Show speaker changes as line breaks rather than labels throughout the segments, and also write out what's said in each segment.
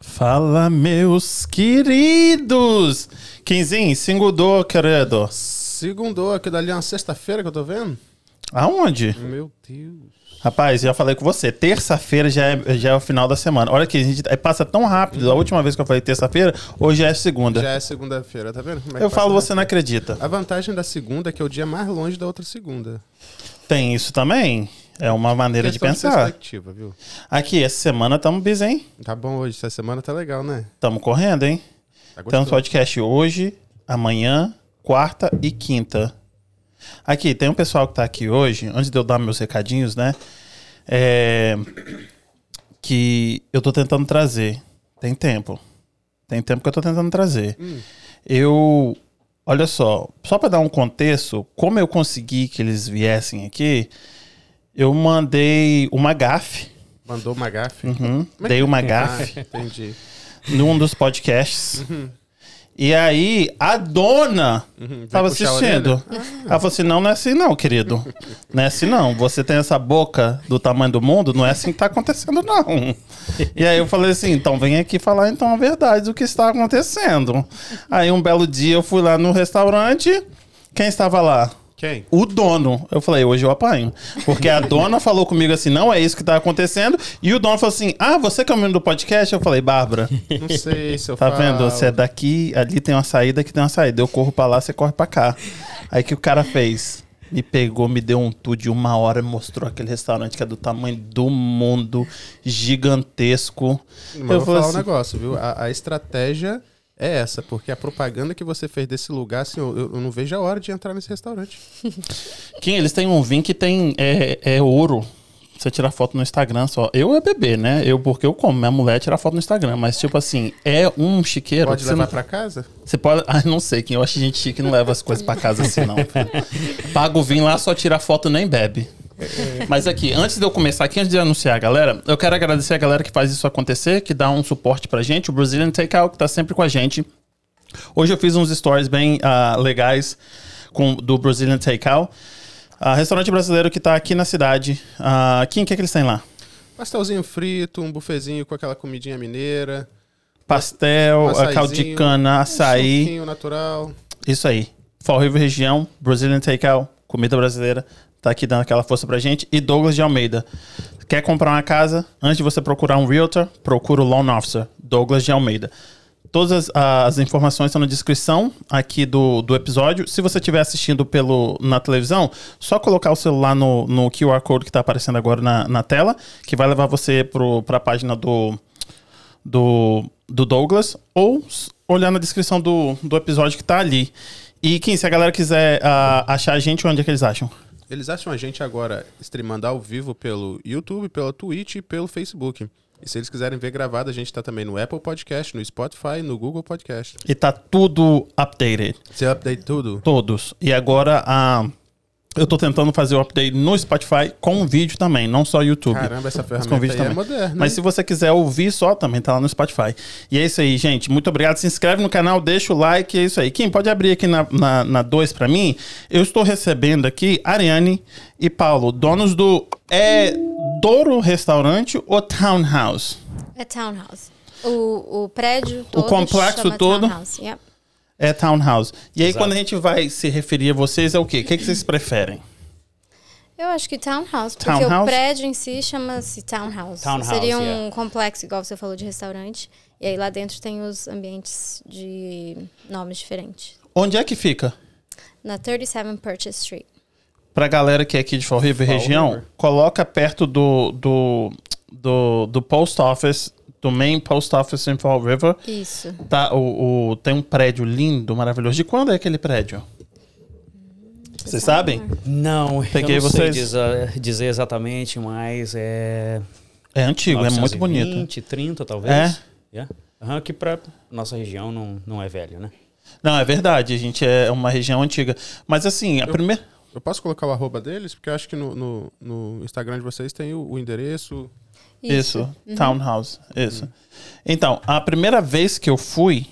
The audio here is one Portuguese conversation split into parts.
Fala, meus queridos! Quinzinho, segundo, queridos.
Segundo, aqui dali é uma sexta-feira que eu tô vendo.
Aonde?
Meu Deus.
Rapaz, já falei com você. Terça-feira já é, já é o final da semana. Olha que a gente é, passa tão rápido. A última vez que eu falei terça-feira, hoje já é segunda.
Já é segunda-feira, tá vendo? como é que
eu
passa,
falo,
né?
você não acredita.
A vantagem da segunda é que é o dia mais longe da outra segunda.
Tem isso também? É uma maneira de
Questão
pensar.
perspectiva, viu?
Aqui, essa semana estamos busy, hein?
Tá bom hoje, essa semana tá legal, né?
Estamos correndo, hein?
Tá
Temos
gostoso.
podcast hoje, amanhã, quarta e quinta. Aqui, tem um pessoal que tá aqui hoje, antes de eu dar meus recadinhos, né? É, que eu tô tentando trazer. Tem tempo. Tem tempo que eu tô tentando trazer.
Hum.
Eu. Olha só, só para dar um contexto, como eu consegui que eles viessem aqui, eu mandei uma gafe,
Mandou uma gafe.
uhum,
Como é
dei
que-
uma
Ah,
gafe
entendi.
num dos podcasts. E aí, a dona
Uhum,
tava
vai puxar a
assistindo.
orelha?
Ela falou assim: não, não é assim, não, querido. Não é assim, não. Você tem essa boca do tamanho do mundo, não é assim que tá acontecendo, não. E aí eu falei assim: então vem aqui falar então a verdade do que está acontecendo. Aí um belo dia eu fui lá no restaurante. Quem estava lá?
Quem?
o dono. Eu falei, hoje eu apanho. Porque a dona falou comigo assim, não é isso que tá acontecendo. E o dono falou assim, ah, você que é o menino do podcast? Eu falei, Bárbara,
Não sei se eu
tá
falo.
vendo? Você é daqui, ali tem uma saída, aqui tem uma saída. Eu corro pra lá, você corre pra cá. Aí que o cara fez? Me pegou, me deu um tour de uma hora, mostrou aquele restaurante que é do tamanho do mundo, gigantesco.
Mas
eu
eu vou
falei
falar um
assim,
negócio, viu? A, a estratégia é essa, porque a propaganda que você fez desse lugar, assim, eu, eu não vejo a hora de entrar nesse restaurante.
Kim, eles têm um vinho que tem é, é ouro. Você tira foto no Instagram só. Eu é bebê, né? Eu, porque eu como. Minha mulher tira foto no Instagram. Mas, tipo assim, é um chiqueiro.
Pode
que você,
levar
não,
pra casa?
você pode. Ah, não sei, Kim. Eu acho que gente chique não leva as coisas pra casa assim, não. filho. Paga o vinho lá, só tira foto nem bebe. Mas aqui, antes de eu começar aqui, antes de eu anunciar a galera, eu quero agradecer a galera que faz isso acontecer, que dá um suporte pra gente. O Brazilian Takeout, que tá sempre com a gente. Hoje eu fiz uns stories bem ah, legais com, do Brazilian Takeout. Ah, restaurante brasileiro que tá aqui na cidade. Ah, Kim, o que, é que eles têm lá?
Pastelzinho frito, um bufezinho com aquela comidinha mineira.
Pastel, ah, caldo de
Açaizinho. um
cana, açaí.
Suquinho natural.
Isso aí. Fall River Região, Brazilian Takeout, comida brasileira, tá aqui dando aquela força pra gente. E Douglas de Almeida. Quer comprar uma casa? Antes de você procurar um realtor, procura o Loan Officer, Douglas de Almeida. Todas as, as informações estão na descrição aqui do, do episódio. Se você estiver assistindo pelo, na televisão, só colocar o celular no, no QR Code que está aparecendo agora na, na tela, que vai levar você para a página do, do, do Douglas ou s- olhar na descrição do, do episódio que tá ali. E, Kim, se a galera quiser ah, achar a gente, onde é que eles acham?
Eles acham a gente agora streamando ao vivo pelo YouTube, pela Twitch e pelo Facebook. E se eles quiserem ver gravado, a gente tá também no Apple Podcast, no Spotify, no Google Podcast.
E tá tudo updated.
Você update tudo.
Todos. E agora ah, eu tô tentando fazer o update no Spotify com vídeo também, não só YouTube.
Caramba, essa
Mas
ferramenta
com vídeo
aí é
também.
moderna.
Mas
hein?
se você quiser ouvir só, também tá lá no Spotify. E é isso aí, gente. Muito obrigado. Se inscreve no canal, deixa o like. É isso aí. Kim, pode abrir aqui na 2 na, na dois pra mim. Eu estou recebendo aqui Ariane e Paulo, donos do é, Douro Restaurante ou Townhouse.
É townhouse. O, o prédio todo
complexo
chama
todo?
Townhouse. Yep.
É Townhouse. E aí, quando a gente vai se referir a vocês, é o quê? O que, que vocês preferem?
Eu acho que townhouse, porque
Townhouse?
o prédio em si chama-se townhouse.
Townhouse,
Seria um
yeah.
complexo, igual você falou, de restaurante. E aí lá dentro tem os ambientes de nomes diferentes.
Onde é que fica?
Na 37 Purchase Street.
Pra galera que é aqui de Fall River
Fall
região,
River.
coloca perto do, do, do, do post office, do main post office em Fall River.
Isso.
Tá, o, o- tem um prédio lindo, maravilhoso. De quando é aquele prédio? Vocês sabem?
Não,
Peguei
eu não
vocês.
sei dizer, dizer exatamente, mas é...
É antigo, é muito bonito.
20, 30 talvez. É. Yeah. Aham, que pra nossa região não, não é velho, né?
Não, é verdade, a gente é uma região antiga. Mas assim, a primeira.
Eu posso colocar o arroba deles? Porque eu acho que no, no- no Instagram de vocês tem o, o endereço.
Isso, townhouse, isso. Então, a primeira vez que eu fui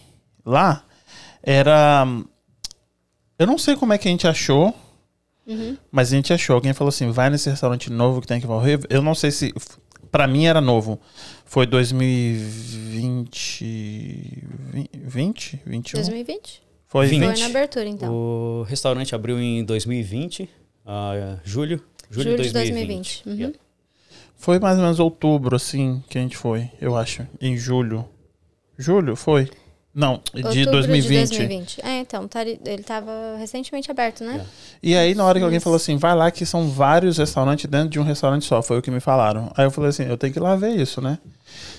lá era. Eu não sei como é que a gente achou, mas a gente achou. Alguém falou assim: vai nesse restaurante novo que tem aqui em Val River. Eu não sei se f- pra mim era novo. Foi 2020. 20? 21?
2020?
Foi
Vinte.
20.
Foi na abertura, então.
O restaurante abriu em 2020, ah, julho. Julho,
Julho
de
de
2020.
2020, uhum.
Yeah.
Foi mais ou menos outubro, assim, que a gente foi, eu acho. Em julho. Julho? Foi? Não, de
Outubro
2020.
de 2020. É, então, tá ali- ele tava recentemente aberto, né?
E aí, na hora que alguém falou assim, vai lá que são vários restaurantes dentro de um restaurante só, foi o que me falaram. Aí eu falei assim, eu tenho que ir lá ver isso, né?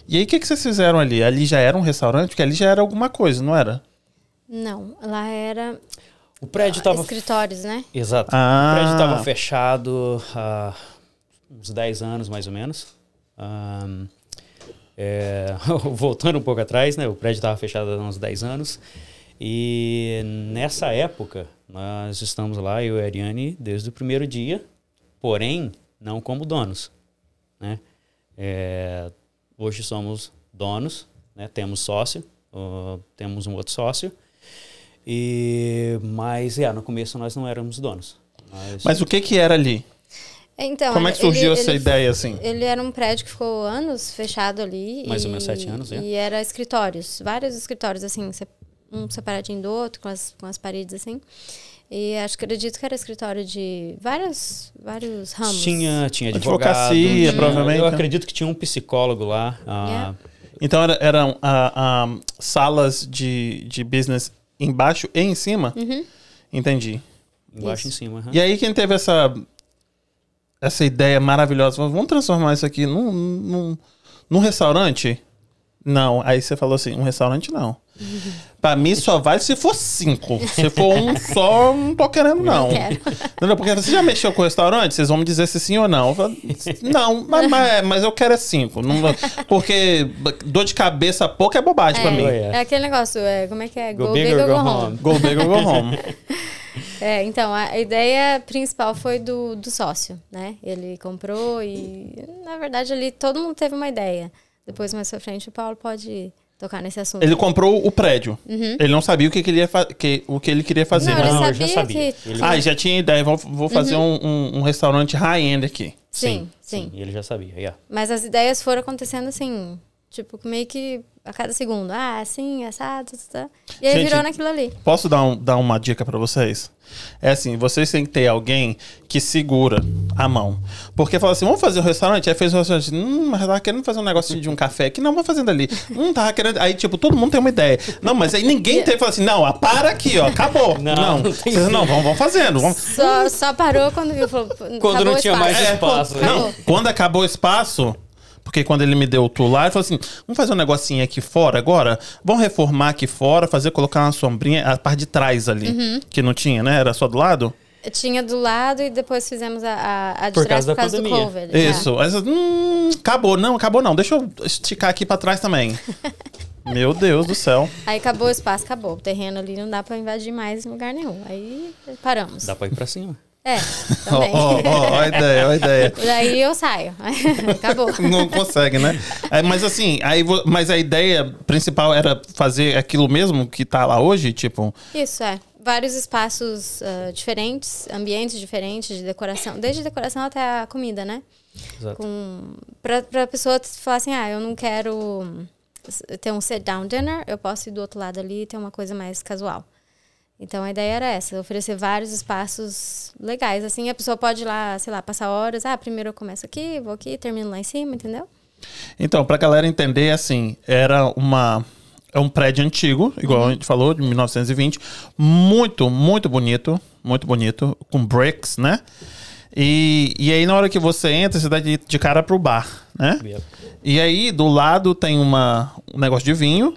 E aí, o que, que vocês fizeram ali? Ali já era um restaurante? Porque ali já era alguma coisa, não era?
Não, lá era
O prédio estava...
escritórios, né?
Exato.
Ah.
O prédio estava fechado há uns 10 anos, mais ou menos. Ahn, é, voltando um pouco atrás, né? O prédio estava fechado há uns 10 anos. E nessa época, nós estamos lá, eu e a Ariane, desde o primeiro dia. Porém, não como donos, né? É, hoje somos donos, né? Temos sócio, ó, temos um outro sócio. E, mas, é, no começo nós não éramos donos. Nós-
Mas o que que era ali?
Então,
Como é que surgiu essa ideia, assim?
Ele era um prédio que ficou anos fechado ali.
Mais
e-
ou menos sete anos, é.
E era escritórios, vários escritórios, assim, se- um separadinho do outro, com as, com as paredes assim. E acho que acredito que era escritório de vários, vários ramos.
Tinha, tinha advogado.
Advocacia,
tinha-
provavelmente,
Eu
né?
acredito que tinha um psicólogo lá. ah,
Yeah.
Então era- eram ah, ah, salas de, de business embaixo e em cima? Entendi.
Embaixo e em
Isso.
cima. né? aham.
E aí quem teve essa essa ideia maravilhosa, falou, vamos transformar isso aqui num, num, num restaurante? Não, aí você falou assim, um restaurante não. Pra mim só vale se for cinco. Se for um só, eu não tô querendo não.
quero.
Não, não, porque você já mexeu com o restaurante? Vocês vão me dizer se sim ou não. Eu falo, não, mas, mas- mas eu quero é cinco. Não vou- porque dor de cabeça pouco é bobagem pra mim.
Oi,
É,
é.
é aquele negócio, é, como é que é?
Go big or go home.
Go big or go home.
É, então, a ideia principal foi do, do sócio, né? Ele comprou e, na verdade, ali todo mundo teve uma ideia. Depois, mais pra frente, o Paulo pode tocar nesse assunto.
Ele comprou o prédio. Ele não sabia o que, que ele ia fa- que- o que ele queria fazer. né?
Não,
mas-
ele
Não, eu já
sabia,
sabia.
que...
Ele-
Ah, já tinha ideia. Vou, vou fazer um, um- um restaurante high-end aqui.
Sim, sim,
Ele já sabia. yeah.
Mas as ideias foram acontecendo assim, tipo, meio que a cada segundo. Ah, assim, assado, tá, tá. E aí
Gente,
virou naquilo ali.
Posso dar, um- dar uma dica pra vocês? É assim, vocês têm que ter alguém que segura a mão. Porque fala assim, vamos fazer um restaurante? Aí fez um restaurante. Hum, mas tava querendo fazer um negócio de um café aqui. Não, vamos fazendo ali. Hum, tava querendo... Aí, tipo, todo mundo tem uma ideia. Não, mas aí ninguém tem. Fala assim, não, ah, para aqui, ó. Acabou.
Não,
Não,
não tem
Vocês, não, vamos, vamos fazendo. Vamos...
Só, só parou quando viu, falou, "Pô,
uh! Quando
acabou
não
o
tinha
espaço."
mais
É,
espaço. né?
Não, quando acabou o espaço, porque quando ele me deu o tu lá, ele falou assim: vamos fazer um negocinho aqui fora agora? Vamos reformar aqui fora, fazer colocar uma sombrinha, a parte de trás ali,
Uhum.
que não tinha, né? Era só do lado?
Tinha do lado e depois fizemos a, a, a de
Por
trás
causa da
por causa
pandemia.
do cover. né?
Isso. Aí você, hum, acabou, não, acabou não. Deixa eu esticar aqui pra trás também. Meu Deus do céu.
É. Aí acabou o espaço, acabou. O terreno ali não dá pra invadir mais em lugar nenhum. Aí paramos.
Dá pra ir pra cima.
É,
Ó,
também.
ó, ó, ó a ideia, ó a ideia.
Daí eu saio. acabou.
Não consegue, né? É, mas assim, aí, vo- mas a ideia principal era fazer aquilo mesmo que tá lá hoje, tipo,
Isso, é. Vários espaços ah, diferentes, ambientes diferentes de decoração, desde decoração até a comida, né?
Exato.
Com, pra, pra pessoa t- falar assim, ah, eu não quero s- ter um sit-down dinner, eu posso ir do outro lado ali e ter uma coisa mais casual. Então a ideia era essa, oferecer vários espaços legais. Assim, a pessoa pode ir lá, sei lá, passar horas. Ah, primeiro eu começo aqui, vou aqui, termino lá em cima, entendeu?
Então, pra galera entender, assim, era uma. É um prédio antigo, igual a gente falou, de 1920. Muito, muito bonito. Muito bonito. Com bricks, né? E, e aí, na hora que você entra, você dá de, de cara pro bar, né?
Yeah.
E aí, do lado tem uma, um negócio de vinho.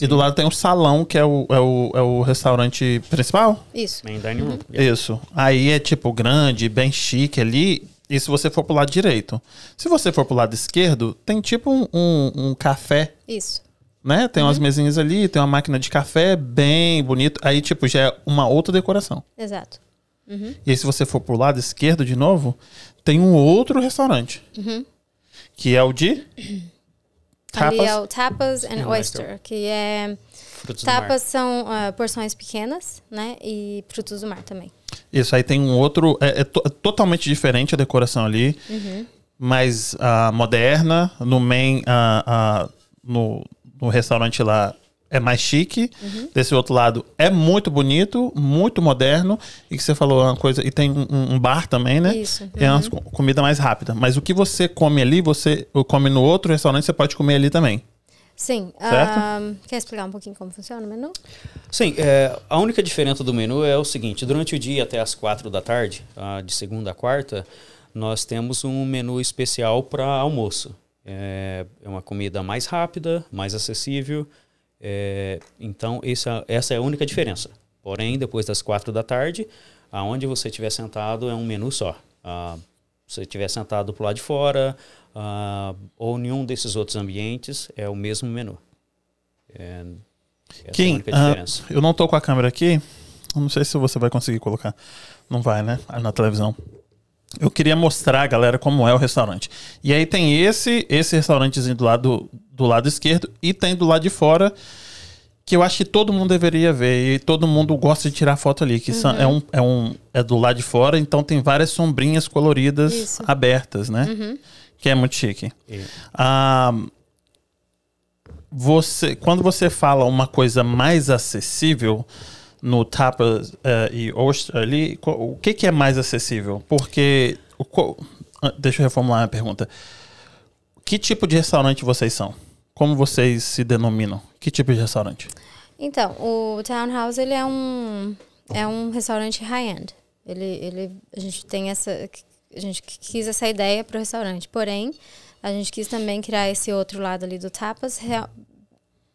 E do lado tem um salão, que é o, é o, é o restaurante principal.
Isso.
Main dining room.
Uhum.
Yeah.
Isso. Aí é tipo grande, bem chique ali. E se você for pro lado direito. Se você for pro lado esquerdo, tem tipo um, um, um café,
Isso.
né? Tem umas mesinhas ali, tem uma máquina de café bem bonito. Aí, tipo, já é uma outra decoração.
Exato.
E aí, se você for pro lado esquerdo de novo, tem um outro restaurante. Que é o de.
Ali é
Tapas.
o tapas and
And oyster.
oyster, que é
Frutos do mar.
Tapas são ah, porções pequenas, né? E frutos do mar também.
é Isso, aí tem um outro. É, é to- totalmente diferente a decoração ali. mais ah, moderna. No main, ah, ah, no, no restaurante lá é mais chique. Desse outro lado é muito bonito, muito moderno. E que você falou é uma coisa. E tem um, um bar também, né?
Isso.
É uma co- comida mais rápida. Mas o que você come ali, você come no outro restaurante, você pode comer ali também.
Sim.
Certo?
ahn, quer explicar um pouquinho como funciona o menu?
Sim, é, a única diferença do menu é o seguinte: durante o dia até as quatro da tarde, ah, de segunda a quarta, nós temos um menu especial para almoço. É, é uma comida mais rápida, mais acessível. é, então, essa, essa é a única diferença. Porém, depois das quatro da tarde, aonde você estiver sentado é um menu só. Ah, se você estiver sentado para lado de fora ah, ou nenhum desses outros ambientes, é o mesmo menu. É, essa é a
Kim,
única
ah,
diferença.
eu não tô com a câmera aqui. Eu Não sei se você vai conseguir colocar. Não vai, né? Ah, Na televisão. Eu queria mostrar, galera, como é o restaurante. E aí tem esse, esse restaurantezinho do lado, do lado esquerdo e tem do lado de fora que eu acho que todo mundo deveria ver e todo mundo gosta de tirar foto ali, que são- é, um, é, um, é do lado de fora, então tem várias sombrinhas coloridas
Isso.
abertas, né? Que é muito chique.
E-
Ah, você, quando você fala uma coisa mais acessível no tapas eh, e oyster ali, co- o que, que é mais acessível? Porque o co- ah, deixa eu reformular a pergunta. Que tipo de restaurante vocês são? Como vocês se denominam? Que tipo de restaurante?
Então, o Townhouse ele é um é um restaurante high-end. Ele, ele a gente tem essa a gente quis essa ideia para o restaurante. Porém, a gente quis também criar esse outro lado ali do tapas real-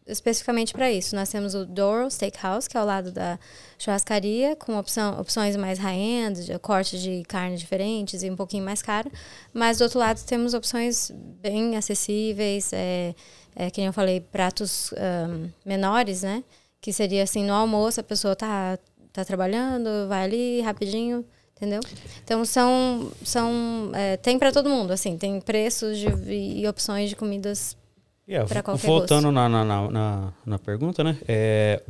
especificamente para isso. Nós temos o Doral Steakhouse, que é ao lado da churrascaria, com opção, opções mais high-end, de- cortes de carne diferentes e um pouquinho mais caro. Mas do outro lado temos opções bem acessíveis, é, é, que nem eu falei, pratos ahn, menores, né? Que seria assim, no almoço a pessoa tá, tá trabalhando, vai ali rapidinho, entendeu? Então são, são é, tem para todo mundo, assim, tem preços de, e opções de comidas
Yeah,
Pra
É, vo-
qualquer
voltando na, na, na, na- na pergunta, né? É,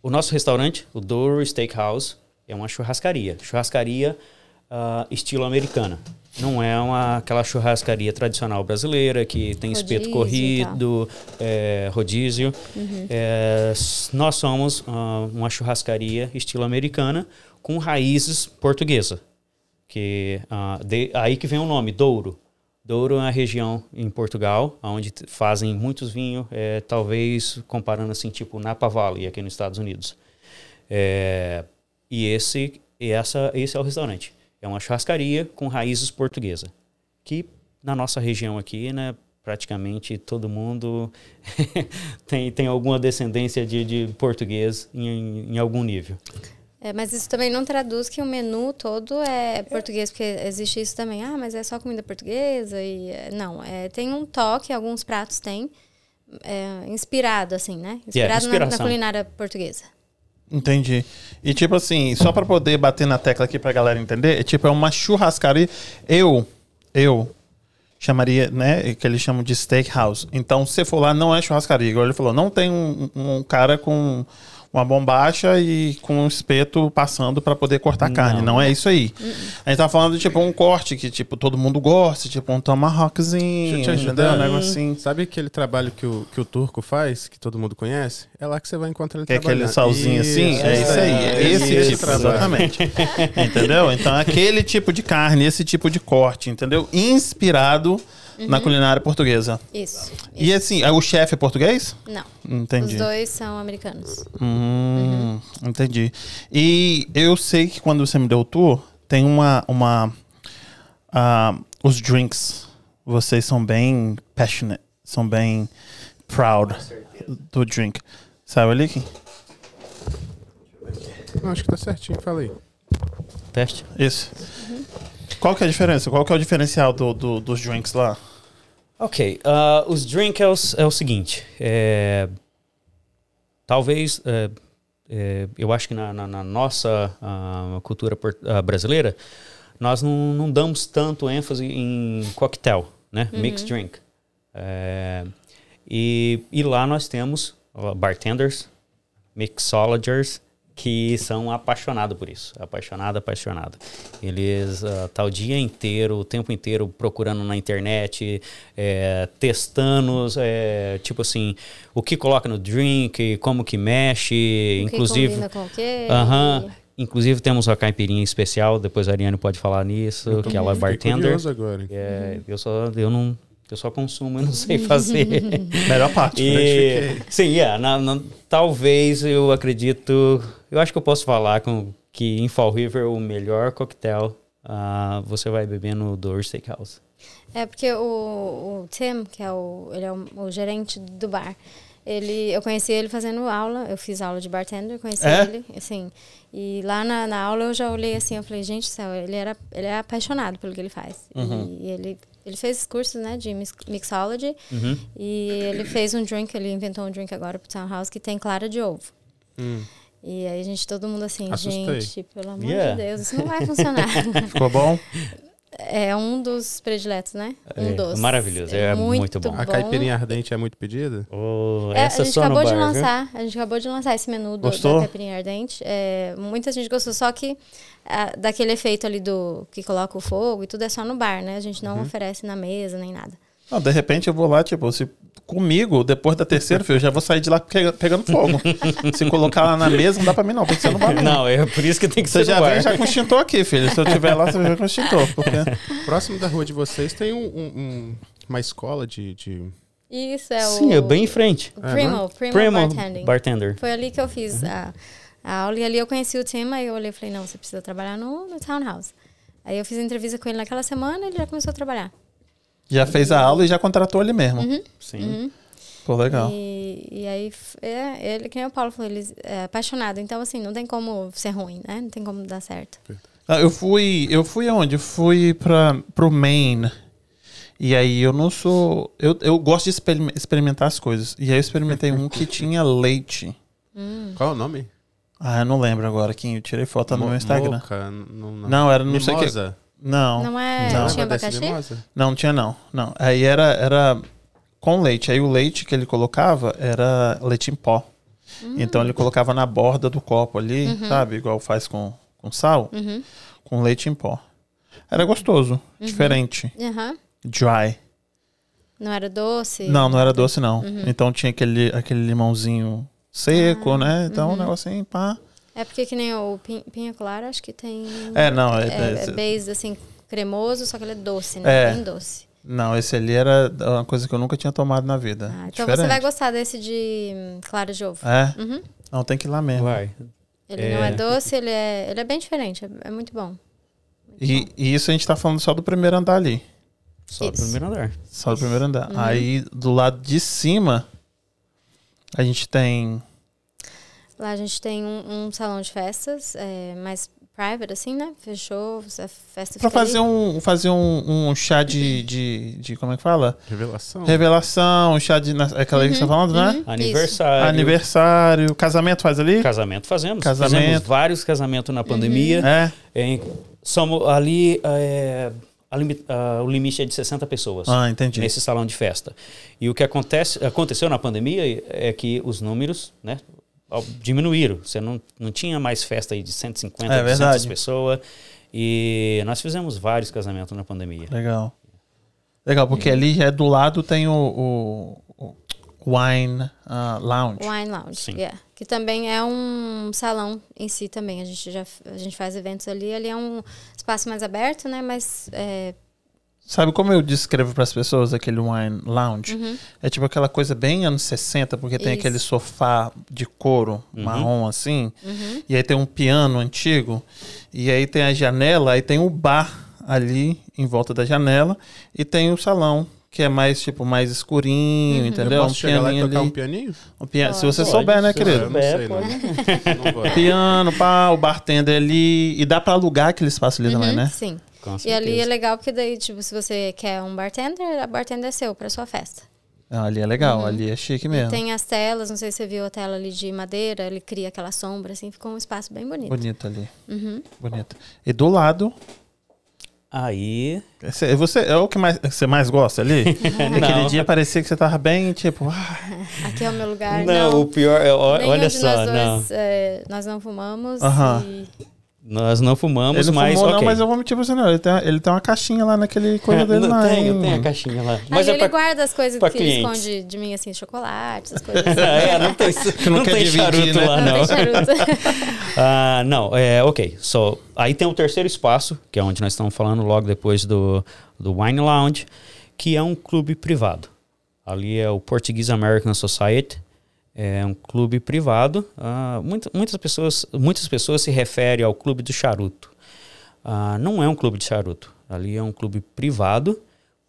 o nosso restaurante, o Douro Steakhouse, é uma churrascaria. Churrascaria ah, estilo americana. Não é uma, aquela churrascaria tradicional brasileira que tem
Rodízio e tal. Uhum.
espeto corrido, é, rodízio. É, s- nós somos ah, uma churrascaria estilo americana com raízes portuguesa que ah, de- aí que vem o nome Douro. Douro é a região em Portugal onde t- fazem muitos vinhos, é, talvez comparando assim tipo Napa Valley aqui nos Estados Unidos. É, e esse e essa esse é o restaurante. É uma churrascaria com raízes portuguesa, que na nossa região aqui, né, praticamente todo mundo tem, tem alguma descendência de, de português em- em algum nível.
É, mas isso também não traduz que o menu todo é português, porque existe isso também. Ah, mas é só comida portuguesa e é, não, é, tem um toque, alguns pratos têm é, inspirado assim, né?
Yeah,
Inspirado na- na,
inspiração.
culinária portuguesa.
Entendi. E tipo assim, só pra poder bater na tecla aqui pra galera entender, é tipo é uma churrascaria. Eu, eu chamaria, né, que eles chamam de steakhouse. Então, se for lá, não é churrascaria. Igual ele falou, não tem um, um cara com uma bombacha e com um espeto passando pra poder cortar carne. Não é isso aí. A gente tá falando tipo um corte que tipo todo mundo gosta, tipo um tomahawkzinho,
Deixa eu te
entendeu?
ajudar.
Um negocinho.
Sabe aquele trabalho que o, que o turco faz, que todo mundo conhece? É lá que você vai encontrar ele
Que é aquele
trabalhando.
salzinho assim? É isso aí. É esse tipo, exatamente. entendeu? Então, aquele tipo de carne, esse tipo de corte, entendeu? Inspirado na culinária portuguesa.
Uhum. Isso.
E assim, é o chefe é português?
Não.
Entendi.
Os dois Uhum. são americanos.
Hum, Entendi. E eu sei que quando você me deu o tour, tem uma. uma ah, os drinks. Vocês são bem passionate, são bem proud do drink. Sabe ali? Kim?
Não, acho que tá certinho, fala aí.
Teste.
Isso. Qual que é a diferença? Qual que é o diferencial do, do- dos drinks lá?
Ok, ah, os drinks é o, s- é o seguinte, é, talvez, é, é, eu acho que na, na- na nossa ah, cultura por- ah, brasileira, nós não, não damos tanto ênfase em coquetel, né, mixed drink. É, e, e lá nós temos ó, bartenders, mixologers, que são apaixonados por isso. Apaixonado, apaixonado. Eles estão tá o dia inteiro, o tempo inteiro procurando na internet, é, testando, é, tipo assim, o que coloca no drink, como que mexe,
O que
inclusive...
combina com o quê?
Aham. Inclusive temos uma caipirinha especial, depois a Ariane pode falar nisso, que ela é
Fiquei
bartender.
curioso agora. hein?
É, eu só eu não eu só consumo, eu não sei fazer.
Melhor parte. né?
e, sim, é, na- na- talvez eu acredito, eu acho que eu posso falar com que em Fall River o melhor coquetel ah, você vai beber no Door Steakhouse.
É porque o, o Tim, que é o, ele é o, o gerente do bar, ele, eu conheci ele fazendo aula, eu fiz aula de bartender, conheci
É?
ele, assim, e lá na, na aula eu já olhei assim, eu falei, gente do céu, ele, era, ele é apaixonado pelo que ele faz. E, ele, ele fez cursos, né, de mix- mixology, e ele fez um drink, ele inventou um drink agora pro Townhouse que tem clara de ovo. E aí a gente, todo mundo assim,
Assustei.
gente, pelo amor
Yeah.
de Deus, isso não vai funcionar.
Ficou bom?
É um dos prediletos, né? Um
É,
dos.
maravilhoso, é muito bom.
A caipirinha ardente é muito pedida?
Oh,
É,
essa
a gente
só no
acabou de
bar, viu?
lançar, a gente acabou de lançar esse menu do,
Gostou?
da caipirinha ardente. É, muita gente gostou, só que ah, daquele efeito ali do que coloca o fogo e tudo é só no bar, né? A gente
Uhum.
não oferece na mesa nem nada.
Não, de repente eu vou lá, tipo, se comigo, depois da terceira, filho, eu já vou sair de lá pega- pegando fogo. se colocar lá na mesa, não dá pra mim não, tem que ser no bar.
Não, é por isso que tem que
Você
ser
já
no bar.
vem já com extintor aqui, filho. Se eu tiver lá, você vem com extintor. Porque...
Próximo da rua de vocês tem um- um- um- uma escola de, de-
Isso é o.
Sim, é bem em frente.
o Primo, Primo,
Primo Uhum.
Bartending.
bartender.
Foi ali que eu fiz a, a aula e ali eu conheci o tema e eu olhei e falei, não, você precisa trabalhar no, no Townhouse. Aí eu fiz a entrevista com ele naquela semana e ele já começou a trabalhar. Uhum.
Já fez a aula e já contratou ele mesmo.
Sim.
Pô, legal.
E, e aí, f- é, ele, que nem o Paulo falou, ele é apaixonado. Então, assim, não tem como ser ruim, né? Não tem como dar certo.
Ah, Eu fui. Eu fui aonde? Eu fui pra, pro Maine. E aí eu não sou. Eu, eu gosto de experim- experimentar as coisas. E aí eu experimentei um que tinha leite.
Qual é o nome?
Ah, eu não lembro agora quem eu tirei foto tá no
Mo-
meu Instagram.
Moca, n- não, não.
Não, era não sei o que.
Mimosa?
Não,
Não
não,
é.
Não.
tinha
Lembra dessa
abacaxi?
mimosa?
tinha não. Não. Aí era, era com leite. Aí o leite que ele colocava era leite em pó. Então ele colocava na borda do copo ali, sabe? Igual faz com, com sal,
Uhum.
com leite em pó. Era gostoso, diferente,
Aham.
dry.
Não era doce?
Não, não era doce não.
Uhum.
Então tinha aquele, aquele limãozinho
Ah,
seco, né? Então
uhum.
um negocinho pá.
É porque que nem o pin- pinha colada, acho que tem.
É, não, é,
é,
é-
é base, assim, cremoso, só que ele é doce,
É.
né? Bem doce.
não, esse ali era uma coisa que eu nunca tinha tomado na vida.
Ah, então
É, Diferente.
você vai gostar desse de hum, clara de ovo.
É?
Uhum.
Não, tem que ir lá mesmo.
Vai.
Ele não é
É.
doce, ele é, ele é bem diferente, é, é muito bom.
E, e isso a gente tá falando só do primeiro andar ali.
Só o
Isso.
primeiro andar.
Só do primeiro andar.
Uhum.
Aí do lado de cima, a gente tem.
Lá a gente tem um, um salão de festas, é, mais private, assim, né? Fechou, a festa
Pra
fica ali.
fazer um, fazer um, um chá de, de, de- Como é que fala?
Revelação.
Revelação, chá de. na- é Aquela aí que
Uhum,
você tá falando, né?
Aniversário.
Aniversário. Casamento faz ali?
Casamento fazemos.
Casamento.
Fizemos vários casamentos
Uhum.
na pandemia.
É.
Em- somos ali. é, a limi- a- o limite é de 60 pessoas.
Ah, entendi.
Nesse salão de festa. E o que acontece, aconteceu na pandemia é que os números né, ao- diminuíram. Você não, não tinha mais festa aí de 150,
É
200
verdade.
pessoas. E nós fizemos vários casamentos na pandemia.
Legal. Legal, porque ali já é do lado tem o, o- o Wine ah, Lounge.
Wine Lounge,
Sim.
yeah. que também é um salão em si também. A gente já a gente faz eventos ali, ali é um espaço mais aberto, né? Mas é,
Sabe como eu descrevo para as pessoas aquele wine lounge? É tipo aquela coisa bem anos 60, porque tem
Uhum. Isso.
aquele sofá de couro
Uhum.
marrom assim,
Uhum.
e aí tem um piano antigo, e aí tem a janela, aí tem o bar ali em volta da janela, e tem o salão, que é mais tipo mais escurinho, entendeu?
Posso chegar lá e tocar um
ali.
pianinho?
um piano, se
Uhum. Pode.
você souber, né,
Pode, se
querido?
Eu não
É,
sei,
pô.
né?
não. não gosto.
Piano, pá, o bartender ali, e dá para alugar aquele espaço ali também,
hum,
né?
sim.
Com
E ali
certeza.
é legal porque daí, tipo, se você quer um bartender, a bartender é seu para sua festa.
Ah, ali é legal, ali é chique mesmo.
Uhum. Tem as telas, não sei se você viu a tela ali de madeira, ele cria aquela sombra assim, ficou um espaço bem bonito.
Bonito ali. Bonito. E do lado,
Aí.
Você, você- é o que mais, você mais gosta ali? E Aquele
Não.
dia parecia que você tava bem, tipo, ah,
Aqui é o meu lugar.
não,
Não,
o pior. é, ó-
Nenhum
olha
de
só,
nós
não.
dois, é, nós não fumamos.
Aham.
e-
Nós não fumamos,
ele não
mas.
fumou não,
ok.
mas eu vou mentir pra você não. Ele tem, ele tem uma caixinha lá naquele coisa dele
não,
lá.
tem,
hein?
eu tenho a caixinha lá.
Mas
Mas é
ele
pra.
guarda as coisas
pra
que
clientes.
ele esconde de mim, assim, chocolate, essas coisas assim.
É, não tem,
não
não
quer
tem
dividir,
charuto
né?
lá,
Não
não.
tem charuto.
Ah, não, é, ok. So, aí tem o terceiro espaço, que é onde nós estamos falando logo depois do, do Wine Lounge, que é um clube privado. Ali é o Portuguese American Society. É um clube privado. Ah, muita- muitas, pessoas, muitas pessoas se referem ao clube do charuto. Ah, não é um clube de charuto. Ali é um clube privado,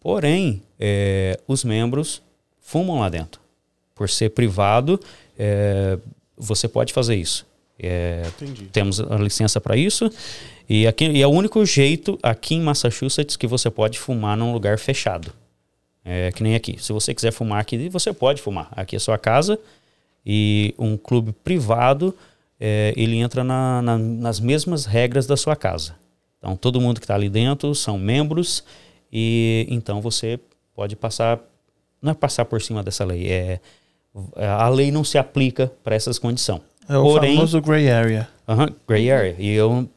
porém, é, os membros fumam lá dentro. Por ser privado, é, você pode fazer isso. É,
Entendi.
temos a licença para isso. E, aqui, e é o único jeito aqui em Massachusetts que você pode fumar num lugar fechado. É que nem aqui. Se você quiser fumar aqui, você pode fumar. Aqui é sua casa e um clube privado, é, ele entra na- na- nas mesmas regras da sua casa. Então, todo mundo que está ali dentro são membros e então você pode passar, não é passar por cima dessa lei, é a lei não se aplica para essas condições.
É o
Porém-
famoso gray area.
Aham, gray area. E eu,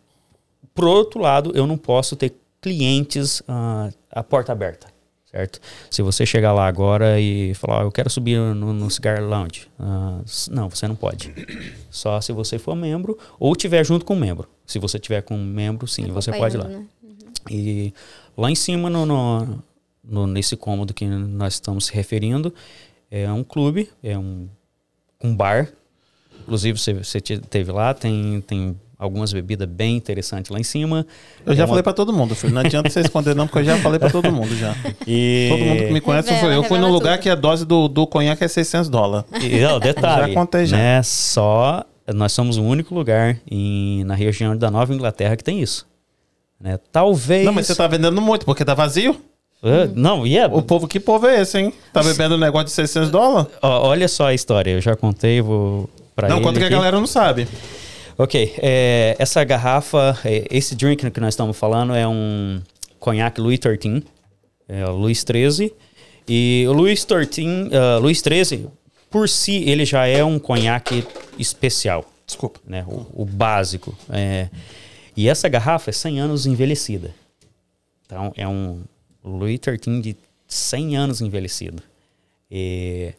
por outro lado, eu não posso ter clientes ah, a porta aberta, certo? Se você chegar lá agora e falar, "Ah, eu quero subir no, no cigar lounge, ah, s- não, você não pode. Só se você for membro ou tiver junto com um membro. Se você tiver com um membro, sim, você pode ir lá.
Acompanhando, né?
E lá em cima, no, no- no- nesse cômodo que nós estamos se referindo, é um clube, é um, um bar. Inclusive, você, você te- teve lá, tem, tem algumas bebidas bem interessantes lá em cima.
Eu já
Tem uma-
falei pra todo mundo, filho. Não adianta você esconder, não, porque eu já falei pra todo mundo já.
E,
Todo mundo que me conhece,
Revela,
foi- eu fui num
revela
lugar
tudo.
que a dose do, do conhaque é 600 dólares.
E, ó, detalhe,
Já contei já.
Né, só nós somos o único lugar em- na região da Nova Inglaterra que tem isso. Né? Talvez.
Não, mas você tá vendendo muito, porque tá vazio.
Ah, não, e é-
O povo, que povo é esse, hein? Tá bebendo um negócio de 600 dólares?
ó, olha só a história. Eu já contei, vou para
Não, quanto que a galera não sabe.
Ok, é, essa garrafa, é, esse drink que nós estamos falando é um conhaque Louis XIII, é, o Louis XIII. E o Louis XIII, ah, Louis XIII, por si, ele já é um conhaque especial,
Desculpa.
né? O, o básico. é. E essa garrafa é 100 anos envelhecida. Então, é um Louis XIII de 100 anos envelhecido. E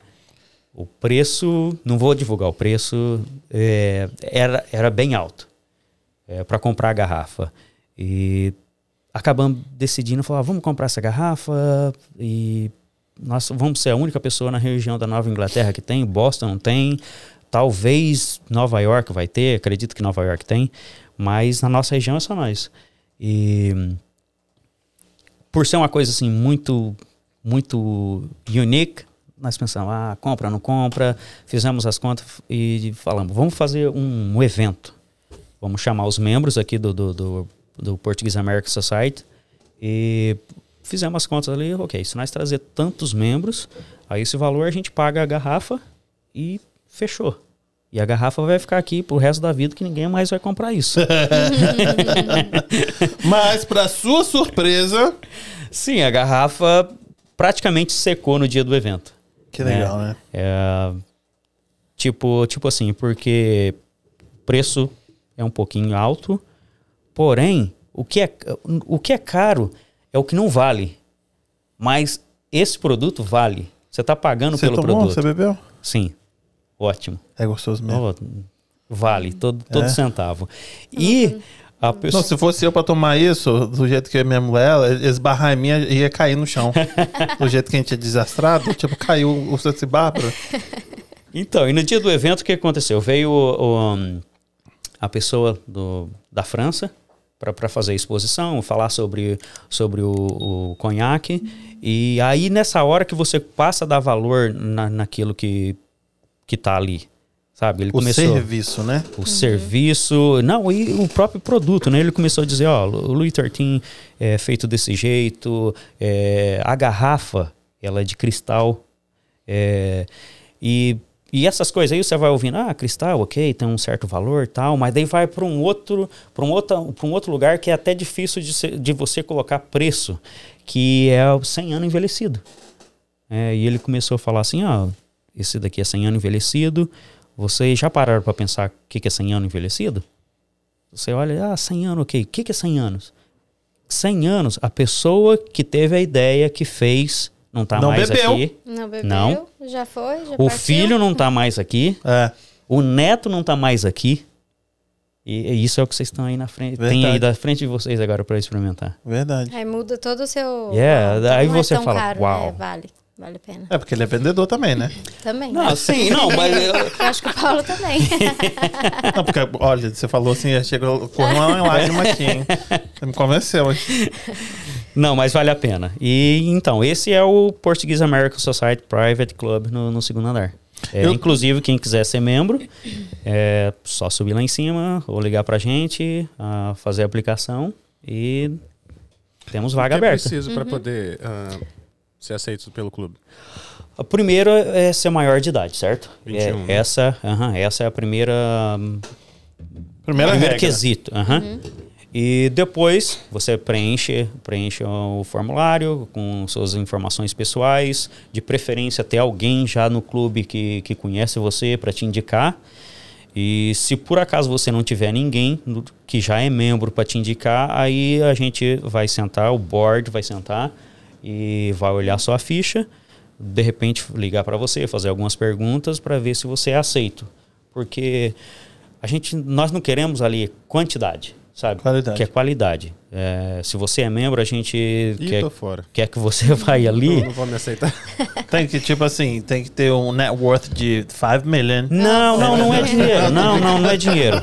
o preço, não vou divulgar o preço, é, era, era bem alto para comprar a garrafa. E acabamos decidindo, falar, vamos comprar essa garrafa e nós vamos ser a única pessoa na região da Nova Inglaterra que tem, Boston não tem, talvez Nova York vai ter, acredito que Nova York tem, mas na nossa região é só nós. E por ser uma coisa assim muito muito unique, nós pensamos, ah, compra, não compra, fizemos as contas e falamos, vamos fazer um, evento. Vamos chamar os membros aqui do, do, do, do Portuguese American Society e fizemos as contas ali, ok, se nós trazer tantos membros, aí esse valor a gente paga a garrafa e fechou. E a garrafa vai ficar aqui pro resto da vida que ninguém mais vai comprar isso.
Mas, pra sua surpresa.
Sim, a garrafa praticamente secou no dia do evento.
Que
legal,
né?
É, tipo, tipo assim, porque preço é um pouquinho alto, porém, o que é, o que é caro é o que não vale. Mas esse produto vale. Você está pagando
Você
pelo
tomou?
produto.
Você bebeu?
Sim. Ótimo.
É gostoso mesmo.
Oh, vale todo, todo
É.
centavo. E a pessoa.
Não, se fosse eu pra tomar isso, do jeito que eu e minha mulher, ela, esbarrar em mim ia cair no chão. do jeito que a gente é desastrado, tipo, caiu o Santos Bárbara.
Então, e no dia do evento, o que aconteceu? Veio o- o, hum, a pessoa do- da França para fazer a exposição, falar sobre, sobre o, o conhaque. E aí, nessa hora que você passa a dar valor na, naquilo que, que tá ali, sabe? Ele
O
começou
serviço, né?
o serviço, não, e o próprio produto, né? Ele começou a dizer, ó, o Louis XIII é feito desse jeito, é, a garrafa, ela é de cristal, é, e E essas coisas aí você vai ouvindo, ah, cristal, ok, tem um certo valor e tal, mas daí vai para um outro, para um outro, para um outro lugar que é até difícil de, ser- de você colocar preço, que é o 100 anos envelhecido. É, e ele começou a falar assim, ó, esse daqui é 100 anos envelhecido. Vocês já pararam para pensar o que, que é 100 anos envelhecido? Você olha, ah, 100 anos, ok. O que, que é 100 anos? 100 anos, a pessoa que teve a ideia, que fez, não tá
Não
mais
bebeu.
aqui.
Não bebeu?
Não.
Já foi? Já
O
partiu?
filho não tá mais aqui.
É.
O neto não tá mais aqui. E, e isso é o que vocês estão aí na frente. Tem
Verdade.
aí da frente de vocês agora para experimentar.
Verdade.
Aí muda todo o seu.
Yeah,
Então
aí
não
você
é tão
fala,
caro,
uau.
né? Vale, vale a pena.
É porque ele é vendedor também, né?
Também.
Não,
né?
sim, não, mas. eu-
Eu acho que o Paulo também.
Não, porque, olha, você falou assim, chegou, correu uma lágrima aqui, hein? Você me convenceu, hein?
Não, mas vale a pena. E então, esse é o Portuguese American Society Private Club no, no segundo andar. É,
Eu-
Inclusive, quem quiser ser membro, é só subir lá em cima, ou ligar pra gente, ah, fazer a aplicação e temos
O que
vaga
é
aberta.
preciso
Uhum.
para poder ah, ser aceito pelo clube?
A primeira é ser maior de idade, certo?
21,
É,
né?
essa, aham, essa é a primeira hum,
Primeira
primeiro
regra.
quesito. aham. E depois você preenche, preenche o formulário com suas informações pessoais, de preferência ter alguém já no clube que, que conhece você para te indicar. E se por acaso você não tiver ninguém no- que já é membro para te indicar, aí a gente vai sentar, o board vai sentar e vai olhar sua ficha, de repente ligar para você, fazer algumas perguntas para ver se você é aceito. Porque a gente, nós não queremos ali quantidade, sabe?
Qualidade.
Que é qualidade. É, se você é membro, a gente
Ih,
quer,
tô fora.
quer que você vá ali.
Não, não vou me aceitar.
Tem que, tipo assim, tem que ter um net worth de 5 million.
Não, não, não é dinheiro. Não, não, não é dinheiro.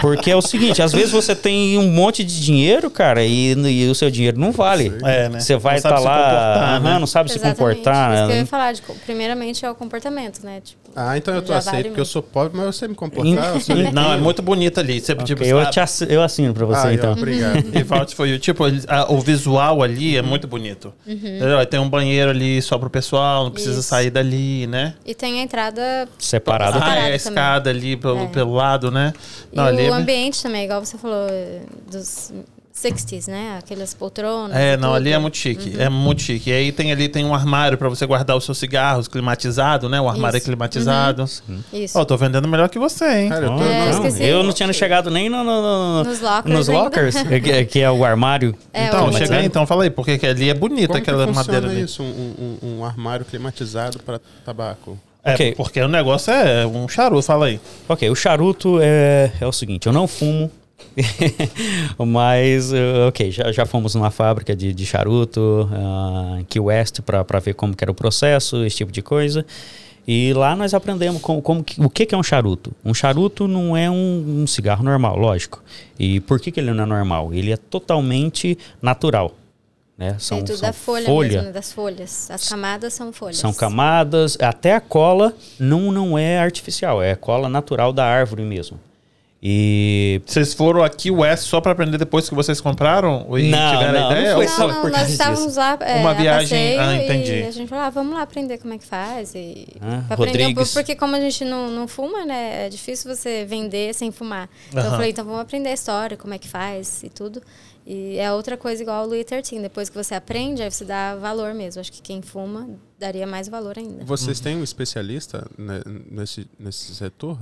Porque é o seguinte, às vezes você tem um monte de dinheiro, cara, e, e o seu dinheiro não vale.
É, né?
Você vai
Não sabe
estar
se
lá,
comportar, né?
aham, não sabe se
Exatamente.
comportar.
Isso que eu
né?
ia falar. de co- primeiramente é o comportamento, né? Tipo,
Ah, então eu tô
Já
aceito
vale
porque eu sou pobre, mas eu sei me comportar. eu sou
Então,
Não, é muito bonito ali. Você, tipo,
eu,
sabe?
te assi- eu assino pra você,
Ah, eu-
então.
Obrigado.
If out for you. Tipo, eles- a- o visual ali é muito bonito. Entendeu? Tem um banheiro ali só pro pessoal, não precisa
Uhum. Isso.
sair dali, né?
e tem a entrada
Separado.
Ah, é a
também.
escada ali pelo,
É.
pelo lado, né? Não,
e
ali
o
é-
ambiente também, igual você falou eh, dos 60s, né? Aquelas poltronas.
É,
e
não,
tudo.
ali é muito chique.
Uhum.
É muito chique. E aí tem ali tem um armário pra você guardar os seus cigarros climatizado, né? O armário é
Isso. Uhum.
climatizado.
Isso.
Ó, tô vendendo melhor que você, hein?
Cara, eu tô-
Olha,
É, eu
então,
esqueci.
eu não tinha chegado nem no, no- no-
Nos lockers
nos
ainda.
lockers, que, é- que né? é o armário.
É,
então,
o-
chega aí, então fala aí, porque que ali é bonita
Como que
aquela
funciona
madeira ali.
isso? Um, um- um armário climatizado para tabaco.
É,
Ok.
porque o negócio é um charuto, fala aí.
Ok, o charuto é, é o seguinte, eu não fumo, mas eh, ok, já, já fomos numa fábrica de, de charuto, ah, em Key West, para ver como que era o processo, esse tipo de coisa. E lá nós aprendemos como, como que- o que, que é um charuto. Um charuto não é um, um cigarro normal, lógico. E por que, que ele não é normal? Ele é totalmente natural. Né? São,
Feito
são
da folha, mesmo, né? das folhas. As camadas são folhas.
são camadas, até a cola não, não é artificial, é cola natural da árvore mesmo. E.
Vocês foram aqui West só pra aprender depois que vocês compraram? E
Não,
tiveram
não,
a ideia?
não foi
Ou-
Não,
só
não,
por
nós
causa
estávamos lá é,
Uma
a
viagem-
passeio
Ah, entendi.
e a gente falou, ah, vamos lá aprender como é que faz. E
Ah,
pra aprender, um pouco,
Rodrigues.
porque como a gente não, não fuma, né, é difícil você vender sem fumar. Então eu
Aham.
falei, então vamos aprender a história, como é que faz e tudo. E é outra coisa igual ao Louis XIII, depois que você aprende, aí você dá valor mesmo. Acho que quem fuma daria mais valor ainda.
Vocês têm um especialista né, nesse, nesse setor?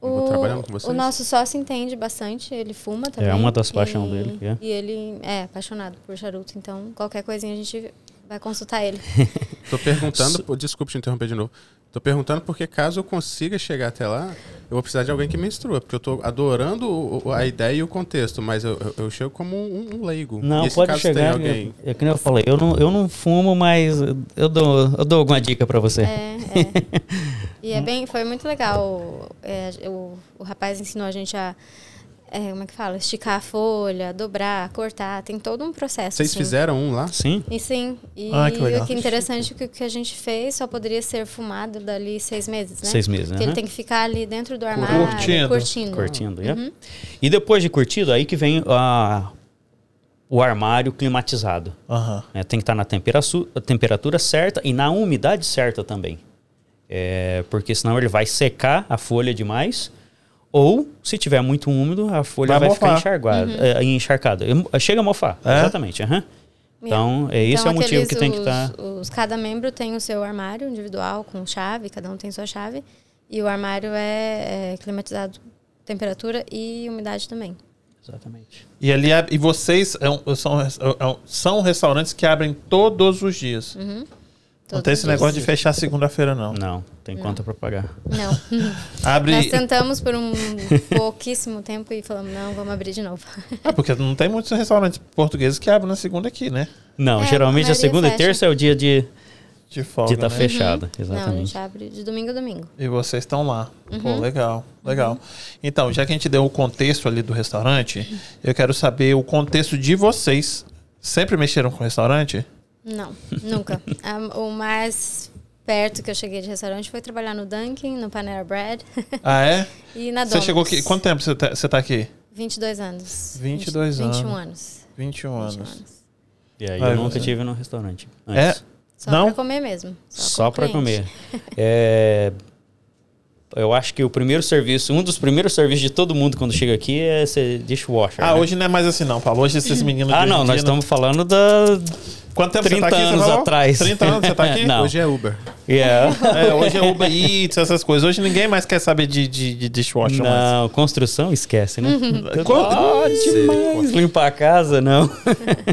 O,
trabalhando com vocês?
o nosso sócio entende bastante, ele fuma também.
É, uma das paixão
e-
dele, é.
E ele é apaixonado por charuto, então qualquer coisinha a gente vai consultar ele.
Tô perguntando, pô, desculpa te interromper de novo. Tô perguntando porque caso eu consiga chegar até lá, eu vou precisar de alguém que menstrua, porque eu tô adorando o- o- a ideia e o contexto, mas eu, eu- eu chego como um, um leigo.
Não,
e esse
pode
caso tem
chegar.
alguém.
É, é que nem eu falei, eu não, eu não fumo, mas eu dou, eu dou alguma dica pra você.
É, é. E é
Hum.
bem, foi muito legal. É, o, o rapaz ensinou a gente a, é, como é que fala? Esticar a folha, dobrar, cortar. Tem todo um processo.
Vocês
assim.
fizeram um lá?
Sim?
E sim. E
Ah, que legal.
o que é interessante é que o que a gente fez só poderia ser fumado dali seis meses, né?
Seis meses, né?
Porque ele tem que ficar ali dentro do armário,
Curtindo.
curtindo.
Curtindo, yeah.
Uhum.
E depois de curtido, aí que vem a, o armário climatizado.
Aham.
né? Tem que estar na temperatura, temperatura certa e na umidade certa também. É, porque senão ele vai secar a folha demais. Ou, se tiver muito úmido, a folha
Vai
vai, ficar
mofar.
enchargada,
Uhum.
é, encharcada. Em- Chega a mofar,
É?
exatamente. aham. Então, é, esse é o motivo
aqueles-
que tem que
os-
estar...
os- cada membro tem o seu armário individual com chave, cada um tem sua chave. E o armário é, é climatizado temperatura e umidade também.
Exatamente.
E ali ab- e vocês é um- são, é um- são restaurantes que abrem todos os dias. não
Todos
tem esse
os
negócio de
dias.
fechar segunda-feira, não.
Não, tem conta para pagar.
Não.
Abre.
Nós tentamos por um pouquíssimo tempo e falamos, não, vamos abrir de novo.
Ah, porque não tem muitos restaurantes portugueses que abrem na segunda aqui, né?
Não,
É,
geralmente
a
a segunda
maioria
e terça é o dia de
De folga.
estar tá
né?
fechada.
Uhum. Não, a
Exatamente.
gente abre de domingo a domingo.
E vocês estão lá. Pô, legal, legal. Então, já que a gente deu o contexto ali do restaurante, eu quero saber o contexto de vocês. Sempre mexeram com restaurante?
Não, nunca. A- o mais perto que eu cheguei de restaurante foi trabalhar no Dunkin', no Panera Bread
Ah, é?
e na
Você
Domino's.
chegou aqui. Quanto tempo você tá, você tá aqui?
22 anos.
22
21
anos.
anos.
21
21
anos.
anos.
E aí
Vai,
eu nunca
você.
tive no restaurante.
É?
Antes.
Só
Não?
pra comer mesmo.
Só
com
para comer.
cliente.
É, eu acho que o primeiro serviço, um dos primeiros serviços de todo mundo quando chega aqui é ser dishwasher.
Ah,
né?
hoje não é mais assim, não, Paulo. Hoje esses meninos. de
Ah,
hoje em
não, nós
dia
estamos falando da.
Quanto tempo
30
você tá aqui? você
anos
falou?
atrás.
30 anos você tá aqui?
Não.
Hoje é Uber.
Yeah.
É, hoje é Uber Eats, essas coisas. Hoje ninguém mais quer saber de, de, de dishwasher mais.
Não, construção esquece, né?
Uhum.
Co-
Ah, demais. Limpar a casa, não.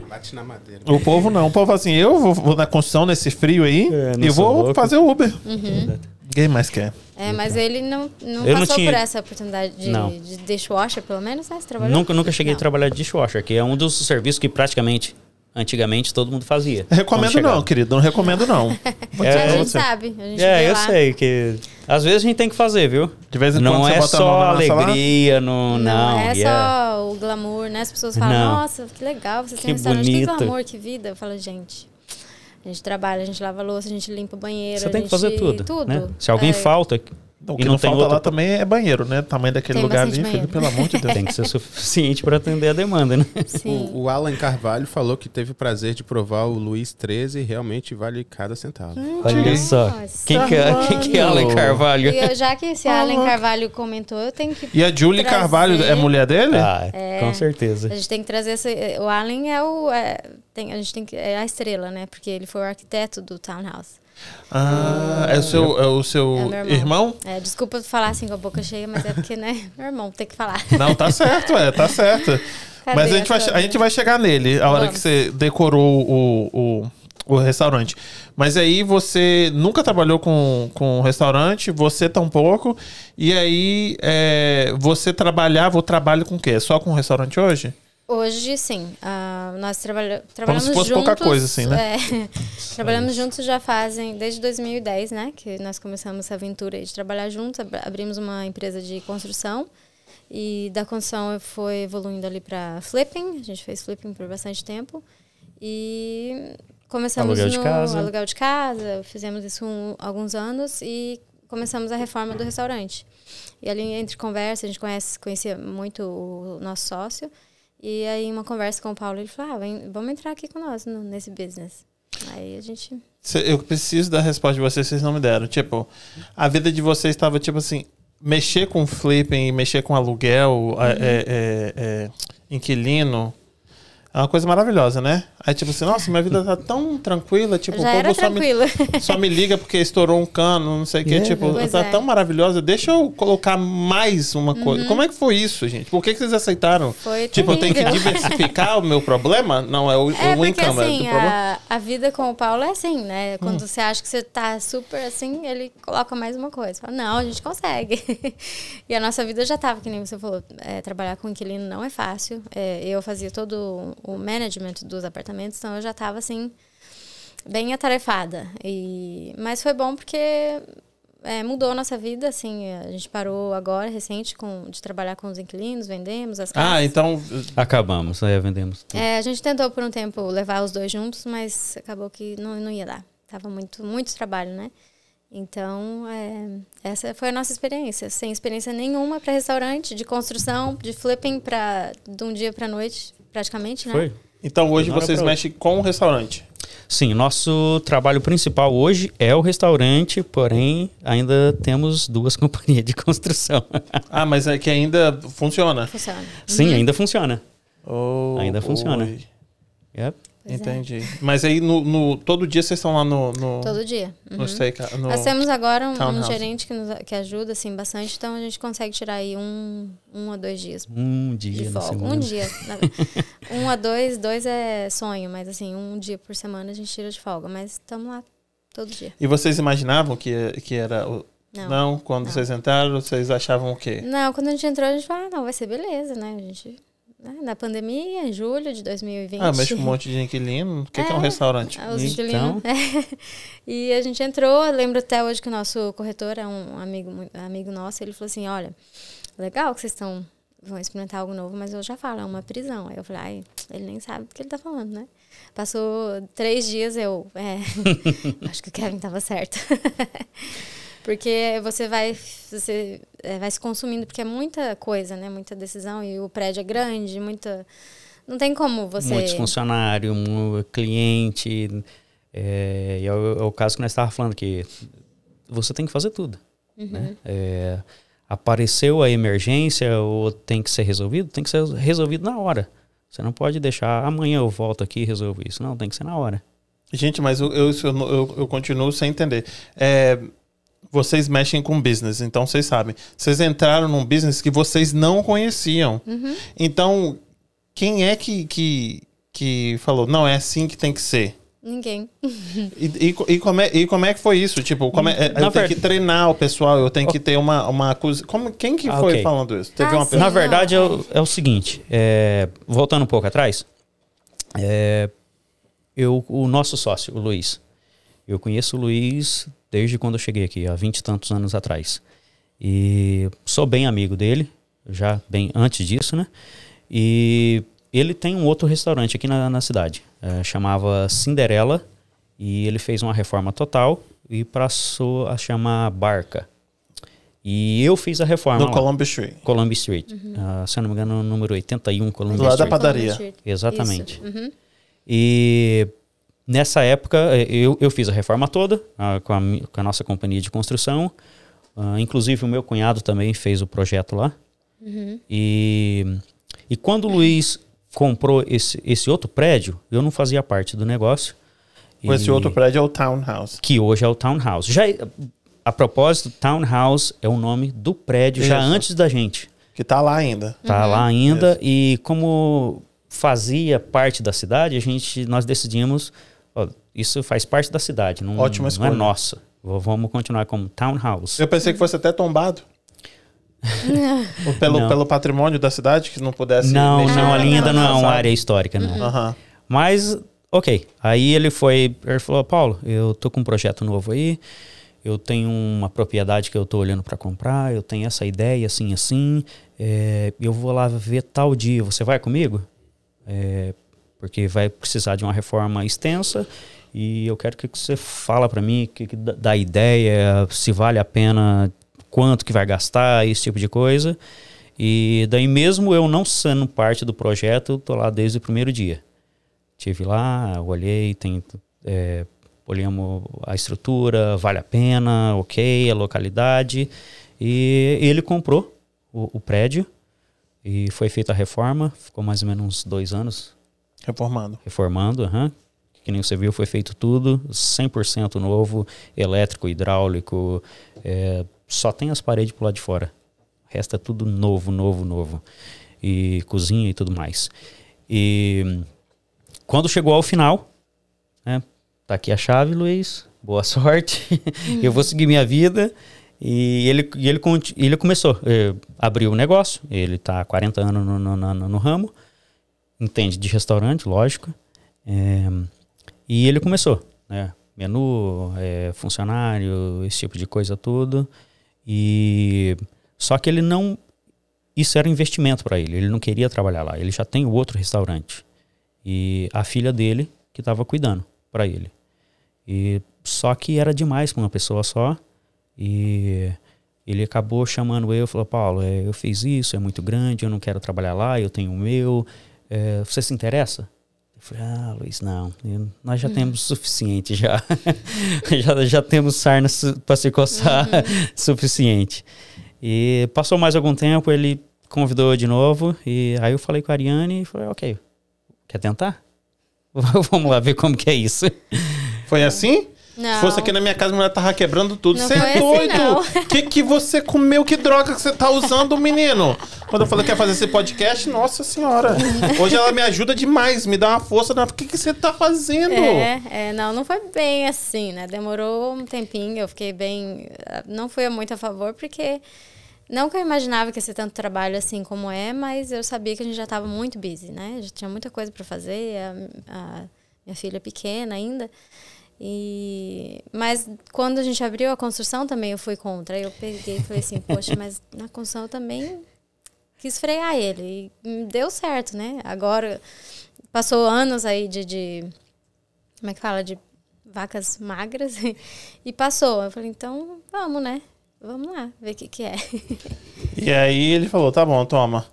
Bate na madeira.
O povo não. O povo fala assim, eu vou, vou na construção nesse frio aí
É, não
e
sou
vou
louco.
fazer o Uber.
Uhum.
Ninguém mais quer.
É, mas ele não, não
Eu não
passou
tinha-
por essa oportunidade de,
Não.
de dishwasher, pelo menos, né? Você trabalhou?
Nunca, nunca cheguei a
Não.
trabalhar de dishwasher, que é um dos serviços que praticamente, antigamente, todo mundo fazia. quando
Recomendo
chegava.
não, querido. Não recomendo não. Vou dizer
É,
A
pra
gente
você.
sabe. A gente
É,
vê
eu
lá.
sei que. Às vezes a gente tem que fazer, viu?
De vez em quando
Não
você
é
bota a mão
só
na massa lá.
alegria, no,
Não,
não.
é
yeah.
só o glamour, né? As pessoas falam,
Não.
nossa, que legal, vocês têm
Que
restaurante, que
bonito.
glamour, que vida. Eu falo, gente, a gente trabalha, a gente lava a louça, a gente limpa o banheiro,
Você
a
tem que fazer
gente-
tudo.
tudo.
né? Se alguém
É,
falta.
O
e
que
não,
não
tem
falta
outra
lá também é banheiro, né? O tamanho daquele
Tem
lugar ali,
bastante
filho,
banheiro.
pelo amor de Deus.
Tem que ser suficiente para atender a demanda, né?
Sim.
O, o Alan Carvalho falou que teve o prazer de provar o Luiz 13 e realmente vale cada centavo.
Olha só.
Nossa.
Quem que, é, quem que é
Carvalho.
Alan Carvalho?
E eu- já que esse Alan Carvalho comentou, eu tenho que.
E a Julie
trazer-
Carvalho é mulher dele?
Ah, com
É. A
certeza.
gente tem que trazer esse, o Alan é o é, tem, a gente tem que é a estrela, né? Porque ele foi o arquiteto do Townhouse.
Ah, é o seu, é o seu
É meu irmão.
irmão?
É, desculpa falar assim com a boca cheia, mas é porque né, meu irmão tem que falar.
Não, tá certo, é, tá certo.
Cadê
Mas a gente, vai,
a
che-
sua?
a gente vai chegar nele, a hora
Vamos.
que você decorou o, o, o restaurante. Mas aí você nunca trabalhou com, com restaurante, você tampouco. E aí é, você trabalhava o trabalho com o quê? Só com restaurante hoje?
Hoje, sim. Ah, nós trabalha, trabalhamos
se fosse
juntos,
pouca coisa, assim, né?
é, trabalhamos juntos já fazem, desde 2010, né? Que nós começamos essa aventura aí de trabalhar juntos. ab- Abrimos uma empresa de construção. E da construção eu foi evoluindo ali para flipping. A gente fez flipping por bastante tempo. E começamos
Aluguel de
no
casa.
aluguel de casa. Fizemos isso um, alguns anos e começamos a reforma do restaurante. E ali entre conversa, a gente conhece, conhecia muito o nosso sócio. E aí, em uma conversa com o Paulo, ele falou: ah, vem- vamos entrar aqui com nós no- nesse business. Aí a gente.
Cê- eu preciso da resposta de vocês, vocês não me deram. Tipo, a vida de vocês estava tipo assim: mexer com flipping, mexer com aluguel, a-
Uhum.
é- é- é, inquilino. É uma coisa maravilhosa, né? Aí, tipo assim, nossa, minha vida tá tão tranquila, tipo,
já
o
era
povo só me,
tranquilo.
só me liga porque estourou um cano, não sei o quê. Tipo,
Pois
tá
é. Uhum.
tão maravilhosa. Deixa eu colocar mais uma coisa. Como é que foi isso, gente? Por que, que vocês aceitaram?
Foi
tipo, eu tenho que
terrível.
diversificar o meu problema? Não, é o,
É,
o income.
porque
é do
assim,
problema.
a, a vida com o Paulo é assim, né?
Hum.
Quando você acha que você tá super assim, ele coloca mais uma coisa. Fala, não, a gente consegue. e a nossa vida já tava, que nem você falou, é, trabalhar com inquilino não é fácil. É, eu fazia todo o management dos apartamentos, então eu já tava assim, bem atarefada. E, mas foi bom porque é, mudou a nossa vida, assim. A gente parou agora, recente, com, de trabalhar com os inquilinos, vendemos as casas.
Ah, então
Acabamos, é, vendemos.
É, a gente tentou por um tempo levar os dois juntos, mas acabou que não, não ia dar. Tava muito, muito trabalho, né? Então, é, essa foi a nossa experiência. Sem experiência nenhuma para restaurante, de construção, de flipping para de um dia para noite, praticamente, né?
Foi?
Então hoje
De uma hora
vocês
pra outra.
mexem com o restaurante.
Sim, nosso trabalho principal hoje é o restaurante, porém ainda temos duas companhias de construção.
Ah, mas é que ainda funciona.
Funciona.
Sim, ainda funciona.
Oh,
Ainda funciona.
oi.
Yep.
Pois é.
Entendi. Mas aí, no, no- todo dia vocês estão lá no... no...
Todo dia. Uhum.
No steak, ah, no...
Nós temos agora um, um
Townhouse.
gerente que, nos, que ajuda assim, bastante, então a gente consegue tirar aí um, um a dois dias
Um dia
de
na
folga.
semana.
Um dia. na- um a dois, dois é sonho, mas assim, um dia por semana a gente tira de folga. Mas estamos lá todo dia.
E vocês imaginavam que, que era... o-
Não.
Não, quando
Não.
vocês entraram, vocês achavam o quê?
Não, quando a gente entrou, a gente falou, ah, não, vai ser beleza, né? A gente. né, Na pandemia, em julho de 2020.
Ah, mexe com um monte de inquilino. O que é, que é um
É.
restaurante?
Ah, Os
Então.
inquilinos. e a gente entrou, eu lembro até hoje que o nosso corretor é um amigo, mui- amigo nosso, ele falou assim, olha, legal que vocês estão vão experimentar algo novo, mas eu já falo, é uma prisão. Aí eu falei, ai, ele nem sabe do que ele tá falando, né? Passou três dias, eu, é, acho que o Kevin tava certo. porque você vai, você é, vai se consumindo, porque é muita coisa, né? Muita decisão, e o prédio é grande, muita... Não tem como você...
Muitos funcionários, mu- cliente. É, e é, o, é o caso que nós estávamos falando, que você tem que fazer tudo. né? É, apareceu a emergência ou tem que ser resolvido? Tem que ser resolvido na hora. Você não pode deixar amanhã eu volto aqui e resolvo isso. Não, tem que ser na hora.
Gente, mas eu, eu, isso eu, não- eu- eu continuo sem entender. É, vocês mexem com business, então vocês sabem. Vocês entraram num business que vocês não conheciam.
Uhum.
Então, quem é que, que, que falou, não, é assim que tem que ser?
Ninguém.
E, e co- e como é, e como é que foi isso? Tipo, como é- é- eu tenho
verdade-
que
Oh.
treinar o pessoal, eu tenho que ter uma, uma acusa. Como, quem que
Ah,
foi
ok.
falando isso? Teve
Ah,
uma
sim.
pessoa.
não,
Na verdade, é o, é o seguinte: é, voltando um pouco atrás, é, eu, o nosso sócio, o Luiz. Eu conheço o Luiz desde quando eu cheguei aqui, há vinte e tantos anos atrás. E sou bem amigo dele, já bem antes disso, né? E ele tem um outro restaurante aqui na, na cidade, é, chamava Cinderela, e ele fez uma reforma total e passou a chamar Barca. E eu fiz a reforma.
No
lá.
Columbus Tree.
Columbia Street.
Uhum.
Ah, se eu não me engano, número 81,
Do
Columbia
lado da
Street.
padaria.
Exatamente.
Isso. Uhum.
E nessa época, eh, eu, eu fiz a reforma toda ah, com, a, mi- com a nossa companhia de construção. Ah, inclusive, o meu cunhado também fez o projeto lá.
Uhum.
E, e quando o Luiz comprou esse, esse outro prédio, eu não fazia parte do negócio.
Com Esse
E-
outro prédio é o Townhouse.
que hoje é o Townhouse. Já, a propósito, Townhouse é o nome do prédio já
Isso.
antes da gente.
Que tá lá ainda.
tá lá ainda e como fazia parte da cidade, a gente nós decidimos, ó, isso faz parte da cidade, não,
Ótima
não é
escolha.
nossa. V- Vamos continuar como townhouse.
Eu pensei que fosse até tombado. Ou pelo,
Não.
pelo patrimônio da cidade, que não pudesse.
não,
mexer
não,
na-
ali
na
ainda não é uma
calçada.
área histórica, não.
Aham.
Mas, ok. Aí ele foi, ele falou, Paulo, eu tô com um projeto novo aí, eu tenho uma propriedade que eu tô olhando para comprar, eu tenho essa ideia assim, assim, é, eu vou lá ver tal dia, você vai comigo? É, porque vai precisar de uma reforma extensa e eu quero que você fala para mim, que, que dá- dá ideia, se vale a pena, quanto que vai gastar, esse tipo de coisa. E daí mesmo eu não sendo parte do projeto, eu tô lá desde o primeiro dia tive lá, olhei, tem, é, olhamos a estrutura, vale a pena, ok, a localidade. E ele comprou o, o prédio e foi feita a reforma, ficou mais ou menos uns dois anos
Reformando.
reformando, aham. que nem você viu, foi feito tudo, 100% novo, elétrico, hidráulico, é, só tem as paredes pro lado de fora. O resto é tudo novo, novo, novo. E cozinha e tudo mais. E quando chegou ao final, né, tá aqui a chave, Luiz, boa sorte, eu vou seguir minha vida. E ele, e ele, conti- ele começou, eh, abriu o negócio, ele tá há 40 anos no- no- no- no ramo, entende de restaurante, lógico. É, e ele começou, né? Menu, é, funcionário, esse tipo de coisa tudo. E só que ele não isso era um investimento para ele. Ele não queria trabalhar lá. Ele já tem o outro restaurante e a filha dele que estava cuidando para ele. E só que era demais para uma pessoa só. E ele acabou chamando eu e falou: Paulo, é, eu fiz isso, é muito grande, eu não quero trabalhar lá, eu tenho o meu. é, você se interessa? Eu falei, ah, Luiz, não, eu- nós já temos suficiente já. já. Já temos sarna para se coçar suficiente. E passou mais algum tempo, ele convidou de novo, e aí eu falei com a Ariane e falei, ok, quer tentar? Vamos lá ver como que é isso.
Foi assim?
Não.
Se fosse aqui na minha casa, a mulher tava quebrando tudo.
Não
Você
foi
é
assim,
doido?
não.
O que, que você comeu? Que droga que você tá usando, menino? Quando eu falei que ia fazer esse podcast, nossa senhora. Hoje ela me ajuda demais, me dá uma força. né? O que, que você tá fazendo?
É, é, não, não foi bem assim, né? Demorou um tempinho, eu fiquei bem. Não fui muito a favor, porque não que eu imaginava que ia ser tanto trabalho assim como é, mas eu sabia que a gente já estava muito busy, né? Já tinha muita coisa para fazer, a, a minha filha é pequena ainda. E, mas quando a gente abriu a construção também eu fui contra. Aí Eu peguei e falei assim, poxa, mas na construção eu também quis frear ele. E hum, deu certo, né? Agora passou anos aí de- de como é que fala, de vacas magras e passou. Eu falei, então vamos, né? Vamos lá, ver o que, que é.
E aí ele falou: tá bom, toma.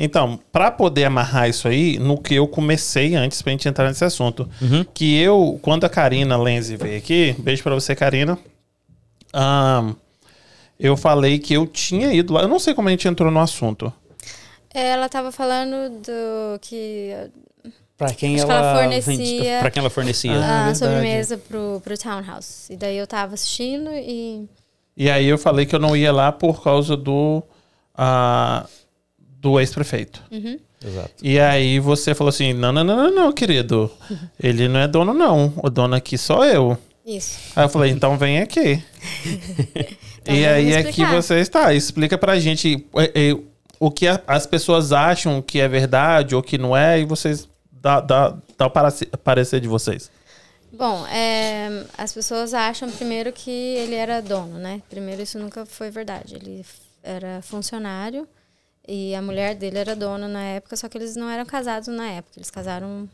Então, pra poder amarrar isso aí, no que eu comecei antes pra gente entrar nesse assunto, que eu, quando a Karina Lenzi veio aqui, beijo pra você, Karina. ahn, eu falei que eu tinha ido lá. Eu não sei como a gente entrou no assunto.
Ela tava falando do que
Para quem,
Acho que ela
ela
fornecia-
vendi- pra quem ela fornecia.
Ah,
a
verdade.
sobremesa pro, pro townhouse. E daí eu tava assistindo e.
E aí eu falei que eu não ia lá por causa do ah, do ex-prefeito.
Exato.
E aí você falou assim: não, não, não, não, não, querido. Ele não é dono, não. O dono aqui sou eu.
Isso.
Aí eu falei, então vem aqui.
Então
e
vamos
aí
explicar.
aqui você está. Explica pra gente é, é, o que a- as pessoas acham que é verdade ou que não é, e vocês dá, dá, dá o parace- parecer de vocês.
Bom, é, as pessoas acham primeiro que ele era dono, né? Primeiro, isso nunca foi verdade. Ele f- era funcionário e a mulher dele era dona na época, só que eles não eram casados na época. Eles casaram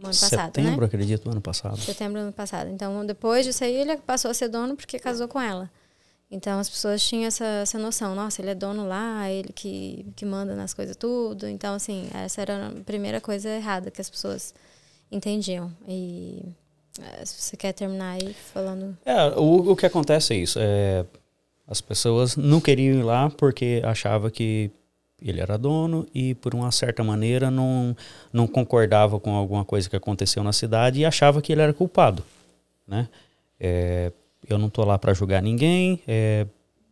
no ano passado, né?
Setembro, acredito, ano passado.
Setembro do ano passado. Então, depois disso aí, ele passou a ser dono porque casou com ela. Então, as pessoas tinham essa, essa noção. Nossa, ele é dono lá, ele que, que manda nas coisas tudo. Então, assim, essa era a primeira coisa errada que as pessoas entendiam. E eh, se você quer terminar aí falando...
É, o, o que acontece é isso. é, as pessoas não queriam ir lá porque achava que ele era dono e, por uma certa maneira, não, não concordava com alguma coisa que aconteceu na cidade e achava que ele era culpado. Né? É, eu não estou lá para julgar ninguém. é,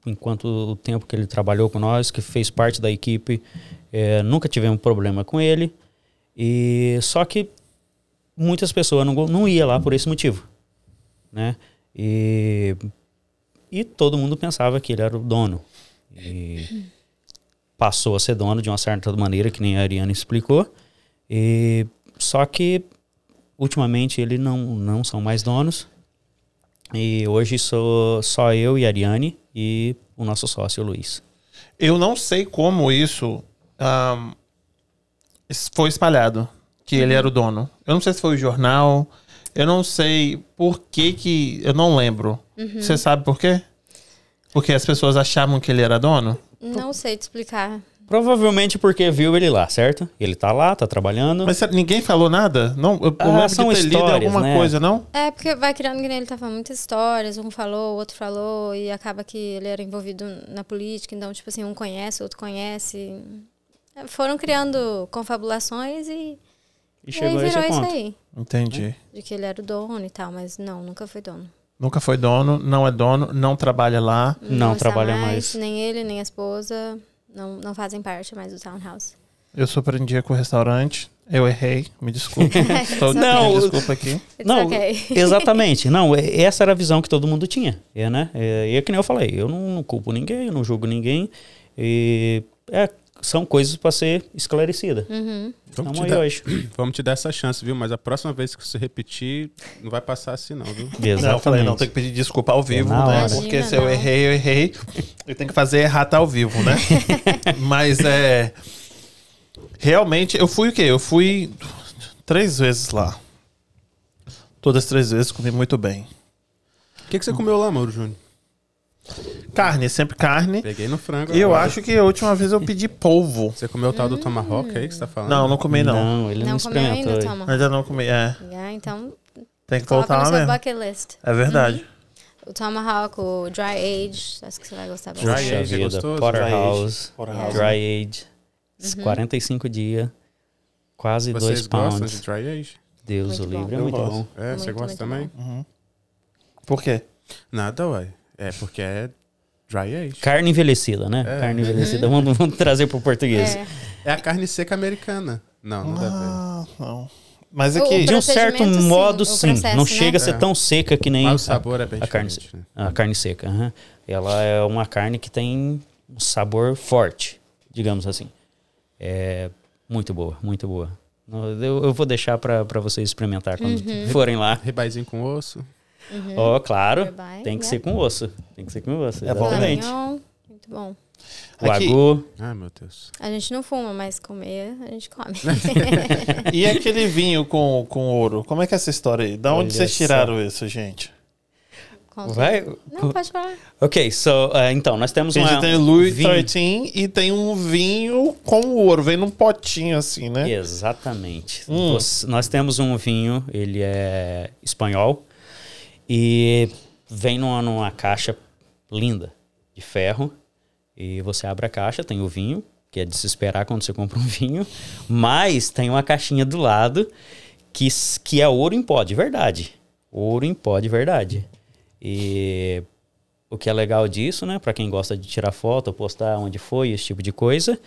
enquanto o tempo que ele trabalhou com nós, que fez parte da equipe, é, nunca tivemos problema com ele. E só que muitas pessoas não, go- não iam lá por esse motivo né? E, e todo mundo pensava que ele era o dono. E passou a ser dono de uma certa maneira, que nem a Ariana explicou. E, só que, ultimamente, ele não, não são mais donos. E hoje sou só eu e a Ariane e o nosso sócio, o Luiz.
Eu não sei como isso ahm, es- foi espalhado, que ele era o dono. Eu não sei se foi o jornal, eu não sei por que que... Eu não lembro. Você sabe por quê? Porque as pessoas achavam que ele era dono?
Não sei te explicar.
Provavelmente porque viu ele lá, certo? Ele tá lá, tá trabalhando.
Mas sério, ninguém falou nada? Não, eu, eu
Ah,
lembro
são
de ter lido
histórias,
alguma
né?
coisa, não?
É, porque vai criando que nem ele tá falando muitas histórias, um falou, o outro falou, e acaba que ele era envolvido na política, então, tipo assim, um conhece, o outro conhece. É, Foram criando confabulações e,
e
e aí
chegou a esse
virou isso
ponto.
aí.
É.
Entendi.
De que ele era o dono e tal, mas não, nunca foi dono.
Nunca foi dono, não é dono, não trabalha lá.
Não
está
trabalha mais.
Nem ele, nem a esposa, não, não fazem parte mais do townhouse.
Eu surpreendia com o restaurante. Eu errei, me desculpe. Estou
Não,
um.
pedindo
o-
desculpa aqui.
It's
Não,
okay.
exatamente. Não, e- essa era a visão que todo mundo tinha, é, né? É, e é que nem eu falei, eu não, não culpo ninguém, eu não julgo ninguém. E é, são coisas para ser esclarecida.
Uhum.
Então,
Vamos te,
aí
dar,
hoje.
vamos te dar essa chance, viu? Mas a próxima vez que você repetir, não vai passar assim, não, viu?
Exatamente.
Não, eu falei, não, tem que pedir desculpa ao vivo,
na
né?
hora.
Porque
Imagina,
se eu
não.
errei, eu errei. Eu tenho que fazer errata ao vivo, né? Mas é. Realmente, eu fui o quê? Eu fui três vezes lá. Todas três vezes comi muito bem.
O que, que você comeu lá, Mauro Júnior?
Carne, sempre carne.
Peguei no frango.
E eu
agora.
acho que a última vez eu pedi polvo.
Você comeu o
Hum.
tal do tomahawk aí que você tá falando?
Não, não comi não.
ele não,
Não comeu
experimentou.
ainda,
ele.
toma.
Ainda não comi. É,
Ah, então,
tem que
coloca
voltar
no
lá
seu
mesmo.
bucket list.
É verdade.
O Tomahawk, o Dry Age, acho que você vai gostar
Dry
bastante.
Puxa
Age é
vida,
gostoso?
Porterhouse,
Porterhouse.
Dry Age,
Uhum.
45 dias, quase
Vocês
2
gostam de
pounds.
dry age?
Deus
Muito
o livre, é
Eu
muito
gosto.
bom.
É, você
Muito,
gosta
muito
também?
Por quê?
Nada, uai. É porque é dry age.
Carne envelhecida, né?
É.
Uhum.
Carne envelhecida, vamos, vamos trazer pro português.
É.
É a carne seca americana. Não, não dá pra
Ah, não. Mas é
O-
aqui.
De um
Procedimento,
certo
sim,
modo,
o
sim.
processo,
não
né?
chega a ser
É.
tão seca que nem
Mas o
a-
sabor é bem
a carne,
diferente, né?
a carne seca. aham. Ela é uma carne que tem um sabor forte, digamos assim. É muito boa, muito boa. Eu, eu vou deixar pra pra vocês experimentar quando
Uhum.
forem lá.
Ribaizinho com osso.
Ó, claro,
Ribeye,
tem que
É. né?
ser com osso. Tem que ser com osso.
É bom.
exatamente.
Mignon, muito bom.
Aqui-
Lagoa.
Ah, meu Deus.
A gente não fuma, mas comer a gente come.
E aquele vinho com, com ouro? Como é que é essa história aí? Da onde
Olha
vocês
só.
tiraram isso, gente?
Conta.
Vai.
Não, pode falar.
Ok, so, eh, então, nós temos
A gente
uma.
tem o Louis
vinho.
XIII e tem um vinho com ouro. Vem num potinho assim, né?
Exatamente.
Hum.
Você- nós temos um vinho, ele é espanhol e vem numa, numa caixa linda de ferro. E você abre a caixa, tem o vinho, que é de se esperar quando você compra um vinho, mas tem uma caixinha do lado que, s- que é ouro em pó, de verdade. Ouro em pó, de verdade. E o que é legal disso, né? Pra quem gosta de tirar foto, postar onde foi, esse tipo de coisa,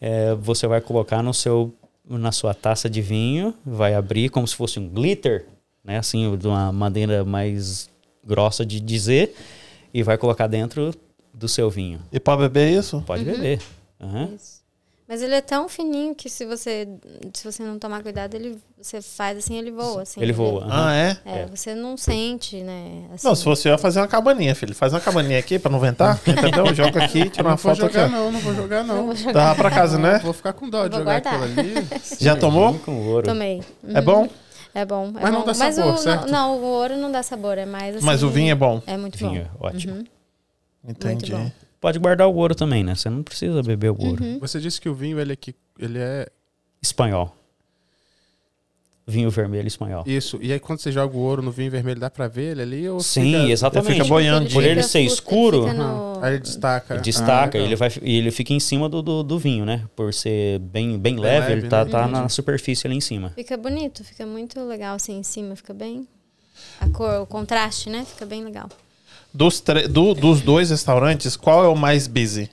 é, você vai colocar no seu, na sua taça de vinho, vai abrir como se fosse um glitter, né? Assim, de uma maneira mais grossa de dizer, e vai colocar dentro do seu vinho.
E pra beber isso?
Pode
Uhum.
beber. Aham.
Isso. Mas ele é tão fininho que se você, se você não tomar cuidado, ele, você faz assim, ele voa. Assim,
Ele voa. aham.
Ah, é?
É, você não sente, né? assim.
Não, se fosse eu ia fazer uma cabaninha, filho. Faz uma cabaninha aqui pra não ventar, entendeu? Joga aqui, tira
Não
uma
vou
foto
jogar,
aqui.
não, não vou jogar,
Não
não.
vou jogar.
Tava pra casa, né?
Tá Vou ficar com dó de
Vou
jogar
guardar.
aquilo ali.
Já tomou?
Vinho com ouro.
Tomei.
É bom?
É bom. é
Mas não
bom.
dá sabor,
o,
certo?
Não, o ouro não dá sabor, é mais assim.
Mas o vinho é bom.
é muito
Vinho,
bom.
ótimo.
Entendi.
bom.
Pode guardar o ouro também, né? Você não precisa beber o
Uhum.
ouro.
Você disse que o vinho, ele é, que, ele é
Espanhol. Vinho vermelho espanhol.
isso. E aí quando você joga o ouro no vinho vermelho, dá pra ver ele ali? Ou
Sim, é
fica-
exatamente.
fica boiando.
Por ele
fica
ser
flutu-
escuro,
fica
Ah,
no-
Aí ele destaca.
destaca,
Ah, legal.
ele é vai e ele fica em cima do, do, do vinho, né? Por ser bem, bem, leve,
leve,
ele tá,
né?
tá na superfície ali em cima.
Fica bonito, fica muito legal assim em cima, fica bem. A cor, o contraste, né? Fica bem legal.
Dos, tre- do- dos dois restaurantes, qual é o mais busy?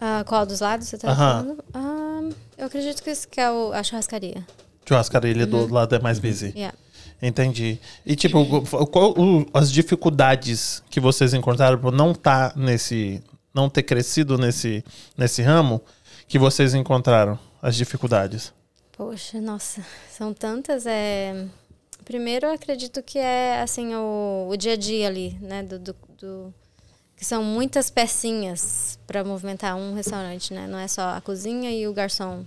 Ah, qual dos lados você tá
Aham.
falando? Ah, eu acredito que isso que é o, a churrascaria.
Churrascaria ele
Uhum.
do lado é mais busy.
Yeah.
Entendi. E tipo,
Uhum.
o- qual o- as dificuldades que vocês encontraram por não estar nesse. não ter crescido nesse, nesse ramo que vocês encontraram? As dificuldades.
Poxa, nossa, são tantas. É... Primeiro, eu acredito que é assim o, o dia a dia ali, né? Do, do, do- Que são muitas pecinhas para movimentar um restaurante, né? Não é só a cozinha e o garçom.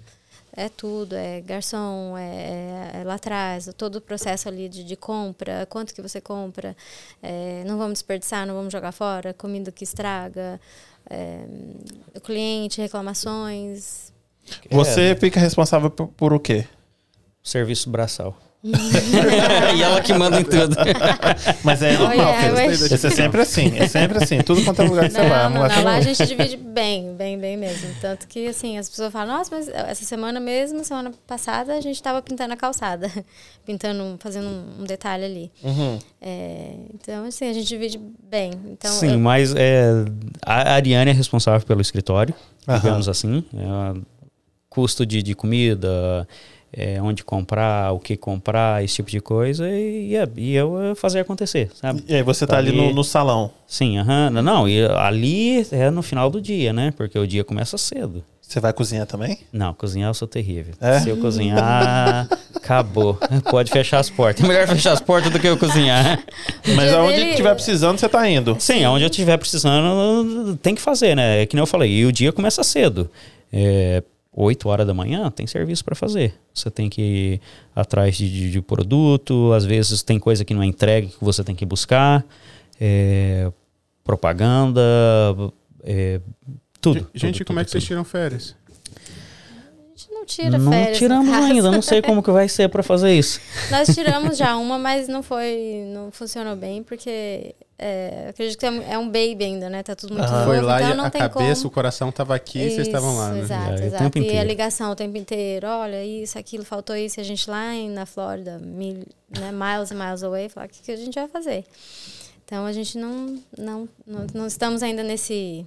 É tudo, é garçom, é, é lá atrás, todo o processo ali de, de compra, quanto que você compra, é, não vamos desperdiçar, não vamos jogar fora, comida que estraga, é, o cliente, reclamações, É.
Você fica responsável por, por o quê?
Serviço braçal. e ela que manda em tudo.
Mas é normal,
yeah,
filho.
mas-
Isso é sempre assim, é sempre assim. Tudo quanto é lugar que é. você vai. a
Não, não,
mulher
não, lá a
tem-
gente divide bem, bem, bem mesmo. Tanto que, assim, as pessoas falam, nossa, mas eh, essa semana mesmo, semana passada, a gente estava pintando a calçada. Pintando, fazendo um, um detalhe ali.
Uhum.
É, então, assim, a gente divide bem. Então,
Sim,
eu-
mas é, a Ariane é responsável pelo escritório,
Aham.
digamos assim. É, custo de, de comida, é, onde comprar, o que comprar, esse tipo de coisa. E, é- e eu é, fazer acontecer, sabe?
E aí você tá,
Tá
ali
ali.
no, no salão.
Sim, aham. Não, e ali é no final do dia, né? Porque o dia começa cedo.
Você vai cozinhar também?
Não, cozinhar eu sou terrível.
É?
Se eu cozinhar, acabou. Pode fechar as portas. É melhor fechar as portas do que eu cozinhar.
Mas
dia
aonde
dele-
tiver precisando, você tá indo.
Sim, aonde eu estiver precisando, tem que fazer, né? É que nem eu falei, e o dia começa cedo. É, 8 horas da manhã tem serviço para fazer. Você tem que ir atrás de, de- de produto, às vezes tem coisa que não é entregue que você tem que buscar. É, propaganda, é, tudo.
Gente,
tudo,
como
tudo,
é que vocês tiram férias?
A gente não tira
não
férias. em
tiramos
casa.
ainda, né? não sei como que vai ser para fazer isso.
Nós tiramos já uma, mas não foi. Não funcionou bem, porque é, eu acredito que é um- é um baby ainda, né? Tá tudo muito novo.
Ah. Foi lá
então
e
não
a
tem
cabeça,
como.
o coração tava aqui e vocês estavam lá, né?
É,
Exato,
o
exato.
tempo
E a
inteiro.
ligação o tempo inteiro, olha, isso, aquilo, faltou isso, e a gente lá em- na Flórida, mil, né, miles e miles away, falar, o que, que a gente vai fazer? Então a gente não, não, não, não estamos ainda nesse.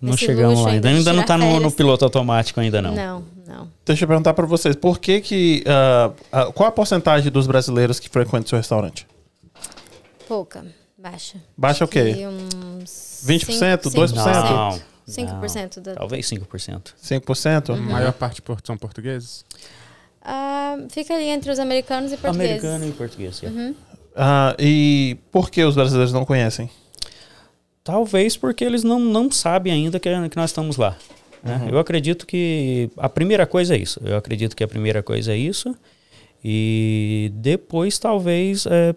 Não
Esse
chegamos
luxo
lá ainda.
ainda de
Ainda não
tirar
tá no,
férias.
no piloto automático ainda não.
Não, não.
Deixa eu perguntar pra vocês, por que que... ah, ah, qual a porcentagem dos brasileiros que frequentam seu restaurante?
Pouca, baixa.
Baixa o quê?
E uns
20%, 2%?
Não,
5% da.
Talvez 5%.
5%?
A maior parte por- são portugueses?
Ah, fica ali entre os americanos e portugueses.
Americano e português. é.
Ah, e por que os brasileiros não conhecem?
Talvez porque eles não, não sabem ainda que, que nós estamos lá. né?
Uhum.
Eu acredito que a primeira coisa é isso. Eu acredito que a primeira coisa é isso. E depois, talvez, é,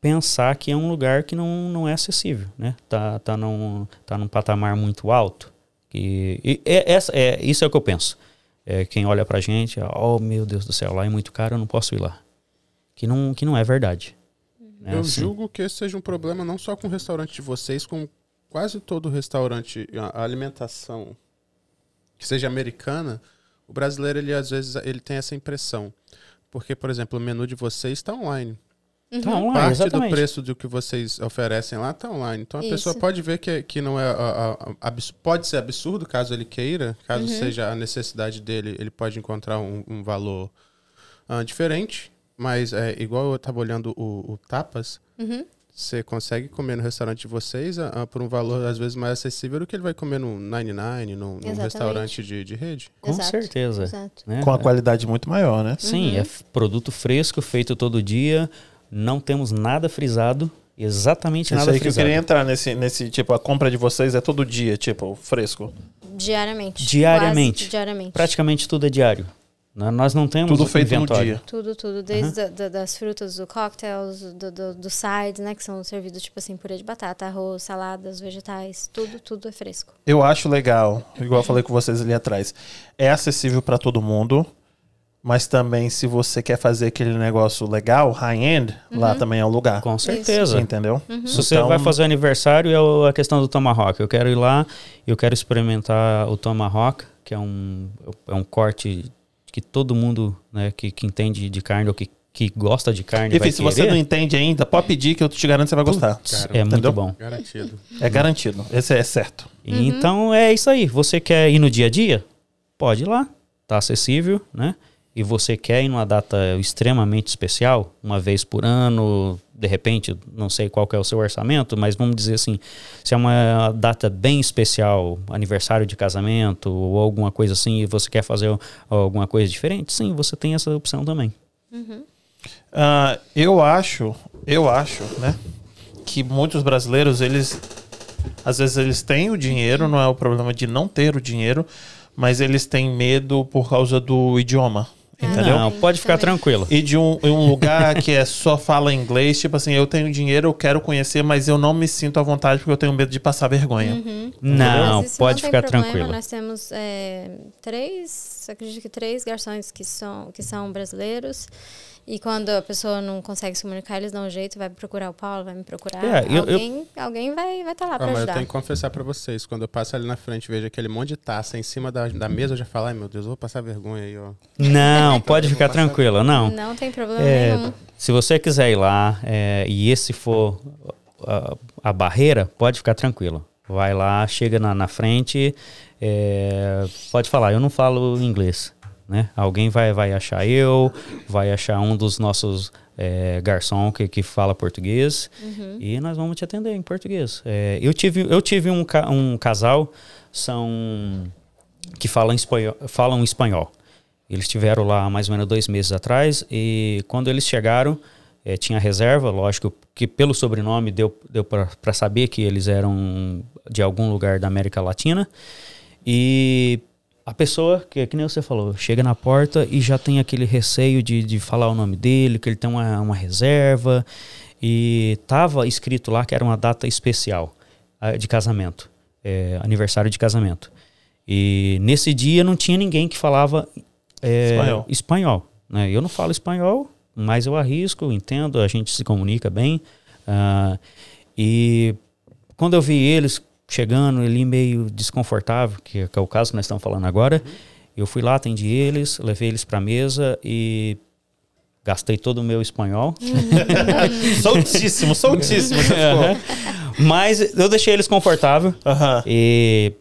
pensar que é um lugar que não, não é acessível. Né? Tá, tá, num, tá num patamar muito alto. Que, e é, essa, é, isso é o que eu penso. É, quem olha pra gente, oh meu Deus do céu, lá é muito caro, eu não posso ir lá. Que não, que não é verdade. né?
eu
Assim,
julgo que esse seja um problema não só com o restaurante de vocês, com quase todo restaurante, a a alimentação que seja americana, o brasileiro ele às vezes ele tem essa impressão. Porque, por exemplo, o menu de vocês está online.
Tá online,
Parte do
exatamente.
preço do que vocês oferecem lá está online. Então a
Isso.
pessoa pode ver que, que não é. a- a- a- abs- pode ser absurdo caso ele queira,
Uhum.
caso seja a necessidade dele, ele pode encontrar um, um valor ah, diferente. Mas é igual eu estava olhando o, o Tapas.
Uhum.
Você consegue comer no restaurante de vocês ah, ah, por um valor às vezes mais acessível do que ele vai comer no 99, num, num
Exatamente.
restaurante de, de rede.
Com
Exato,
certeza.
Exato. Uhum.
né?
Com a qualidade muito maior, né?
Sim, é f- produto fresco, feito todo dia. Não temos nada frisado, exatamente
Isso
nada
aí que eu
frisado.
queria entrar nesse, nesse, tipo, a compra de vocês é todo dia, tipo, fresco.
Diariamente.
Diariamente.
Quase diariamente.
Praticamente tudo é diário. Né? Nós não temos
Tudo feito
inventório.
no dia.
Tudo, tudo. Desde da- da- das frutas, do cocktails, do, do, do sides, né? Que são servidos, tipo assim, purê de batata, arroz, saladas, vegetais. Tudo, tudo é fresco.
Eu acho legal, igual eu falei com vocês ali atrás. É acessível pra todo mundo, mas também se você quer fazer aquele negócio legal, high-end, lá também é o lugar.
Com certeza.
Entendeu? Então,
Se você vai fazer aniversário, é o- a questão do tomahawk. Eu quero ir lá, eu quero experimentar o tomahawk, que é um, é um corte que todo mundo né, que, que entende de carne ou que, que gosta de carne
Enfim,
vai
se você não
querer.
entende ainda, pode pedir que eu te garanto que você vai gostar.
é muito
Entendeu?
bom.
Garantido.
É garantido. Esse é certo.
Uhum.
Então é isso aí. Você quer ir no dia a dia? Pode ir lá, tá acessível, né? E você quer ir numa data extremamente especial, uma vez por ano, de repente, não sei qual que é o seu orçamento, mas vamos dizer assim, se é uma data bem especial, aniversário de casamento ou alguma coisa assim, e você quer fazer alguma coisa diferente, sim, você tem essa opção também.
Ah, eu acho, eu acho, né? Que muitos brasileiros, eles. Às vezes eles têm o dinheiro, não é o problema de não ter o dinheiro, mas eles têm medo por causa do idioma. Entendeu?
Não, pode ficar
Ah, Também.
tranquilo.
E de um, em um lugar que é só fala inglês, tipo assim, eu tenho dinheiro, eu quero conhecer, mas eu não me sinto à vontade porque eu tenho medo de passar vergonha.
Não,
Mas isso
pode
não tem
ficar
problema. né?
tranquilo.
Nós temos é, três, acredito que três garçons que são, que são brasileiros. E quando a pessoa não consegue se comunicar, eles dão um jeito, vai procurar o Paulo, vai me procurar.
É, eu- eu-
alguém, alguém vai estar tá lá
Ah,
pra
mas eu
ajudar.
tenho que confessar pra vocês, quando eu passo ali na frente e vejo aquele monte de taça em cima da, da mesa, eu já falo, ai meu Deus, eu vou passar vergonha aí, ó.
Não, pode ficar tranquilo, não.
Não tem problema
É,
nenhum.
se você quiser ir lá é, e esse for a, a barreira, pode ficar tranquilo. Vai lá, chega na, na frente, é, pode falar, eu não falo inglês. Né? Alguém vai, vai achar eu, vai achar um dos nossos é, garçom que, que fala português
Uhum.
e nós vamos te atender em português. É, eu tive, eu tive um, ca- um casal, são que falam espanhol, falam espanhol. Eles estiveram lá há mais ou menos dois meses atrás e quando eles chegaram, eh, tinha reserva, lógico que pelo sobrenome deu, deu para saber que eles eram de algum lugar da América Latina. E a pessoa, que, que nem você falou, chega na porta e já tem aquele receio de, de falar o nome dele, que ele tem uma, uma reserva. E tava escrito lá que era uma data especial. ah, de casamento, é, aniversário de casamento. E nesse dia não tinha ninguém que falava é,
Espanhol.
espanhol. né? Eu não falo espanhol, mas eu arrisco, eu entendo, a gente se comunica bem. ah, e quando eu vi eles chegando ali meio desconfortável, que, que é o caso que nós estamos falando agora, eu fui lá, atendi eles, levei eles para mesa e gastei todo o meu espanhol.
soltíssimo, soltíssimo. você
Aham.
ficou.
Mas eu deixei eles confortável
Aham.
e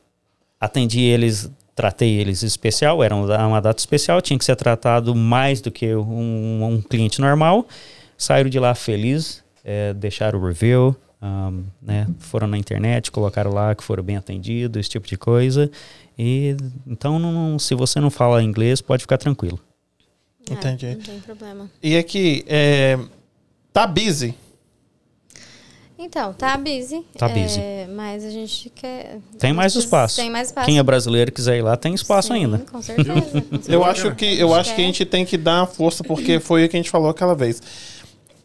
atendi eles, tratei eles especial, era um- uma data especial, tinha que ser tratado mais do que um, um cliente normal. Saíram de lá feliz, eh, deixaram o review, ahm, né, foram na internet, colocaram lá que foram bem atendidos, esse tipo de coisa. E então, não- se você não fala inglês, pode ficar tranquilo.
É,
Entendi.
não tem problema.
E aqui, é, tá busy.
Então, tá busy.
Tá busy.
é, mas a gente quer.
Tem mais espaço.
Tem mais espaço.
Quem é brasileiro e quiser ir lá, tem espaço
Sim,
ainda.
Com certeza. com certeza.
Eu acho que eu acho que a
É.
gente tem que dar uma força porque foi o que a gente falou aquela vez.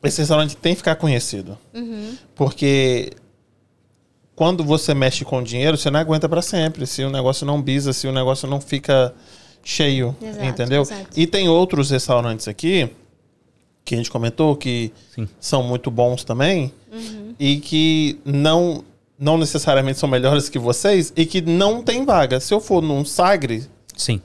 Esse restaurante tem que ficar conhecido.
Uhum.
Porque quando você mexe com dinheiro, você não aguenta para sempre. Se o negócio não bisa, se o negócio não fica cheio,
Exato,
entendeu?
exato.
E tem outros restaurantes aqui que a gente comentou que
Sim.
são muito bons também
Uhum.
e que não não necessariamente são melhores que vocês e que não tem vaga. Se eu for num Sagre,
Sim.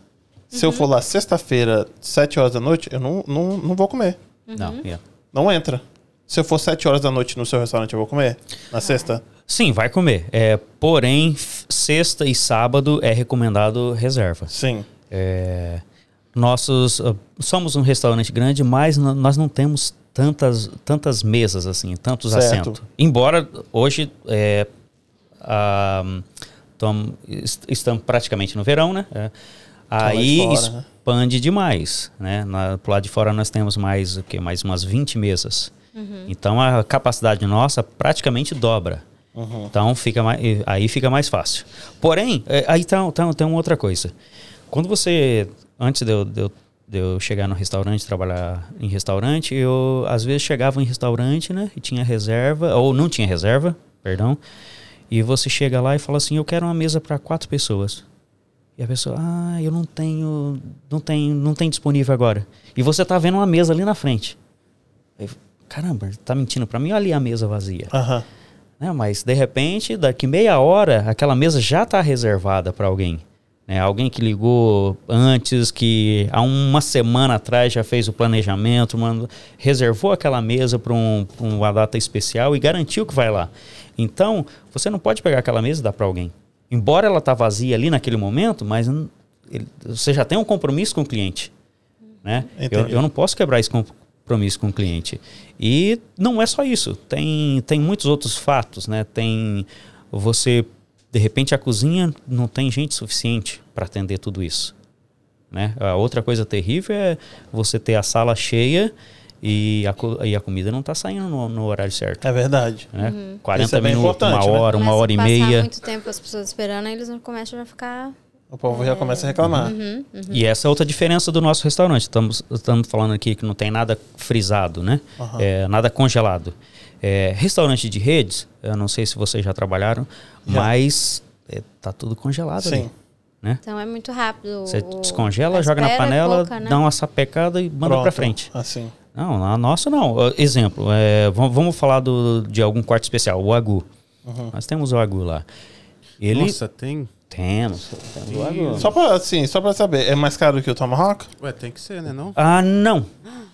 se eu for lá sexta-feira, 7 horas da noite, eu não, não, não vou comer.
Uhum.
Não, é. yeah.
Não entra. Se eu for 7 horas da noite no seu restaurante, eu vou comer? Na sexta?
Sim, vai comer. É, porém, f- sexta e sábado é recomendado reserva.
Sim.
É, nossos ah, somos um restaurante grande, mas n- nós não temos tantas, tantas mesas assim, tantos
Certo.
assentos. Embora hoje é, ah, tom- est- estamos praticamente no verão, né? É. Aí
fora, né?
expande demais, né? Na, pro lado de fora nós temos mais o quê? Mais umas 20 mesas. Então a capacidade nossa praticamente dobra.
Uhum.
Então fica mais, e aí fica mais fácil. Porém, é, aí tá, tá- tem uma outra coisa. Quando você antes de eu, de eu- de eu chegar no restaurante, trabalhar em restaurante, eu às vezes chegava em restaurante, né? E tinha reserva ou não tinha reserva, perdão. E você chega lá e fala assim: "Eu quero uma mesa para quatro pessoas". E a pessoa, ah, eu não tenho, não tenho, não tem disponível agora. E você tá vendo uma mesa ali na frente. Aí, Caramba, tá mentindo pra mim? Olha ali a mesa vazia.
Aham.
Né? Mas de repente, daqui meia hora, aquela mesa já tá reservada pra alguém. Né? Alguém que ligou antes, que há uma semana atrás já fez o planejamento, mandou- reservou aquela mesa para um, pra uma data especial e garantiu que vai lá. Então, você não pode pegar aquela mesa e dar para alguém. Embora ela tá vazia ali naquele momento, mas hum, ele- você já tem um compromisso com o cliente. Né? Eu,
Entendi.
eu não posso quebrar esse compromisso com o cliente. E não é só isso. Tem, tem muitos outros fatos, né? Tem você, de repente, a cozinha não tem gente suficiente para atender tudo isso. Né? A outra coisa terrível é você ter a sala cheia e a, co- e a comida não está saindo no, no horário certo.
É verdade.
Né?
Isso
40
é bem
minutos, uma
importante, né?
hora, uma
Mas
hora e
passar
meia.
muito tempo as pessoas esperando, aí eles não começam a ficar.
O povo já começa a reclamar.
E essa é outra diferença do nosso restaurante. Estamos, estamos falando aqui que não tem nada frisado, né?
Aham.
É, nada congelado. É, restaurante de redes, eu não sei se vocês já trabalharam,
Já.
mas é, tá tudo congelado
Sim.
ali.
Então é muito rápido.
Você
o-
descongela,
a
joga na
espera é
panela,
pouca, né?
dá uma sapecada e manda
Pronto.
pra frente.
Assim.
Não, na nossa não. Ó, Exemplo, é, vam- vamos falar do, de algum quarto especial, o Agu.
Uhum.
Nós temos o Agu lá. Ele.
Nossa, tem.
Temos, temos o Agu.
Só pra, assim, só pra saber, é mais caro que o Tomahawk?
Ué, tem que ser, né? Não?
Ah, não.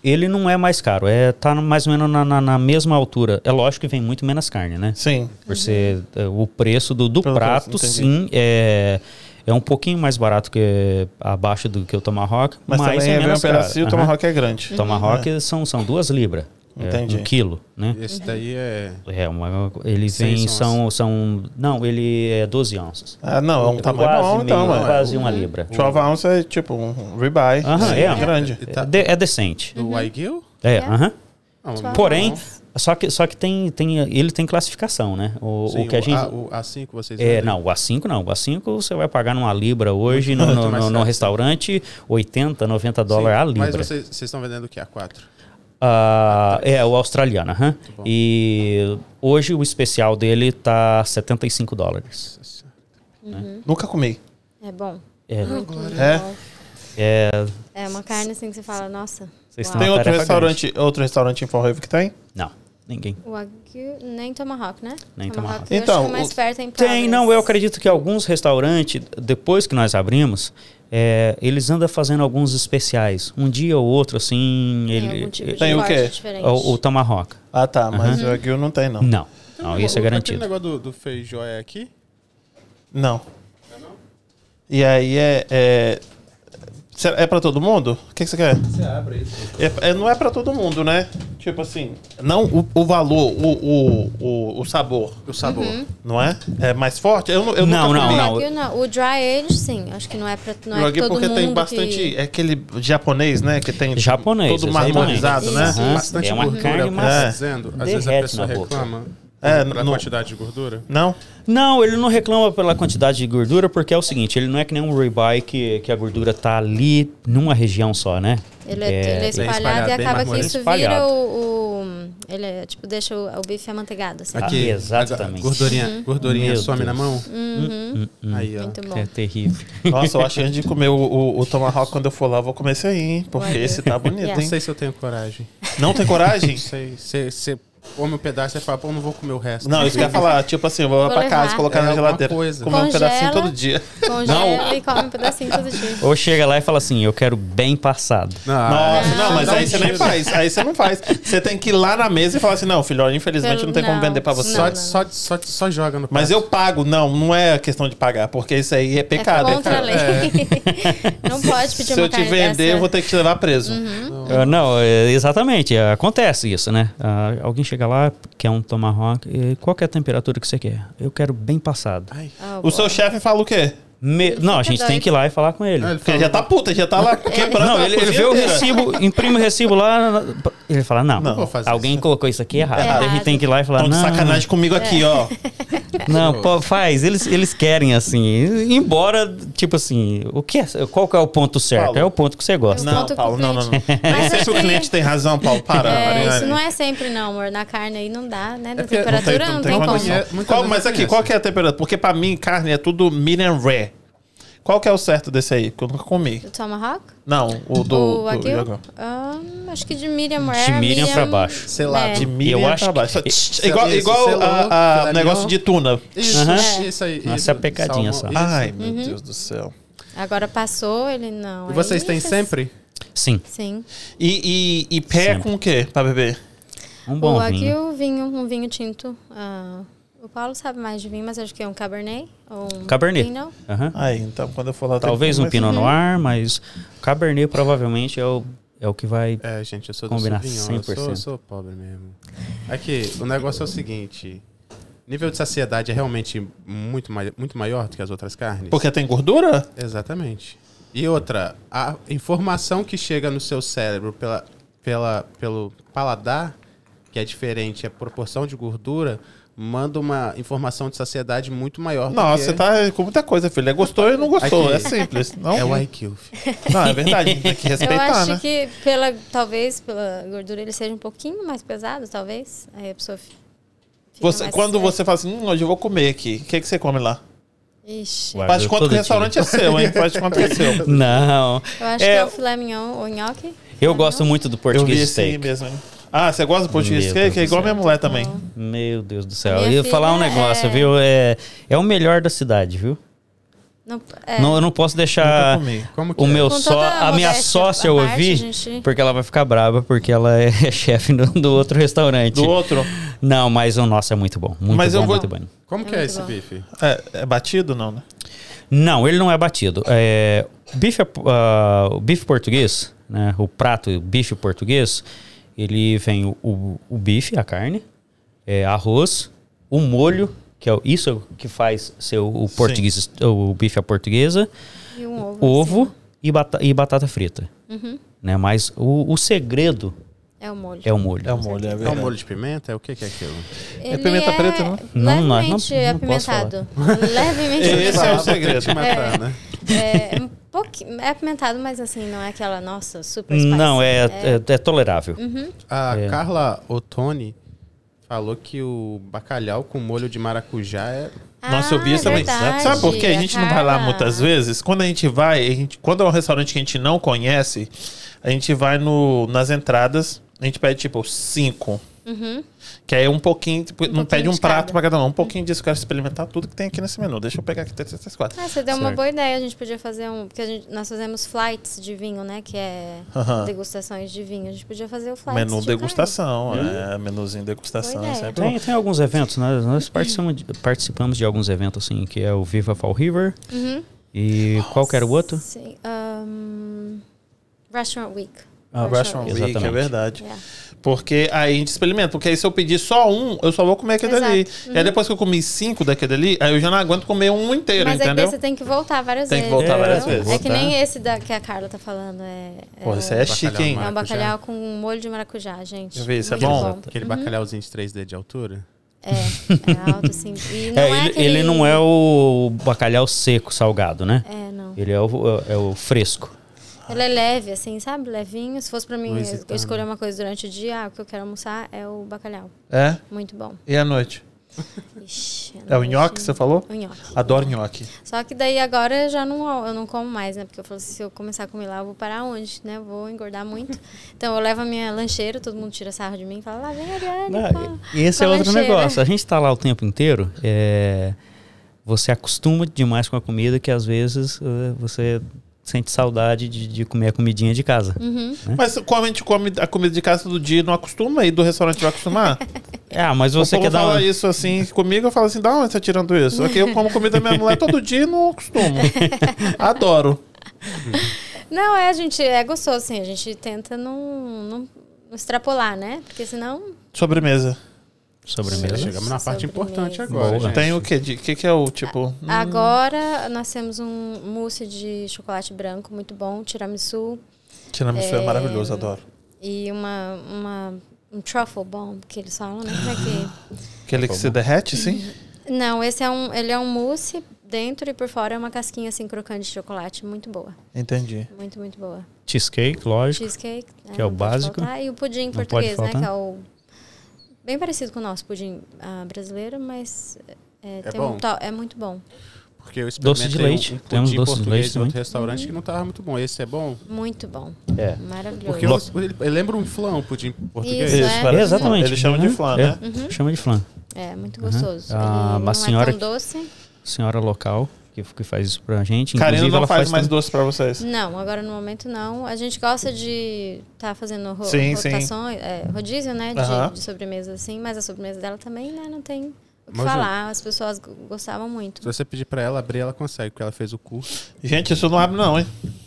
Ele não é mais caro. É, tá no- mais ou menos na, na- na mesma altura. É lógico que vem muito menos carne, né?
Sim.
Por ser é, o preço do, do
Uhum. Pelo
prato,
preço,
sim, é, é um pouquinho mais barato que abaixo do que o Tomahawk,
Mas
mas,
também é
é
bem um
menos caro.
pedacinho e o
Aham.
Tomahawk é grande.
Tomahawk são, são duas libras.
Entendi.
um quilo, né?
Esse daí é.
É, uma, ele
Seis
vem,
onças.
são, são... Não, ele é 12 onças.
Ah, não, é um tamanho
quase
bom então,
meio-
mano.
Quase uma libra.
12 ounce é tipo um ribeye.
Aham,
é,
é.
grande.
E
É,
tá-
de- é decente.
Do Aiguil?
Uhum.
É,
É.
aham.
Não,
Só-
não.
Porém,
Nossa.
só que, só que tem, tem, ele tem classificação, né? O,
Sim,
o que a gente.
A, o A5 vocês
é,
vendem.
não, o A5 não. O A5 você vai pagar numa libra hoje no, no,
mais
no- no
caro.
restaurante, 80, 90
Sim,
dólares é a
Mas tá.
libra.
vocês vocês estão vendendo o que? A4?
Ah, é, o australiano, aham. E hoje o especial dele tá 75 dólares.
Nunca comi.
É bom.
É,
Muito, muito
É?
bom.
é,
É uma carne assim que você fala, nossa.
Vocês
uau.
Uma
Tem outro
tarefa
restaurante, outro restaurante em Fall River que tem?
não, ninguém.
Wagyu, nem Tomahawk, né?
Nem Tomahawk.
Eu
Então,
acho que mais
o-
perto é em
Tem,
Providence.
não, eu acredito que alguns restaurantes, depois que nós abrimos, é, eles andam fazendo alguns especiais. Um dia ou outro, assim,
Tem
ele. É
algum tipo de
Tem o
corte
quê?
diferente.
o, o Tomahawk.
Ah, tá. Mas o Wagyu não tem, não.
Não. Não, isso é
O
garantido.
negócio do, do feijó é aqui?
Não. E aí é. É, Será- é para todo mundo? O que, que você quer?
Você abre isso.
É, é- não é pra todo mundo, né? Tipo assim, não o, o valor, o, o, o, o sabor,
O sabor.
não é? É mais forte? Eu, nu- eu
Não,
nunca
não,
comi.
não.
Wagyu não. O dry age, sim. Acho que não é pra não é
Joguei
todo
porque
mundo
tem bastante.
que...
É aquele japonês, né? Que tem
Japonês,
todo
exatamente.
marmorizado, né?
Isso.
Aham,
Bastante
é uma
gordura,
carne
como
mas-
você
É.
tá dizendo. Às vezes a
Derrete
pessoa
na boca.
reclama
É,
pela
no-
quantidade de gordura.
Não?
Não, ele não reclama pela quantidade de gordura, porque é o seguinte, ele não é que nem um ribeye que, que a gordura tá ali numa região só, né?
Ele é, ele é espalhado,
espalhado,
e
bem
acaba que
marmorizado.
isso vira
Espalhado.
o, o- Ele é, tipo, deixa o, o bife amanteigado, assim.
Tá?
Ah, exatamente.
a gordurinha, gordurinha
Meu
some
Deus.
na mão.
Uhum.
Aí, ó.
Uhum. Muito bom.
É terrível.
Nossa, eu acho que antes de comer o, o, o tomahawk, quando eu for lá, eu vou comer esse aí, hein? Porque
Olha.
esse tá bonito,
Yeah.
Não
hein?
sei se eu tenho coragem.
Não tem coragem?
Não sei. Você- Você come um pedaço e fala, pô, não vou comer o resto.
Não, isso que eu ia falar. Tipo assim, eu vou lá
Vou
pra casa,
levar.
colocar
É
na
alguma
geladeira,
coisa.
comer um pedacinho
Congela.
todo dia.
Congela e come um pedacinho todo dia.
Ou chega lá e fala assim, eu quero bem passado.
Não,
é.
Nossa, não, mas
dá
aí
um
você nem
tiro.
faz. Aí você não faz. Você tem que ir lá na mesa e falar assim: não, filho, olha, infelizmente
Eu-
não tem como
não,
vender pra você.
não,
Só, só, só, só joga no
Mas eu
prato.
pago. Não, não é questão de pagar, porque isso aí é pecado.
é contra a lei. não pode
Se
pedir uma
eu te
carne
vender,
dessa. Uhum.
eu vou ter que te levar preso.
Ah, não, é, exatamente, é, acontece isso, né? Ah, alguém chega lá, quer um tomahawk, e qual que é a temperatura que você quer? Eu quero bem passado.
Ai.
Ah,
O
boa.
seu chefe fala o quê?
Me- Não, a
fica
gente tem
doido.
que ir lá e falar com ele.
Não, ele
Porque ele
falou-
já tá puta, ele já tá lá quebrando.
Não,
a
ele, ele
cozinha
vê o
inteira.
recibo, imprime o recibo lá, na- na- ele fala, não,
Não
vou fazer
alguém
isso.
colocou isso aqui errado.
Errado.
Daí A gente tem que ir lá e falar,
Estão Tá de
não,
sacanagem comigo aqui, ó.
É.
não, pô, faz, eles, eles querem assim, embora, tipo assim, o que é, qual que é o ponto certo?
Paulo.
É o ponto que você gosta.
Não,
Conta com o
Paulo, não, não, não.
Mas
Nem sei se o
aqui-
cliente tem razão, Paulo. Para,
É,
Mariana.
isso não é sempre, não, amor. Na carne aí não dá, né?
É
Na
porque não
temperatura não tem,
como.
como.
É, muitas
Qual-
vezes
mas aqui,
não conhece.
qual que é a temperatura? Porque pra mim, carne é tudo medium rare. Qual que é o certo desse aí? Porque eu nunca comi.
O tomahawk?
Não, o do...
o
do-
wagyu?
do-
Ahn, acho que de medium rare.
De medium pra baixo.
Sei lá,
É.
De milho
Eu
pra
acho
baixo.
que-
Só tch, Igual,
Isso, é
igual
selou,
a- a,
filé
negócio de
mignon.
tuna.
Isso,
Aham.
isso aí.
Nossa,
isso.
é pecadinha
Salmão,
só.
isso.
Ai, meu Deus do céu.
Agora passou, ele não.
E vocês
Aí
têm
vocês-
sempre?
Sim,
Sim.
E, e, e pé
Sempre.
com o quê pra beber?
um bom
Ou
vinho.
aqui o vinho, um vinho tinto. ah, o Paulo sabe mais de vinho, mas acho que é um Cabernet. Ou um
Cabernet.
Pinot.
Aham.
Ai, então quando eu for lá... eu tenho
Talvez
que
um
comer
Pinot Noir, mas Cabernet provavelmente é o, é o que vai...
É, gente, eu sou do
Combinar
Sauvignon, eu
100%.
sou, eu sou pobre mesmo. Aqui, o negócio é o seguinte. Nível de saciedade é realmente muito, mai- muito maior do que as outras carnes?
Porque tem gordura?
Exatamente. E outra, a informação que chega no seu cérebro pela, pela, pelo paladar, que é diferente, a proporção de gordura, manda uma informação de saciedade muito maior
Nossa, você
do que...
tá com muita coisa, filho. É Gostou e não gostou.
Aqui.
É simples. Não
É o IQ. filho.
Não, é verdade, tem que
Eu
respeitar,
acho
né?
que pela, talvez pela gordura ele seja um pouquinho mais pesado, talvez. Aí a pessoa fi- fica
Você-
mais
quando
é.
você fala assim, hum, hoje eu vou comer aqui, o que, que você come lá?
Ixi,
Ué. Ah,
Faz de
eu
conta
todo
que o
dia.
restaurante é seu, hein? Faz de conta que é seu.
Não,
eu acho
É,
que é o filé mignon ou nhoque.
eu gosto muito do
Eu vi
português
esse aí
steak.
mesmo, hein? Ah, você gosta do português
Meu
steak?
Deus
É
do
igual a minha
céu.
mulher também.
Meu Deus do céu.
Minha
Eu ia falar um
filha
negócio,
é-
viu? É, é o melhor da cidade, viu?
Não, é,
Não, eu não posso deixar
Nunca comi.
Como que
o
é?
meu
Com
só.
toda
A minha
modéstia
sócia
à
eu
parte,
ouvi,
gente.
porque ela vai ficar braba, porque ela é chefe do, do outro restaurante.
Do outro?
Não, mas o nosso é muito bom. Muito
Mas
bom,
eu vou-
muito bom.
Como que é
muito
esse
bom.
bife?
É, é batido, não, né?
Não, ele não é batido. É, bife, ah, o bife português, né? O prato o bife português, ele vem o, o- o bife, a carne, é, arroz, o molho, que é o- isso é o que faz ser o, o português, o bife à portuguesa,
e um ovo. em
ovo
cima.
e, bata- e batata frita.
Uhum.
Né? Mas o, o segredo
É o molho.
é o molho.
É o molho, é
É um
verdade.
molho de pimenta? É o que que é aquilo?
Ele
pimenta preta, não?
Não, não,
Levemente
não- não posso
apimentado. Levemente
Esse é o
apimentado.
segredo.
Te matar, né?
É, um pouquinho. É apimentado, mas assim, não é aquela, nossa, super spicy.
Não, é, é, é tolerável.
Uhum.
A Carla Ottoni falou que o bacalhau com molho de maracujá é.
Nossa, eu vi
Ah,
isso
é
também.
verdade,
Sabe por quê? A gente não vai lá
cara.
muitas vezes. Quando a gente vai, a gente- quando é um restaurante que a gente não conhece, a gente vai no, nas entradas, a gente pede tipo cinco.
Uhum.
Que aí é um pouquinho, tipo, não
pouquinho
pede um
de
prato
cada.
pra cada um. Um pouquinho disso, eu quero experimentar tudo que tem aqui nesse menu. Deixa eu pegar aqui três, três, três, quatro.
Ah, você deu uma
Certo.
boa ideia. A gente podia fazer um. Porque a gente- nós fazemos flights de vinho, né? Que é
Aham.
degustações de vinho. A gente podia fazer o flight.
Menu
de
degustação, é, menuzinho degustação.
Boa
É
ideia.
sempre bom.
Tem, tem alguns eventos, né? Nós
Uhum.
participamos de, participamos de alguns eventos, assim, que é o Viva Fall River. E qual que era o outro?
carne. Uhum. Sim. ahn, Restaurant Week.
Ah,
Restaurant Week, é
Exatamente.
verdade.
Yeah.
Porque aí a gente experimenta. Porque aí se eu pedir só um, eu só vou comer aquele
Exato. Uhum.
ali. E aí depois que eu comi cinco daquele ali, aí eu já não aguento comer um inteiro,
Mas é que
entendeu?
você tem que voltar várias
Tem que
vezes.
voltar
entendeu?
várias vezes.
É que nem esse da, que a Carla tá falando. É, é
Porra,
o-
isso aí é chique, hein?
é um
maracujá.
bacalhau Uhum. com molho de maracujá, gente.
Deixa eu ver, isso é
Muito
bom?
Aquele bacalhauzinho de 3D de altura.
É, é alto, assim. E não
É,
é,
ele,
aquele...
ele não é o bacalhau seco, salgado, né?
É, não.
Ele é o, é o fresco.
Ele é leve, assim, sabe? Levinho. Se fosse pra mim
Luizitano.
eu escolher
né?
uma coisa durante o dia, ah, o que eu quero almoçar é o bacalhau.
É?
Muito bom.
E à noite?
Ixi,
É o
noite.
nhoque que você falou?
O nhoque.
Adoro nhoque.
Só que daí agora eu já não, eu não como mais, né? Porque eu falo assim, se eu começar a comer lá, eu vou parar onde, né? Eu vou engordar muito. Então eu levo a minha lancheira, todo mundo tira sarro de mim e fala, lá vem a Ariane. pô."
E esse
com
é outro
lancheira.
negócio. A gente tá lá o tempo inteiro, é, você acostuma demais com a comida que às vezes eh, você sente saudade de, de comer a comidinha de casa.
Mas como a gente come a comida de casa todo dia e não acostuma, e do restaurante vai acostumar?
Ah, mas
O
você
povo
quer dar
fala
uma...
isso assim comigo, eu falo assim, da onde você tá tirando isso? Aqui eu como comida da minha mulher todo dia e não acostumo. Adoro.
Não, é, a gente é gostoso, assim, a gente tenta não, não não extrapolar, né? Porque senão.
Sobremesa.
Beleza,
sobremesa.
Chegamos na parte
Sobremesa.
importante agora.
Boa.
gente.
Tem o quê? De que, que é o tipo.
Agora nós temos um mousse de chocolate branco muito bom, tiramisu
Tiramisu é maravilhoso, adoro.
e uma, uma um truffle bomb que eles falam, né? Como é que...
Aquele que se derrete, sim?
Não, esse é um, ele é um mousse dentro e por fora é uma casquinha assim crocante de chocolate, muito boa,
Entendi.
muito muito boa.
Cheesecake, lógico.
Cheesecake, né,
Que é o
não pode
básico.
faltar. E o pudim
pode
português, né?
faltar.
Que é o bem parecido com o nosso pudim ah, brasileiro, mas é, tem
bom?
Um to... é muito bom,
Porque eu
Doce de
experimentei
leite.
Um, um
Temos
pudim
doce de
português
leite
em outro
também.
restaurante que não tava muito bom. Esse é bom?
muito bom,
É.
maravilhoso.
Porque eu, ele, ele lembra um flan, o pudim português.
Isso,
Isso,
é.
parece-
Exatamente.
Eles chamam de flan, né?
É, Chama de flan.
É muito gostoso.
Ah,
Ele
mas
não
senhora-
é tão doce.
Senhora local que, que faz isso pra gente.
Karina
Inclusive,
não
ela
faz, mais
também-
doce pra vocês.
Não, agora no momento não. A gente gosta de estar fazendo ro
Sim, sim.
rotações, é, rodízio, né? De,
Aham.
de sobremesa, assim, mas a sobremesa dela também, né, não tem o que
Mas eu-
falar. As pessoas go- gostavam
Se
muito.
você pedir pra ela abrir, ela consegue, porque ela fez o curso.
Gente, isso não abre, não, hein?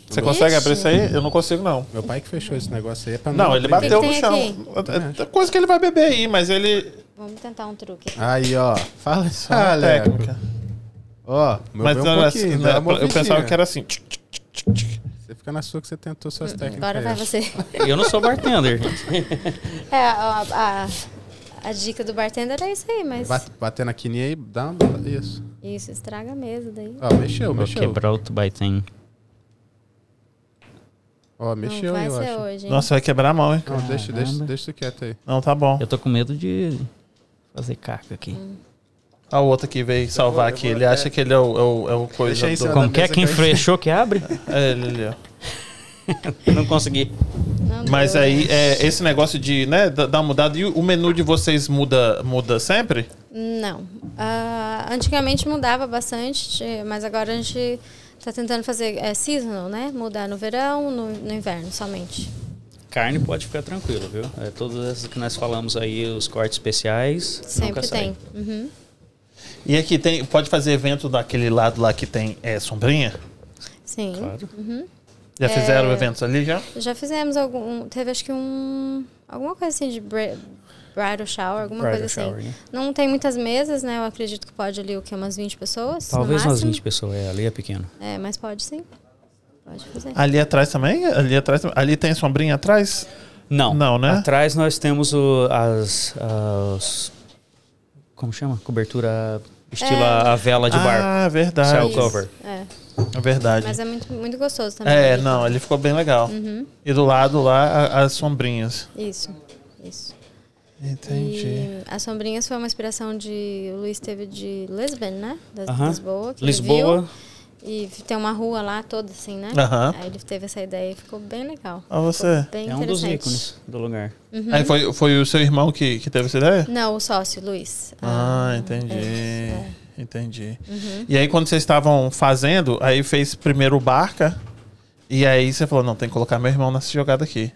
Você consegue abrir isso aí? Eu não consigo, não.
Meu pai que fechou esse negócio aí é pra
Não, ele bateu
tem
no chão. É Coisa que ele vai beber aí, mas ele.
Vamos tentar um truque.
Aí, ó. Fala isso, ah, Leco.
técnica.
Ó, meu
Mas assim,
bem um
não,
pouquinho, dá uma
né? eu pensava
movidinha.
que era assim. tch, tch, tch, tch, tch.
Você fica na sua que você tentou suas técnicas.
Uhum.
é
Agora
aí,
vai
ó.
você.
Eu não sou bartender.
É, a, a, a- a dica do bartender é isso aí, mas
Bate- Bater na quininha aí, dá uma... Isso.
isso estraga mesmo daí.
Ó, mexeu,
Vou
mexeu.
quebrar outro baitinho.
Ó,
não
mexeu,
vai
eu
ser
acho.
hoje, hein?
Nossa, vai quebrar a mão, hein?
Não, deixa, deixa,
Caramba.
deixa isso quieto aí.
Não, tá bom.
Eu tô com medo de fazer caca aqui.
A outra que veio salvar
eu
Ah, aqui.
vou
Ele
até-
acha que ele é o, é o, é o
Deixa
coisa
aí,
do.
Sandra.
Como que é? Quem fechou que abre?
É ele ali, ó.
Não consegui.
Não
Mas
deu.
aí, é, esse negócio de, né, da- dar mudada. E o o menu de vocês muda, muda sempre?
Não. Ah, antigamente mudava bastante, ti- mas agora a gente está tentando fazer é, seasonal, né? Mudar no verão, no, no inverno somente.
Carne pode ficar tranquilo, viu? É, todas essas que nós falamos aí, os cortes especiais. nunca
Sempre
sai.
tem. Uhum.
E aqui tem. Pode fazer evento daquele lado lá que tem é, sombrinha?
Sim.
Claro.
É.
Já fizeram eventos ali já?
Já fizemos algum. Teve acho que um. Alguma coisa assim de bri- bridal shower, alguma
Bridal
coisa assim.
shower, né?
Não tem muitas mesas, né? Eu acredito que pode ali o que? Umas 20 pessoas?
Talvez
no
umas
máximo.
20 pessoas. É, ali é pequeno.
É, mas pode sim. Pode fazer.
Ah,
Ali atrás também? Ali atrás também. Ali tem sombrinha atrás?
Não.
Não, né?
Atrás nós temos o- as, as-
É.
Como chama? Cobertura estilo a a vela de barco.
Ah, verdade.
Céu.
Isso.
cover.
É.
É verdade.
Mas é muito, muito gostoso também. Uhum.
É,
Ele-
não, ele ficou bem legal. E do lado lá, a- as sombrinhas.
Isso, isso.
Entendi.
E as sombrinhas foi uma inspiração de... O Luiz teve de Lisbon, né? Das,
Aham.
Lisboa. que ele
Lisboa,
viu. E tem uma rua lá toda assim, né?
Aham.
Aí ele teve essa ideia e ficou bem legal.
Ah, você.
Bem
é um dos
interessante.
ícones do lugar.
Uhum.
Aí foi, foi o seu irmão que, que teve essa ideia?
Não, o sócio, Luiz.
Ah, entendi.
é.
Entendi. E aí, quando vocês estavam fazendo, aí fez primeiro o barca. E aí você falou, não, tem que colocar meu irmão nessa jogada aqui.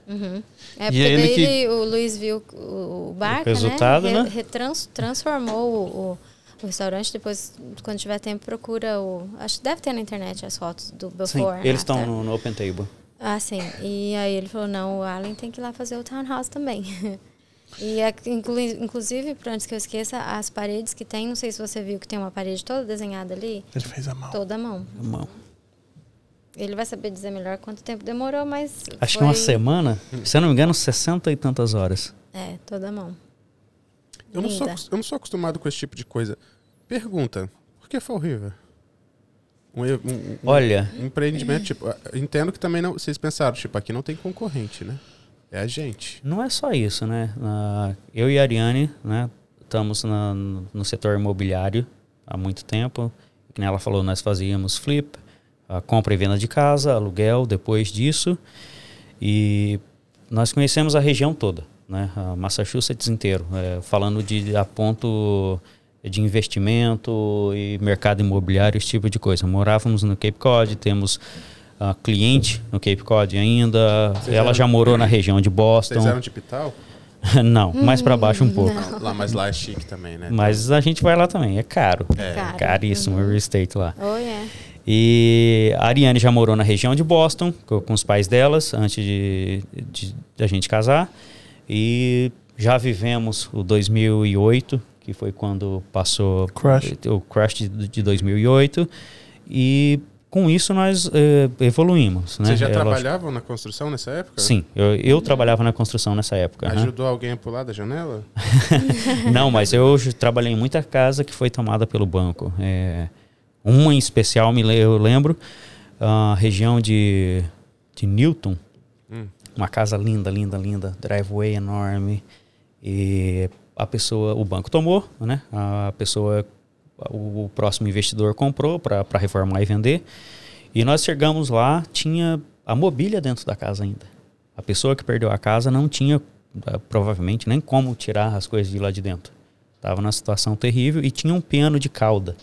E
É porque
é ele
daí
que-
ele- o Luiz viu o, o barco,
O resultado,
né?
né?
retrans- transformou o, o- o restaurante. Depois, quando tiver tempo, procura o. Acho que deve ter na internet as fotos do before.
Sim,
and
eles estão
after.
no, no Open Table.
Ah, sim. E aí ele falou: não, o Allen tem que ir lá fazer o townhouse também. E, é, inclui, inclusive, pra antes que eu esqueça, as paredes que tem, não sei se você viu que tem uma parede toda desenhada ali,
Ele fez a mão.
toda à mão.
Irmão.
Ele vai saber dizer melhor quanto tempo demorou, mas.
Acho que
foi-
uma semana, se eu não me engano, 60 e tantas horas.
É, toda à mão.
Eu não, sou,
Linda.
eu não sou acostumado com esse tipo de coisa. Pergunta, por que Fall River? Um, e- um- um-
Olha,
um
É.
empreendimento, tipo, ah, entendo que também não, vocês pensaram, tipo, aqui não tem concorrente, né? É a gente.
não é só isso, né? Ah, eu e a Ariane, né? Estamos na- no setor imobiliário há muito tempo. Que nem ela falou, nós fazíamos flip, a compra e venda de casa, aluguel depois disso. E nós conhecemos a região toda, né? A Massachusetts inteiro. eh, falando de a ponto de investimento e mercado imobiliário, esse tipo de coisa. Morávamos no Cape Cod, temos ah, cliente no Cape Cod ainda. Ela
eram-
já morou na região de Boston.
Vocês eram tipo, de Pital?
não, mais para baixo um pouco.
Lá, mas lá é chique também, né?
Mas a gente vai lá também, é caro.
É.
Caro.
Caríssimo o real estate lá.
Oh, yeah.
E a Ariane já morou na região de Boston co- com os pais delas antes de, de, de a gente casar. E já vivemos o 2008, que foi quando passou
Crash.
o crash de, de 2008. E com isso nós eh, evoluímos. Né?
Vocês já
É lógico.
trabalhavam na construção nessa época?
Sim, eu, eu trabalhava na construção nessa época. aham.
Ajudou alguém a pular da janela?
Não, mas eu ju- trabalhei em muita casa que foi tomada pelo banco. É, uma em especial, me le- eu lembro, a região de, de Newton.
Hum.
Uma casa linda, linda, linda. Driveway enorme. E a pessoa, o banco tomou, né? A pessoa, o, o próximo investidor comprou para reformar e vender. E nós chegamos lá, tinha a mobília dentro da casa ainda. A pessoa que perdeu a casa não tinha, ah, provavelmente, nem como tirar as coisas de lá de dentro. Estava numa situação terrível e tinha um piano de cauda.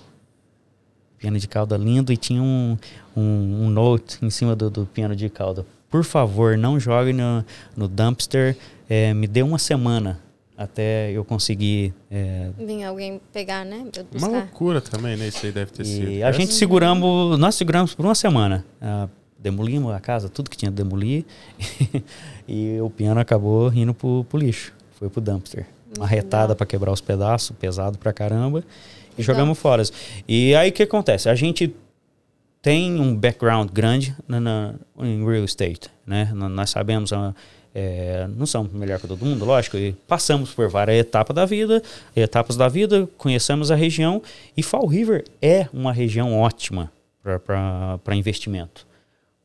Piano de cauda lindo e tinha um, um, um note em cima do, do piano de cauda. Por favor, não jogue no, no dumpster. eh, me dê uma semana até eu conseguir eh,
Vinha alguém pegar, né? Eu
Uma
buscar.
loucura também, né? Isso aí deve ter sido.
e a gente seguramos, nós seguramos por uma semana. Ah, demolimos a casa, tudo que tinha de demolir. e o piano acabou indo pro, pro lixo. Foi pro dumpster. Uma retada para quebrar os pedaços, pesado pra caramba. E jogamos fora. E aí o que acontece? A gente tem um background grande na, na- em real estate, né? N- Nós sabemos, ah, é, não somos melhor que todo mundo, lógico, e passamos por várias etapas da vida, etapas da vida, conhecemos a região e Fall River é uma região ótima para investimento.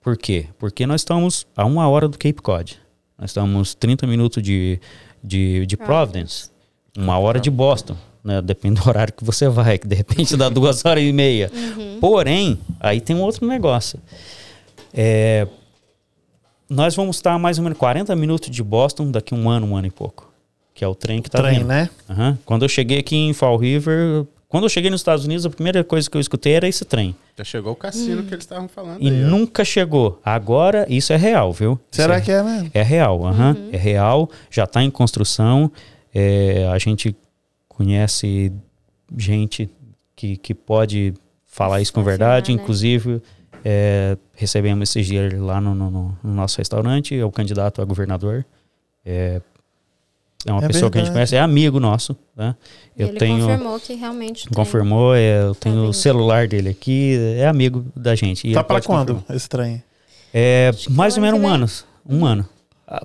Por quê? Porque nós estamos a uma hora do Cape Cod, nós estamos 30 minutos de, de, de Providence, uma hora de Boston, né? Depende do horário que você vai, que de repente dá duas horas e meia. Porém, aí tem um outro negócio. É, nós vamos estar a mais ou menos 40 minutos de Boston daqui um ano, um ano e pouco. Que é o trem que tá
Trem,
vindo.
né?
Aham. Quando eu cheguei aqui em Fall River, quando eu cheguei nos Estados Unidos, a primeira coisa que eu escutei era esse trem.
Já chegou o cassino que eles estavam falando.
E
aí, ó.
nunca chegou. Agora, isso é real, viu?
Será
Isso
que é mesmo?
é real, aham.
Uhum.
é real, já está em construção. é, a gente conhece gente que, que pode falar isso com
Confirmar,
verdade.
né?
Inclusive, é, recebemos esses dias lá no, no- no- no nosso restaurante, é o candidato a governador. É, é uma
É
pessoa que a gente
verdade.
conhece, é amigo nosso. Né?
E
Eu
ele
tenho.
confirmou né? Tá que realmente tem.
Confirmou, é, eu tenho
vindo.
o celular dele aqui, é amigo da gente. e
tá
ele
pra
pode
quando
confirmar.
esse trem?
É,
que
mais ou
ano
menos
que
um
vem.
ano. Um ano.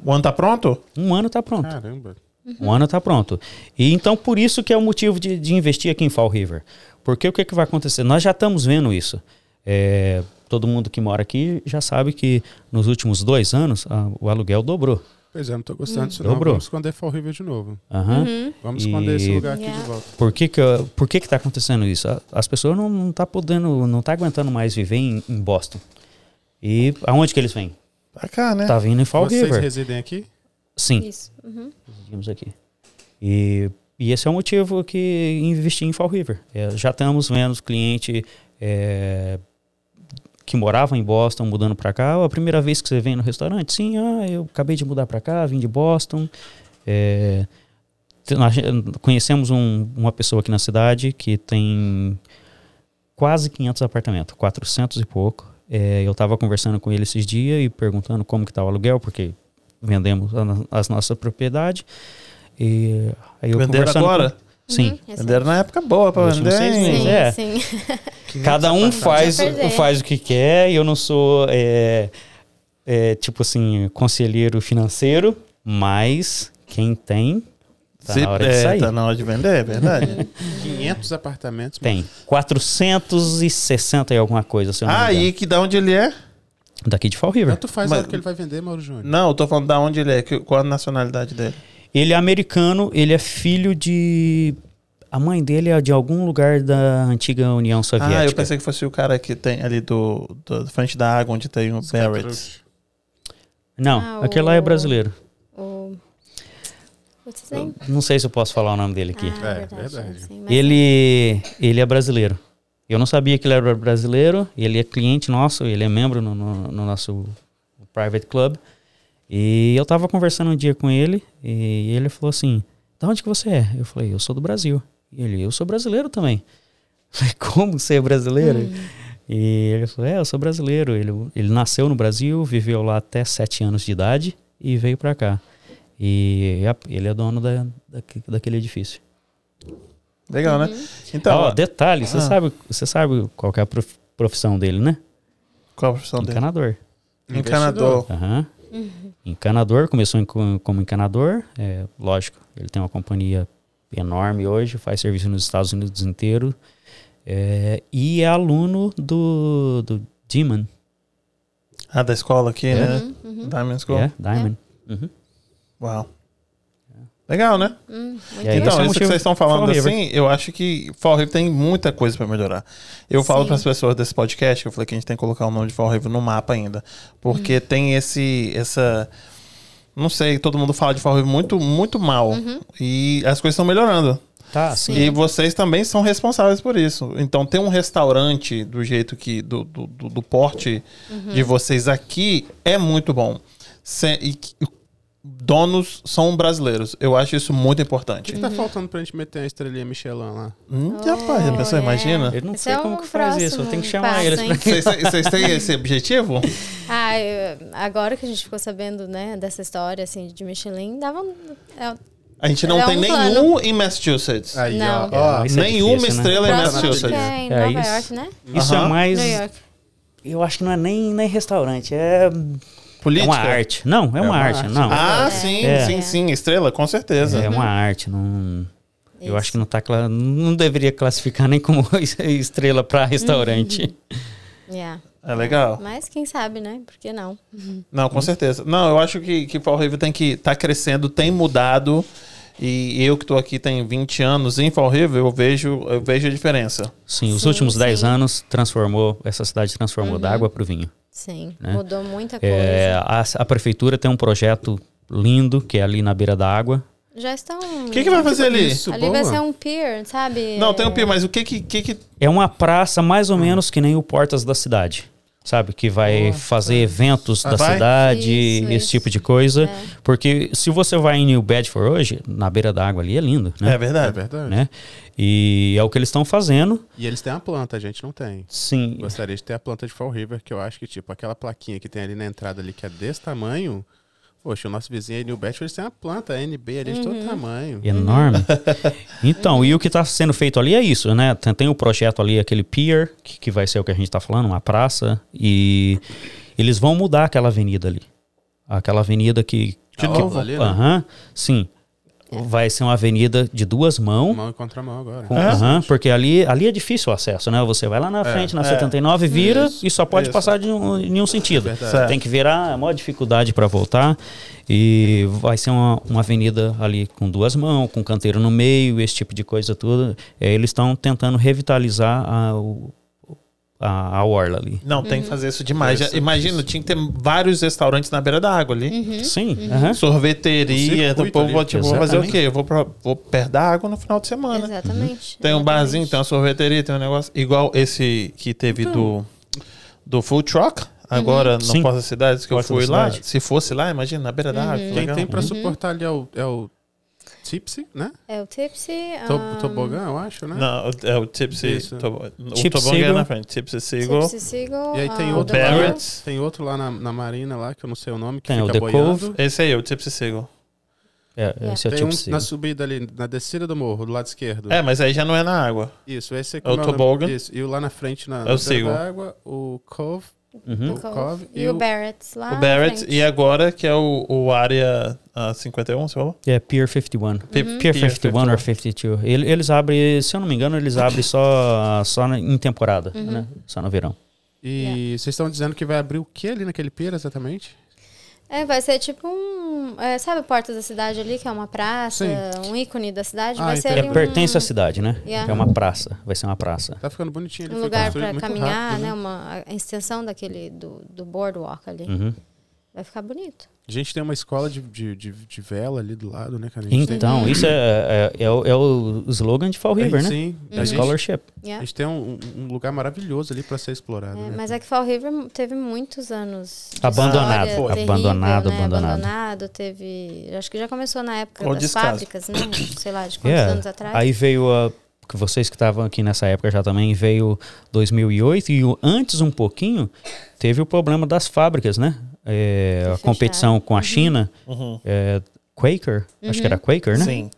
O ano tá pronto?
Um ano tá pronto.
Caramba.
Uhum.
Um ano está pronto. E então, por isso que é o motivo de, de investir aqui em Fall River. Porque o que, que vai acontecer? Nós já estamos vendo isso. É, todo mundo que mora aqui já sabe que nos últimos dois anos ah, o aluguel dobrou.
Pois é, não tô gostando disso não.
Dobrou.
Vamos esconder Fall River de novo.
Aham.
Uhum.
Vamos
E-
esconder esse lugar aqui
Yeah.
de volta.
Por que que, eu- por que que tá acontecendo isso? A- As pessoas não, não tá podendo, não tá aguentando mais viver em, em Boston. E aonde que eles vêm?
Pra cá, né?
Tá vindo em Fall
Vocês
River.
residem aqui?
Sim.
Isso. Uhum.
Digamos aqui. E, e esse é o motivo que investir em Fall River. É, já estamos vendo cliente é, que morava em Boston mudando para cá. A primeira vez que você vem no restaurante, sim, ah, eu acabei de mudar para cá, vim de Boston. É, te- nós conhecemos um- uma pessoa aqui na cidade que tem quase 500 apartamentos, 400 e pouco. É, eu estava conversando com ele esses dias e perguntando como que está o aluguel, porque vendemos a no- as nossas propriedades. E aí eu
Venderam
conversando
agora?
com- Sim.
Uhum, essa-
Venderam na época boa pra
Nos últimos
vender.
seis
hein?
meses.
Sim,
É.
sim.
Cada um faz,
Pois é.
faz o que quer. Eu não sou, é, é, tipo assim, conselheiro financeiro, mas quem tem, tá
Se-
na hora de
é,
sair.
Tá na hora de vender, é verdade.
500 apartamentos. mano.
Tem 460 e alguma coisa, se eu não me
ah,
engano.
e que da onde ele é?
Daqui de Fall River.
Tanto faz a
Mas-
hora que ele vai vender, Mauro
Uhum.
Júnior.
Não, eu tô falando da onde ele é, que- qual a nacionalidade dele.
Ele é americano, ele é filho de... A mãe dele é de algum lugar da antiga União Soviética.
Ah, eu pensei que fosse o cara que tem ali do, do- da frente da água onde tem o Barrett.
Scatrucci.
Não,
Ah,
aquele lá é
o-
brasileiro.
O... What's his name?
Não sei se eu posso falar o nome dele aqui.
Ah,
É,
verdade.
verdade.
sim, mas-
Ele, ele é brasileiro. Eu não sabia que ele era brasileiro. Ele é cliente nosso, ele é membro no, no- no nosso private club. E eu tava conversando um dia com ele e ele falou assim: Da onde que você é? Eu falei: Eu sou do Brasil. E ele: Eu sou brasileiro também. Eu falei: Como você é brasileiro?
Hum.
E ele falou: É, eu sou brasileiro. Ele, ele nasceu no Brasil, viveu lá até sete anos de idade e veio pra cá. E a- ele é dono da, daque- daquele edifício. é
Legal,
Uhum.
né? Então,
Ó,
ó,
detalhe, você
Ah.
sabe, você sabe qual que é a prof- profissão dele, né?
qual a profissão dele?
Encanador.
Encanador.
Aham.
Uhum.
Encanador, começou em co- como encanador, é, lógico, ele tem uma companhia enorme hoje, faz serviço nos Estados Unidos inteiro, é, e é aluno do, do Demon,
Ah, da escola aqui,
É.
né?
Uhum, uhum.
Diamond School.
é, Diamond. Uhum.
Uau. Legal, né?
Hum, muito
E aí,
legal.
então,
esse é o
isso que
motivo
vocês estão falando
Fall River.
assim, eu acho que Fall River tem muita coisa pra melhorar. Eu falo
Sim.
para as pessoas desse podcast, que eu falei que a gente tem que colocar o nome de Fall River no mapa ainda,
Uhum.
porque tem esse essa não sei, todo mundo fala de Fall River muito muito mal
Uhum.
e as coisas estão melhorando.
Tá,
Sim.
E vocês também são responsáveis por isso. Então, ter um restaurante do jeito que. do, do, do- do porte
Uhum.
de vocês aqui é muito bom. Se- e que- donos são brasileiros. Eu acho isso muito
O que
importante.
que tá faltando pra gente meter uma estrelinha Michelin lá?
Hum, rapaz, a
Oh,
pessoa
é.
imagina.
Eu não
Esse
sei
é
como
o
que faz isso, eu
próximo
tenho que chamar
passo,
eles.
hein?
pra-
Vocês- Vocês têm esse objetivo?
Ah, eu- agora que a gente ficou sabendo, né, dessa história, assim, de Michelin, dava um... é,
A gente não
É
tem
um
nenhum em Massachusetts.
Aí,
Não.
ó. ó
Isso é
Nenhuma
difícil, né?
estrela em
próximo
Massachusetts.
que é em
É
Nova
isso.
York, né?
Isso é
Aham.
mais,
New York.
eu acho que não é nem, nem restaurante, é, é
Política?
uma arte. Não, é, uma,
uma
arte,
arte.
não.
Ah,
É.
sim,
É.
sim, sim. Estrela, com certeza.
É uma arte, não. Eu
Isso.
acho que não tá cla- não deveria classificar nem como é estrela para restaurante.
Uhum. Yeah.
é legal.
Mas quem sabe, né? Por que não?
Não, com certeza. Não, eu acho que, que Fall River tem que estar crescendo, tem mudado. E eu que tô aqui tem 20 anos em Fall River, eu vejo, eu vejo a diferença.
Sim, os
Sim,
últimos 10
sim. Uhum.
anos transformou, essa cidade transformou da água para o vinho.
Sim,
Né?
mudou muita coisa.
É, a, a prefeitura tem um projeto lindo que é ali na beira da água.
Já estão...
O que, que vai fazer ali?
Isso,
Ali vai
boa.
ser um pier, sabe?
Não, tem um P, mas o que que, que, que
É uma praça mais
Ah.
ou menos que nem o Portas da Cidade. Sabe, que vai fazer eventos da
Ah, vai?
cidade,
Isso,
esse
isso.
tipo de coisa.
É.
Porque se você vai em New Bedford hoje, na beira da água ali é lindo, né?
É
É
verdade.
verdade.
né? E é o que eles estão fazendo.
E eles têm uma planta, a gente não tem.
Sim.
Gostaria de ter a planta de Fall River, que eu acho que, tipo, aquela plaquinha que tem ali na entrada ali, que é desse tamanho. Poxa, o nosso vizinho aí, New Bedford, eles têm uma planta NB ali de
Uhum.
todo tamanho.
Enorme. Então, e o que está sendo feito ali é isso, né? Tem, tem o projeto ali, aquele pier, que, que vai ser o que a gente está falando, uma praça, e eles vão mudar aquela avenida ali. Aquela avenida que.
De
que-
novo ali, né?
Aham, sim. vai ser uma avenida de duas mãos.
Mão e contramão agora.
Com- aham, porque ali, ali é difícil o acesso, né? Você vai lá
É,
na frente, na 79, vira e só pode passar de um, em nenhum sentido.
Certo.
Tem que virar, é a maior dificuldade para voltar. E vai ser uma, uma avenida ali com duas mãos, com canteiro no meio, esse tipo de coisa tudo. É, eles estão tentando revitalizar a, o- a, a orla ali.
Não, tem que fazer isso demais. Já- imagina, tinha que ter vários restaurantes na beira da água ali.
Uhum.
Uhum.
Sim, aham.
Sorveteria,
Um circuito
do povo,
ali.
tipo, vou fazer o
Exatamente.
quê? Eu vou, pra, vou perder água no final de semana.
Exatamente.
Tem um
exatamente.
barzinho, tem uma sorveteria, tem um negócio. Igual esse que teve do, do Food Truck, agora
Sim.
no Porta da Cidade, que eu
Porta da
fui lá.
Cidade.
Se fosse lá, imagina, na beira da água.
Quem
legal.
tem pra
Uhum.
suportar ali é o, é o Tipsy, né?
um-
É o Tipsy.
To-
ahn,
Tobogã, eu acho, né?
Não, é o Tipsy.
Isso.
Tobo- o
Tipsy
Tobogã é
Seagull.
na frente. Tipsy Seagull.
Tipsy ah, Seagull.
E aí tem
ahn,
outro
The
lá,
Well.
Barrett.
tem outro lá na, na marina lá, que eu não sei o nome, que
Tem o
fica
The
boiando.
Cove.
Esse aí, o Tipsy Seagull.
É, esse é o
Tem
tipo
um
C.
na subida ali, na descida do morro, do lado esquerdo.
É, mas aí já não é na água.
Isso, esse
É
é
o
como nome?
tobogã.
Isso, e o lá na frente, na
o
na beira
Seagull.
da água, o Cove,
Uhum.
Hum? o
Cove.
Cove
E o Barrett lá.
o Barrett e
a.
agora que é o, o área ah, 51, você falou? Uhum.
É Pier 51.
Hum.
Pier 51 ou 52. Ele- Eles abrem, se eu não me engano, eles abrem só, só na- em temporada,
Uhum.
né? Só no verão.
E vocês estão dizendo que vai abrir o que ali naquele pier exatamente?
É, vai ser tipo um. é, sabe Porta da Cidade ali, que é uma praça, um ícone da cidade?
Ah,
vai ser
entendi.
É,
ali um,
pertence à cidade, né?
Yeah.
É uma praça. Vai ser uma praça.
Tá ficando bonitinho ali.
um
foi
lugar
construído
pra
muito
caminhar,
rápido,
né? Uma a extensão daquele do, do boardwalk ali.
Hum.
Uhum.
Vai ficar bonito.
A gente tem uma escola de, de, de, de vela ali do lado, né, cara? A gente tem-
Então, isso é, é, é o, é o slogan de
A
Fall
gente-
River, né?
Sim, a,
É
gente,
scholarship.
a
Yeah.
gente tem um, um lugar maravilhoso ali pra ser explorado.
É,
né?
mas é que Fall River teve muitos anos de
Abandonado.
história
Foi.
terrível,
Abandonado,
né?
abandonado.
abandonado. Teve, acho que já começou na época
Ou
das
descaso.
fábricas, né? Sei lá, de quantos
Yeah.
anos atrás.
É, Aí veio a. que Vocês que estavam aqui nessa época já também, veio 2008 e o- antes um pouquinho teve o problema das fábricas, né? É,
Que Uhum.
a competição com a China. é, Quaker, acho que era Quaker,
Uhum.
né?
Sim.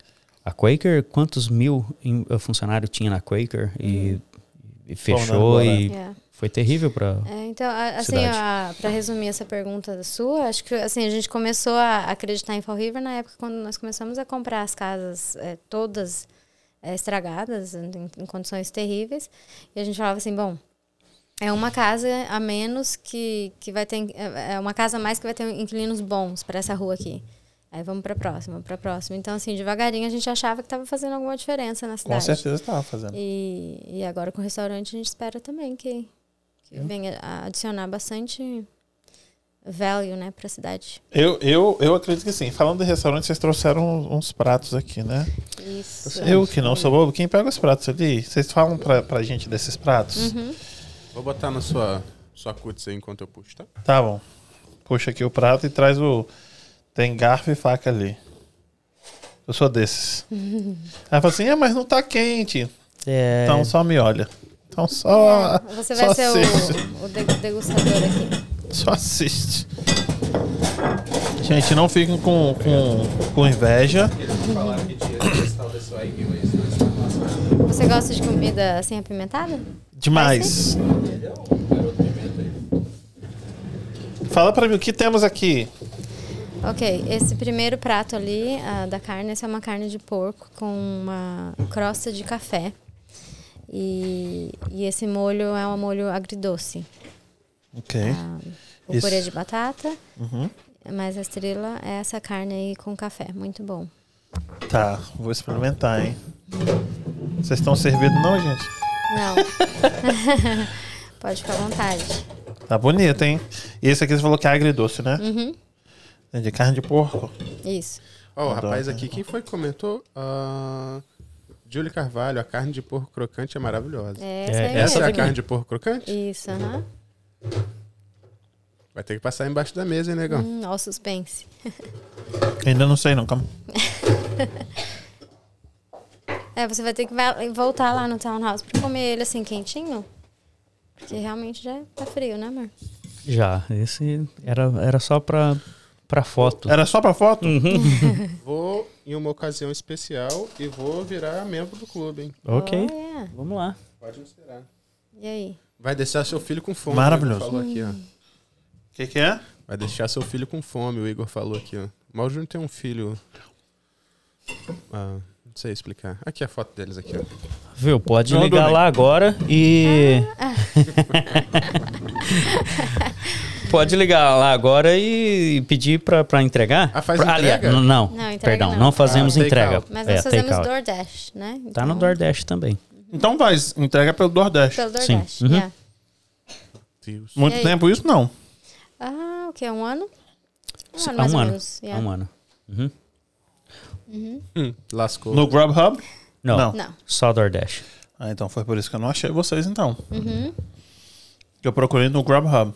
A Quaker, quantos mil em- funcionários tinha na Quaker e, e
Bom,
fechou
né, agora-
e
Yeah.
foi terrível para
É, então, a- assim,
Cidade.
para resumir essa pergunta sua, acho que assim, a gente começou a acreditar em Fall River na época quando nós começamos a comprar as casas é, todas é, estragadas, em, em condições terríveis. E a gente falava assim, bom, é uma casa a menos que, que vai ter. É é uma casa a mais que vai ter inquilinos bons para essa rua aqui. Aí vamos para a próxima, para a próxima. Então, assim, devagarinho a gente achava que estava fazendo alguma diferença na
Com
cidade.
certeza estava fazendo.
E, e agora com o restaurante a gente espera também que, que venha a adicionar bastante value, né, pra cidade.
Eu, eu, eu acredito que sim. Falando de restaurante, vocês trouxeram uns, uns pratos aqui, né?
Isso.
Eu que não sou bobo, quem pega os pratos ali? Vocês falam pra, pra gente desses pratos?
Uhum.
Vou botar na sua, sua cutis aí enquanto eu puxo, tá?
Tá bom. Puxa aqui o prato e traz o. Tem garfo e faca ali. Eu sou desses. Ela fala assim: é, mas não tá quente.
é,
Então só me olha. Então só.
É, Você
só
vai ser
assiste.
o, o deg- degustador aqui.
Só assiste. Gente, não fiquem com, com, com inveja.
Você gosta de comida assim apimentada?
Demais. Fala pra mim o que temos aqui.
Ok, esse primeiro prato ali ah, da carne, essa é uma carne de porco com uma crosta de café. E, e esse molho é um molho agridoce.
Ok.
O
Isso.
purê de batata,
Uhum.
mas a estrela é essa carne aí com café. Muito bom.
Tá, vou experimentar, hein? Vocês estão servidos não, gente?
Não. Pode ficar à vontade.
Tá bonito, hein? E esse aqui você falou que é agridoce, né? Uhum. Entendi. Carne de porco.
Isso.
Ó, o
Adoro
rapaz
carne
aqui, quem foi que comentou? Ah, Júlio Carvalho, a carne de porco crocante é maravilhosa.
É Essa É.
É,
aí
Essa é a
mesmo.
carne de porco crocante?
Isso, aham.
Vai ter que passar embaixo da mesa, hein, negão?
Hum, ó o suspense.
Ainda não sei não, calma.
É, você vai ter que va- voltar lá no townhouse pra comer ele assim, quentinho. Porque realmente já tá frio, né, amor?
já, esse era, era só para para foto.
Era só pra foto?
Vou em uma ocasião especial e vou virar membro do clube, hein?
Ok,
Olha.
vamos lá.
Pode me esperar.
Oh, E aí?
Vai deixar seu filho com fome.
Maravilhoso.
O Igor falou aqui, ó.
O que, que é?
Vai deixar seu filho com fome, o Igor falou aqui, ó. Mal Júnior tem um filho ah, não sei explicar. Aqui é a foto deles aqui, ó.
Viu? Pode
Não,
ligar
Dona.
lá agora e. Pode ligar lá agora e pedir pra, pra entregar.
Ah, faz
Pra-
entrega?
não, não,
Não, entrega
perdão,
não.
não, fazemos
Ah, take
entrega.
out.
Mas nós
É,
fazemos
take out.
DoorDash, né?
Tá no
Então,
DoorDash também.
Então faz, entrega pelo DoorDash.
Pelo
Sim.
DoorDash,
Uhum.
yeah.
Deus.
Muito
Então, E aí?
tempo isso não.
Ah, o que? Um ano? Um
Há
ano mais
um
ou
ano.
menos.
Há
yeah.
um ano.
Hum, lascou.
No Grubhub?
Não,
Não.
Não.
só DoorDash.
Ah, então foi por isso que eu não achei vocês então.
Uhum.
Eu procurei no Grubhub.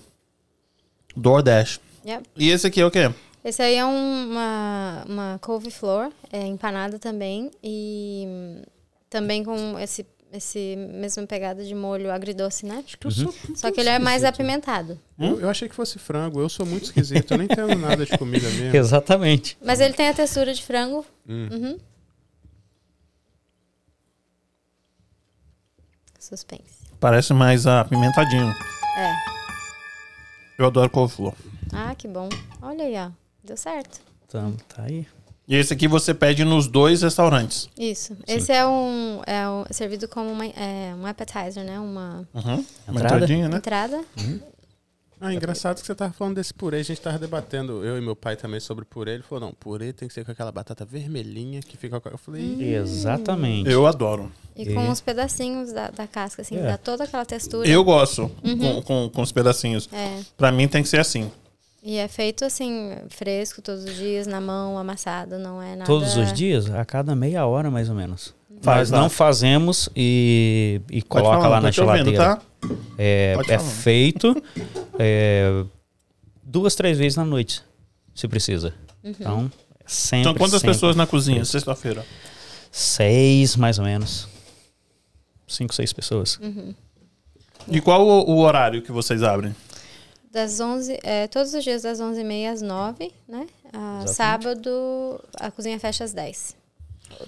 DoorDash.
Yep.
E esse aqui é o quê?
Esse aí é um- uma, uma couve-flor, é, empanada também. E hum, também com esse, esse mesmo pegada de molho agridoce, né? Só que ele é mais apimentado.
Hum?
Eu, eu achei que fosse frango. Eu sou muito esquisito. Eu nem entendo nada de comida mesmo.
Exatamente.
Mas ele tem a textura de frango. Uhum. Suspense.
Parece mais apimentadinho.
É.
Eu adoro couve-flor.
Ah, que bom. Olha aí, ó. Deu certo.
Então, tá aí.
E esse aqui você pede nos dois restaurantes.
Isso. Esse é um, é um- é servido como uma, é, um appetizer, né? Uma
Uhum. Uma
Entrada?
entradinha, né?
entrada.
Ah, engraçado que você tava falando desse purê. A gente tava debatendo, eu e meu pai também, sobre purê. Ele falou, não, purê tem que ser com aquela batata vermelhinha que fica... com a-" Eu falei...
Hum,
"Ih,
Exatamente.
Eu adoro.
E com uns pedacinhos da, da casca, assim, que
É.
dá toda aquela textura.
Eu gosto com, com, com os pedacinhos.
É.
Pra mim tem que ser assim.
E é feito assim, fresco todos os dias, na mão, amassado, não é nada.
Todos os dias, a cada meia hora mais ou menos.
Faz
Mas
lá.
não fazemos e, e
Pode
coloca
falar,
lá
não
na
tá te ouvindo,
geladeira.
tá?
É,
Pode
é
falar.
feito é, duas, três vezes na noite, se precisa.
Uhum.
Então, sempre.
São quantas
sempre.
pessoas na cozinha, sexta-feira?
Seis, mais ou menos. Cinco, seis pessoas.
Uhum.
E qual o, o horário que vocês abrem?
Das 11, é, todos os dias das 11h30 às 9 né? Ah,
Exatamente.
sábado, a cozinha fecha às 10.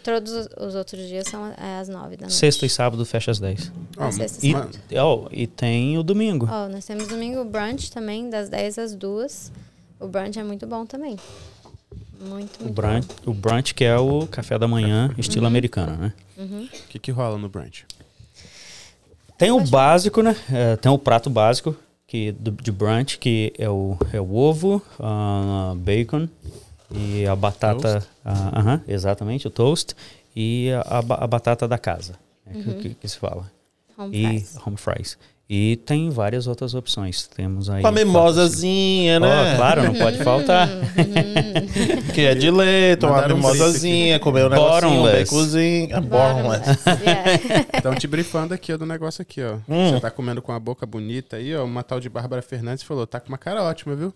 Todos os- os outros dias são é, às 9 da noite.
Sexta e sábado fecha às dez.
ó,
Às sextas,
E,
ma-
ó, e tem o domingo.
Ó, nós temos domingo brunch também, das 10 às 2. O brunch é muito bom também. Muito,
O
muito
brunch, o brunch, que é o café da manhã,
Uhum.
estilo americano, né?
O que, que rola no brunch?
Tem o básico, né? É, tem o prato básico que, do- de brunch, que é o, é o ovo, ah, bacon e a batata. ah, aham, exatamente, o toast. E a, a ba- a batata da casa, né, que- que, que se fala.
bom. Uhum. Home
e
fries.
home fries. E tem várias outras opções. Temos aí.
Com a mimosazinha,
assim. Ó,
né?
claro, não pode faltar.
Hum,
né?
Que é de leite, uma
Mandaram um
mimosazinha, comer um negocinho, um
Bottomless.
baconzinho. É
Bottomless,
bottomless.
yeah.
Estão te brifando aqui ó, do negócio aqui, ó.
Hum.
Você tá comendo com a boca bonita aí, ó. Uma tal de Bárbara Fernandes falou, tá com uma cara ótima, viu?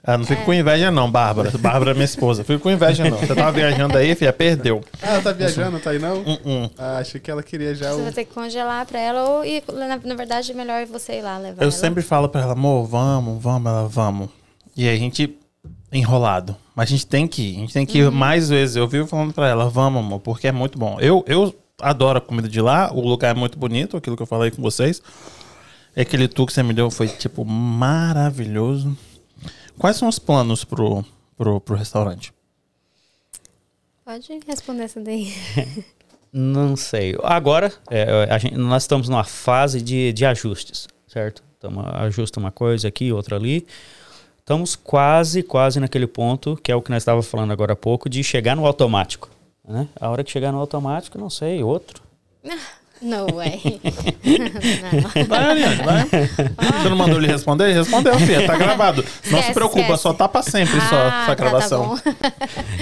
Ah, não fico com inveja não, Bárbara. Bárbara é minha esposa. Fico com inveja não. Você tava viajando aí, filha, perdeu.
Ah, ela tá viajando, não tá aí não?
Hum.
Ah, achei que ela queria já
Então
Você vai
o...
ter que congelar pra ela ou ir, na, na verdade é melhor você ir lá levar
Eu
ela.
sempre falo pra ela, amor, vamos, vamos, ela, vamos. E a gente enrolado. Mas a gente tem que ir, a gente tem
Uhum.
que ir mais vezes. Eu vivo falando pra ela, vamos, amor, porque é muito bom. Eu, eu adoro a comida de lá, o lugar é muito bonito, aquilo que eu falei com vocês. E Aquele tour que você me deu foi, tipo, maravilhoso. Quais são os planos pro, pro, pro restaurante?
Pode responder essa daí.
Não sei. Agora, é, a gente- nós estamos numa fase de, de ajustes, certo? Então, ajusta uma coisa aqui, outra ali. Estamos quase, quase naquele ponto, que é o que nós estávamos falando agora há pouco, de chegar no automático. Né? A hora que chegar no automático, não sei, outro.
No way. Não.
Vai, Ariane, vai. Você não mandou ele responder? Ele respondeu, filha. Tá gravado. Não se
Esquece,
preocupa,
esquece.
só tá pra sempre só
Ah,
essa
tá, tá
gravação.
bom.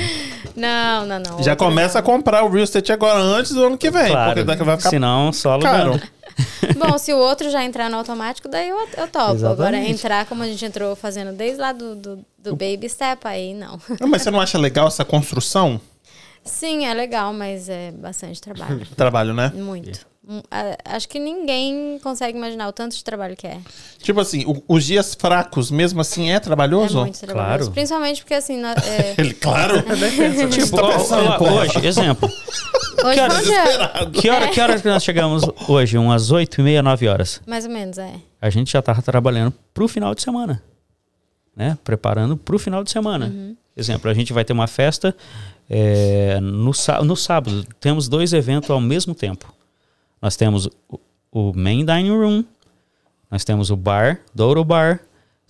não, não, não.
Já
Outra
começa a
não.
comprar o real estate agora, antes do ano que vem. É, Porque daqui vai ficar
senão só Tipo,
caro.
alugando.
Bom, se o outro já entrar no automático, daí eu, eu topo. Agora
Exatamente.
entrar como a gente entrou fazendo desde lá do, do, do baby step, aí não.
Não, mas você não acha legal essa construção?
Sim, é legal, mas é bastante trabalho.
Trabalho, né?
Muito. Hum, a- Acho que ninguém consegue imaginar o tanto de trabalho que é.
Tipo assim, o- os dias fracos, mesmo assim, é
É
trabalhoso?
muito trabalhoso.
Claro.
Principalmente porque assim. nó- é,
Ele, claro. tipo,
Ó,
tá
ó,
pensando, pô.
hoje, exemplo.
hoje
Cara,
foi um dia-
Que hora, que hora que nós chegamos hoje? Umas 8 e meia, 9 horas.
Mais ou menos, é.
a gente já estava trabalhando para o final de semana, né? Preparando para o final de semana. Exemplo, a gente vai ter uma festa É, no, sá- no sábado, temos dois eventos ao mesmo tempo. Nós temos o, o Main Dining Room, nós temos o Bar, Douro Bar,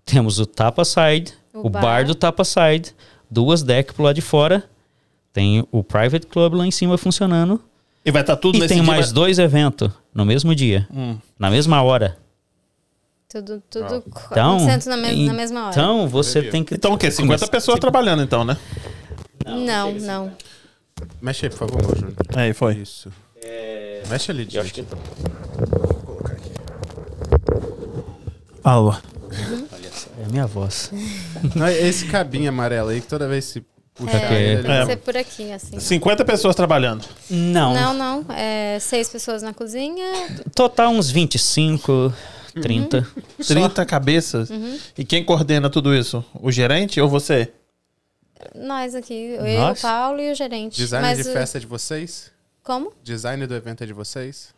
temos o Tapa Side,
O
o,
bar.
bar. do Tapa Side, duas decks pro lado de fora, tem o Private Club lá em cima funcionando,
E vai
tá
estar tudo
e
nesse
tem
dia,
mais
vai- Hum.
dois eventos no mesmo dia, na mesma hora.
Tudo, tudo co-
Então,
acontecendo na, me- na mesma hora.
Então, você tem que...
Então o quê? 50
começar-
pessoas trabalhando então, né?
não, não.
Mexe aí, por favor, Júnior.
Aí, foi.
Isso. Mexe ali,
É, Eu acho que
gente.
Alô.
é a minha voz.
Não, é esse cabinho amarelo aí que toda vez se puxar
É.
ele, ele
Tem que
vai-
ser por aqui, assim.
50 pessoas trabalhando.
Não,
Não, não. É, seis pessoas na cozinha.
total uns 25,
Uhum.
30.
30 cabeças. E quem coordena tudo isso? O gerente ou você?
Nós aqui. Eu, o
Nós?
Paulo e o gerente.
Design
Mas
de
o-
festa é de vocês?
Como?
Design do evento é de vocês?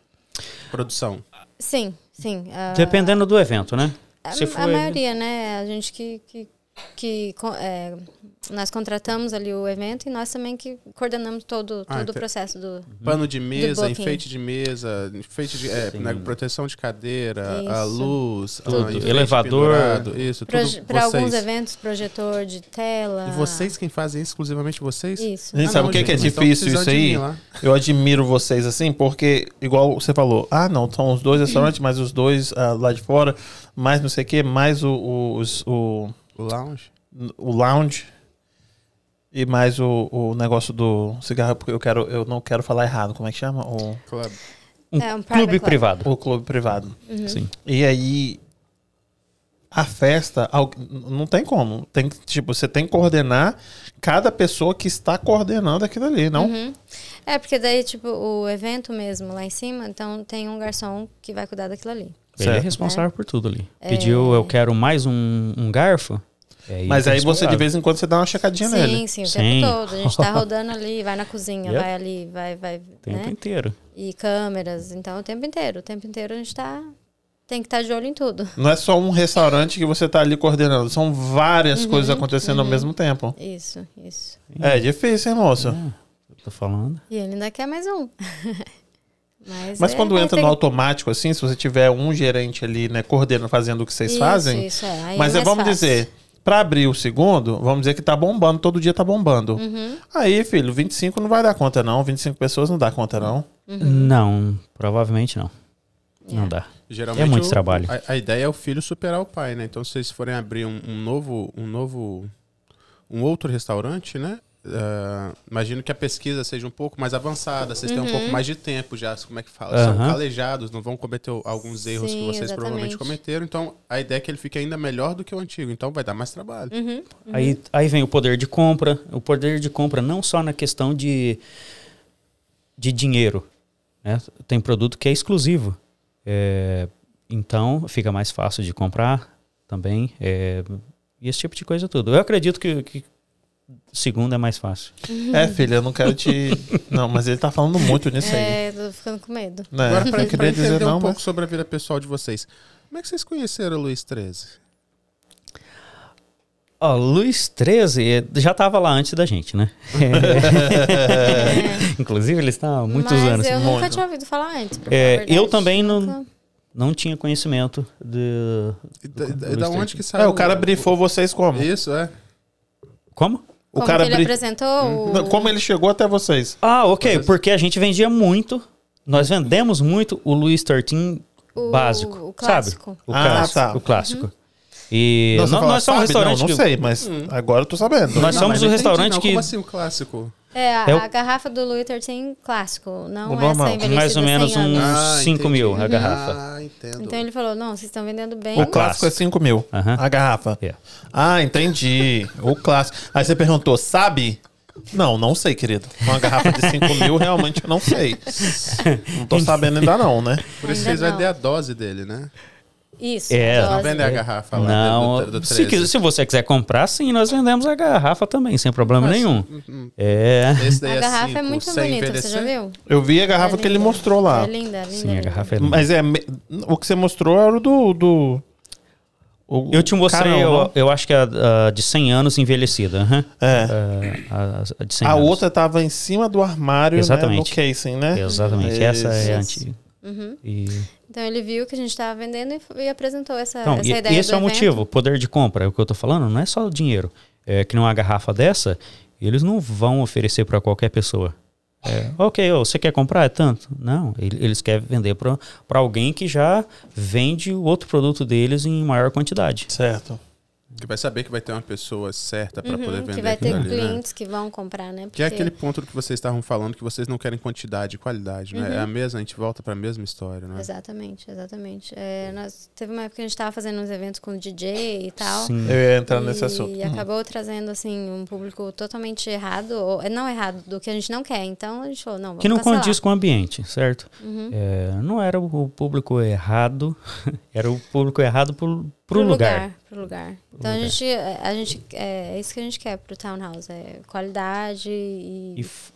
Produção.
Uhum.
Sim, sim. ah,
Dependendo do evento, né?
A,
Se
a
for-
maioria, né? A gente que. que, que co- é, nós contratamos ali o evento e nós também que coordenamos todo, todo
Ah,
o
ente-
processo do.
Pano de mesa,
booking.
enfeite de mesa, enfeite de. é, né, proteção de cadeira, a
Isso.
luz, a
Tudo.
enfeite
Elevador.
pendurado, Isso, tudo.
proje- Para alguns
vocês.
eventos, projetor de tela.
E vocês quem fazem isso? exclusivamente vocês?
Isso.
A gente
Ah,
sabe
não,
o que, que é
gente, então
difícil
precisa
isso
de
aí?
mim lá.
Eu admiro vocês assim, porque, igual você falou, ah, não, são os dois restaurantes, mais os dois ah, lá de fora, mais não sei o quê, mais o, o, os- o,
O lounge?
o lounge e mais o, o negócio do cigarro, porque eu, quero, eu não quero falar errado. Como é que chama? O,
Club.
Um
É, um private
clube
club. Uhum.
privado.
o clube privado.
Sim.
E aí, a festa, al- não tem como. Tem, que, tipo, você tem que coordenar cada pessoa que está coordenando aquilo ali, não?
É, porque daí, tipo, o evento mesmo lá em cima, então tem um garçom que vai cuidar daquilo ali.
Ele é
Certo.
responsável por tudo ali.
É.
Pediu, eu quero mais um, um garfo. é ele
Mas
que é
aí você, de
responsável.
vez em quando, você dá uma checadinha nele.
Sim, sim, o
Sim.
tempo todo. A gente tá rodando ali, vai na cozinha,
Yep.
vai ali, vai, vai,
O tempo
né?
inteiro.
E câmeras, então o tempo inteiro. O tempo inteiro a gente tá... Tem que estar de olho em tudo.
Não é só um restaurante que você tá ali coordenando. São várias
Uhum,
coisas acontecendo ao mesmo tempo.
Isso, isso.
É difícil, hein, moço?
Uhum.
Eu tô falando.
E ele ainda quer mais um. Mas,
Mas
é,
quando
vai
entra
ter
no
que-
automático, assim, se você tiver um gerente ali, né, coordenando, fazendo o que vocês
Isso,
fazem.
isso, é. Aí é
mas é,
mais
vamos
fácil.
dizer, pra abrir o segundo, vamos dizer que tá bombando, todo dia tá bombando.
Uhum.
Aí, filho, 25 não vai dar conta, não. 25 pessoas não dá conta, não.
Não, provavelmente não. Não
Uhum. É.
dá.
Geralmente
É muito
o-
trabalho.
A, a ideia é o filho superar o pai, né? Então, se vocês forem abrir um, um novo, um novo, um outro restaurante, né? Ah, imagino que a pesquisa seja um pouco mais avançada, vocês têm um
Uhum.
pouco mais de tempo já, como é que fala? São
Aham.
calejados, não vão cometer o- alguns erros que
Sim,
vocês provavelmente
exatamente.
cometeram. Então, a ideia é que ele fique ainda melhor do que o antigo. Então, vai dar mais trabalho.
Uhum.
Aí, aí vem o poder de compra. O poder de compra não só na questão de, de dinheiro. né? Tem produto que é exclusivo. É, então fica mais fácil de comprar também. é, e esse tipo de coisa tudo. Eu acredito que, que segundo é mais fácil.
É, filho, eu não quero te. não, mas ele tá falando muito nisso aí.
Uhum. É, tô ficando com medo.
Né?
Agora,
É.
eu
pra,
não
pra
queria
entender
dizer
um
não,
pouco
mas...
sobre a vida pessoal de vocês, como é que vocês conheceram o Luiz 13?
Ó, Luiz 13 eh, já estava lá antes da gente, né? Inclusive, ele está há muitos
Mas
anos.
eu nunca
muito.
tinha ouvido falar antes. pra
É,
falar a
eu
verdade.
também não-
Nunca.
Não tinha conhecimento de.
E Da,
do
da-
Luiz
da
13.
onde que saiu?
É, o cara brifou vocês como?
Isso, é.
Como?
O
Como
cara
que ele
bri-
apresentou? o-
Não, Como ele chegou até vocês?
Ah, ok. Porque a gente vendia muito.
Uhum.
Nós vendemos muito o Luiz 13
O-
básico.
o clássico. Uhum.
Sabe? O
Ah,
clássico.
tá.
O clássico. E
Não, é você
nó-
fala,
nós somos um
sabe?
restaurante.
Não, não
que-
sei, mas
Hum.
agora eu tô sabendo.
Nós somos
mas
o
não entendi,
restaurante
não.
que.
Como assim o clássico?
É, a,
É o-
a garrafa do Louis XIII clássico, não
O
essa
normal.
envelhecida
Mais ou
100
menos um-
anos.
Uns cinco
Ah, entendi.
mil a garrafa.
Ah, entendo.
Então ele falou, não, um vocês estão vendendo bem.
O clássico é 5 mil.
Aham.
A garrafa.
É.
Ah, entendi. O clássico. Aí você perguntou, sabe? Não, não sei, querido. Uma garrafa de 5 mil, realmente eu não sei. Não tô sabendo ainda não, né?
Por isso
Ainda
vocês vai
não.
ter a dose dele, né?
Isso, então, assim,
É.
dose.
Não vender a garrafa lá
Não,
do, do, do
se,
13.
quiser- se você quiser comprar, sim, nós vendemos a garrafa também, sem problema nenhum.
Uhum.
É.
Esse
A
daí
garrafa
cinco,
é muito
sem
bonita, você
envelhecer?
já viu?
Eu vi a garrafa
É
que ele
linda.
mostrou lá.
É linda, linda.
Sim, a
linda.
garrafa é linda.
Mas é. me- O que você mostrou era o do. do O-
Eu te mostrei,
Carol,
eu,
não?
eu acho que é a, de 100 anos envelhecida. aham.
É.
É, a, a de 100
A
anos.
outra tava em cima do armário, né,
Exatamente.
no casing, né?
Exatamente. Essa é a
Isso.
antiga. E-
Então ele viu que a gente estava vendendo e, f- e apresentou essa,
Então,
essa
é- e-
ideia
esse
do
é o
evento.
motivo. O poder de compra, é o que eu tô falando, não é só o dinheiro. É que numa garrafa dessa, eles não vão oferecer para qualquer pessoa. É, ok, ô, você quer comprar? É tanto. Não, ele- eles querem vender para alguém que já vende o outro produto deles em maior quantidade.
Certo.
Que vai saber que vai ter uma pessoa certa pra poder
Uhum,
vender
que vai ter
aquilo ali, né?
clientes que vão comprar, né?
Que é
Porque-
aquele ponto que vocês estavam falando que vocês não querem quantidade e qualidade, né?
Uhum.
É a mesma, a gente volta pra mesma história, né?
Exatamente, exatamente. É, nós, teve uma época que a gente estava fazendo uns eventos com DJ e tal.
Sim.
Eu ia entrar nesse
e
assunto.
Uhum.
acabou trazendo assim um público totalmente errado, ou é, não errado, do que a gente não quer. Então a gente falou, não, vamos
que não
cancelar. Uhum.
condiz com o ambiente, certo? É, não era o público errado, era o público errado pro, pro lugar.
Pro lugar. Então a
lugar.
gente, a gente, é, é isso que a gente quer pro Townhouse, é qualidade e...
E, f-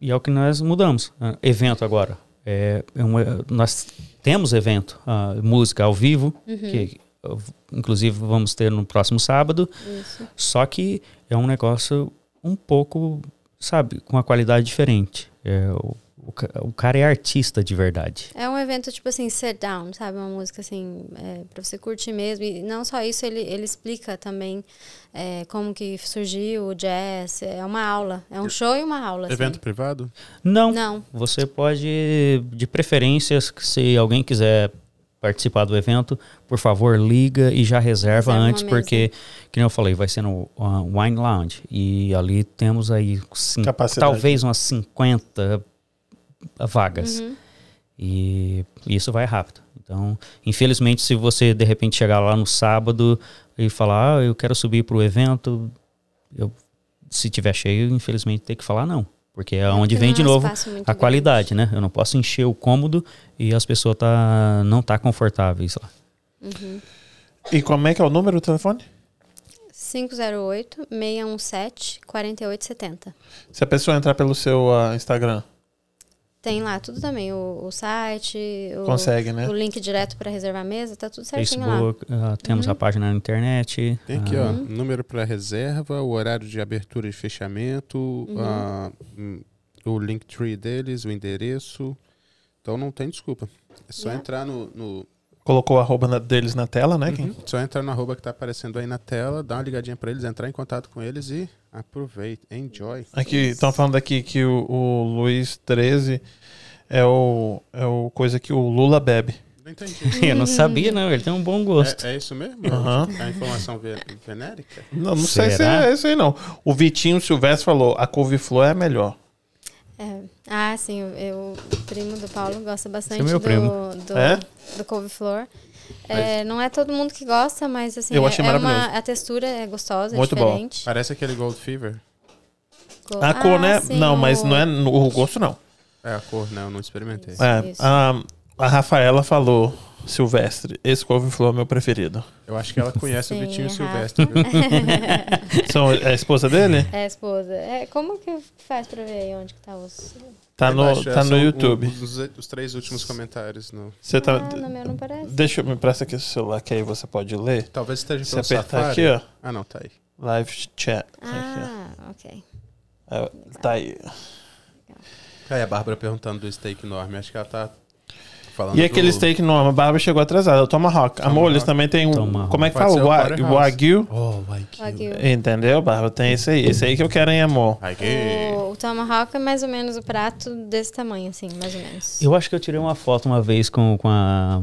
e é o que nós mudamos. Ah, evento agora. É, é um- é- nós temos evento, ah, música ao vivo, que ah, v- inclusive vamos ter no próximo sábado.
Isso.
Só que é um negócio um pouco, sabe, com uma qualidade diferente. É, o, o ca- o cara é artista de verdade.
É um evento tipo assim, sit down, sabe? Uma música assim, é, pra você curtir mesmo. E não só isso, ele, ele explica também é, como que surgiu o jazz. É uma aula. É um show e uma aula. assim.
Evento privado?
Não,
Não.
Você pode, de preferência, se alguém quiser participar do evento, por favor, liga e já
Reserva
reserva
uma
antes,
mesa.
porque, que nem eu falei, vai ser no ah, Wine Lounge. E ali temos aí cin-
Capacidade.
talvez umas 50 vagas.
Uhum.
E isso vai rápido. Então, infelizmente, se você de repente chegar lá no sábado e falar, ah, eu quero subir para o evento, eu, se tiver cheio, infelizmente tem que falar não. Porque é
Porque
onde vem
não
de
é um
novo
espaço muito
a qualidade, né? Eu não posso encher o cômodo e as pessoas tá, não tá confortáveis lá.
E como é que é o número do telefone?
508-617-4870.
Se a pessoa entrar pelo seu ah, Instagram,
Tem lá tudo também, o, o site, o,
consegue, né?
o link direto pra reservar a mesa, tá tudo certinho lá.
Facebook, ah, temos a
Uhum.
página na internet.
Tem aqui,
ah,
ó, número pra reserva, o horário de abertura e fechamento,
Uhum.
ah, hum, o link tree deles, o endereço. Então não tem desculpa. É só
Yeah.
entrar no, no-
Colocou o arroba na- deles na tela, né? Kim?
só entrar no arroba que tá aparecendo aí na tela, dar uma ligadinha pra eles, entrar em contato com eles e aproveita, enjoy.
Aqui, estão falando aqui que o, o Luiz 13 é o, é o coisa que o Lula bebe.
Não entendi.
Ah, Eu não sabia, não. Ele tem um bom gosto.
É, é isso mesmo?
Aham.
É a informação ve- venérica?
Não, não sei se
Será?
é isso aí, não. O Vitinho Silvestre falou: a couve-flor é a melhor.
É. Ah, sim, eu, eu- o primo do Paulo gosta bastante
meu
do,
primo.
do,
É?
do couve-flor. É, não é todo mundo que gosta, mas assim,
Eu
é,
achei
é uma-
maravilhoso.
a textura é gostosa, é
Muito bom.
diferente.
Parece aquele Gold Fever.
Go-
A cor,
Ah,
né?
sim,
não, mas
o-
não é no- o gosto, não.
É a cor, né? Eu não experimentei.
É,
Isso.
a, a Rafaela falou: Silvestre, esse couve-flor é meu preferido.
Eu acho que ela conhece
Sim,
o Vitinho
a
Silvestre. viu?
São, é a esposa dele?
É, esposa. É, como que faz pra ver aí onde que tá os...
Tá no,
Embaixo,
tá
são
no
o-
YouTube.
Os, os três últimos comentários. No...
Você tá.
Ah, no meu não parece.
Deixa eu me presta aqui o celular, que aí você pode ler.
Talvez esteja
Se
pelo
apertar
Então, Safari.
aqui, ó.
Ah, não, tá aí.
Live chat. Aqui,
Ah, ok.
ó. É, tá aí.
Aí a Bárbara perguntando do steak enorme. Acho que ela tá falando
E aquele
do...
steak normal, a barba chegou atrasada. O Tomahawk. Amor, eles também tem um.
Tomahawk.
Como é que
Pode
fala?
ser o
Wa-
Porterhouse.
Wagyu.
Oh, vai
Wagyu.
Entendeu, Barba? Tem esse aí. Esse aí que eu quero, hein, amor.
Ai, que...
O, o tomahawk é mais ou menos o prato desse tamanho, assim, mais ou menos.
é.
Eu acho que eu tirei uma foto uma vez com, com a,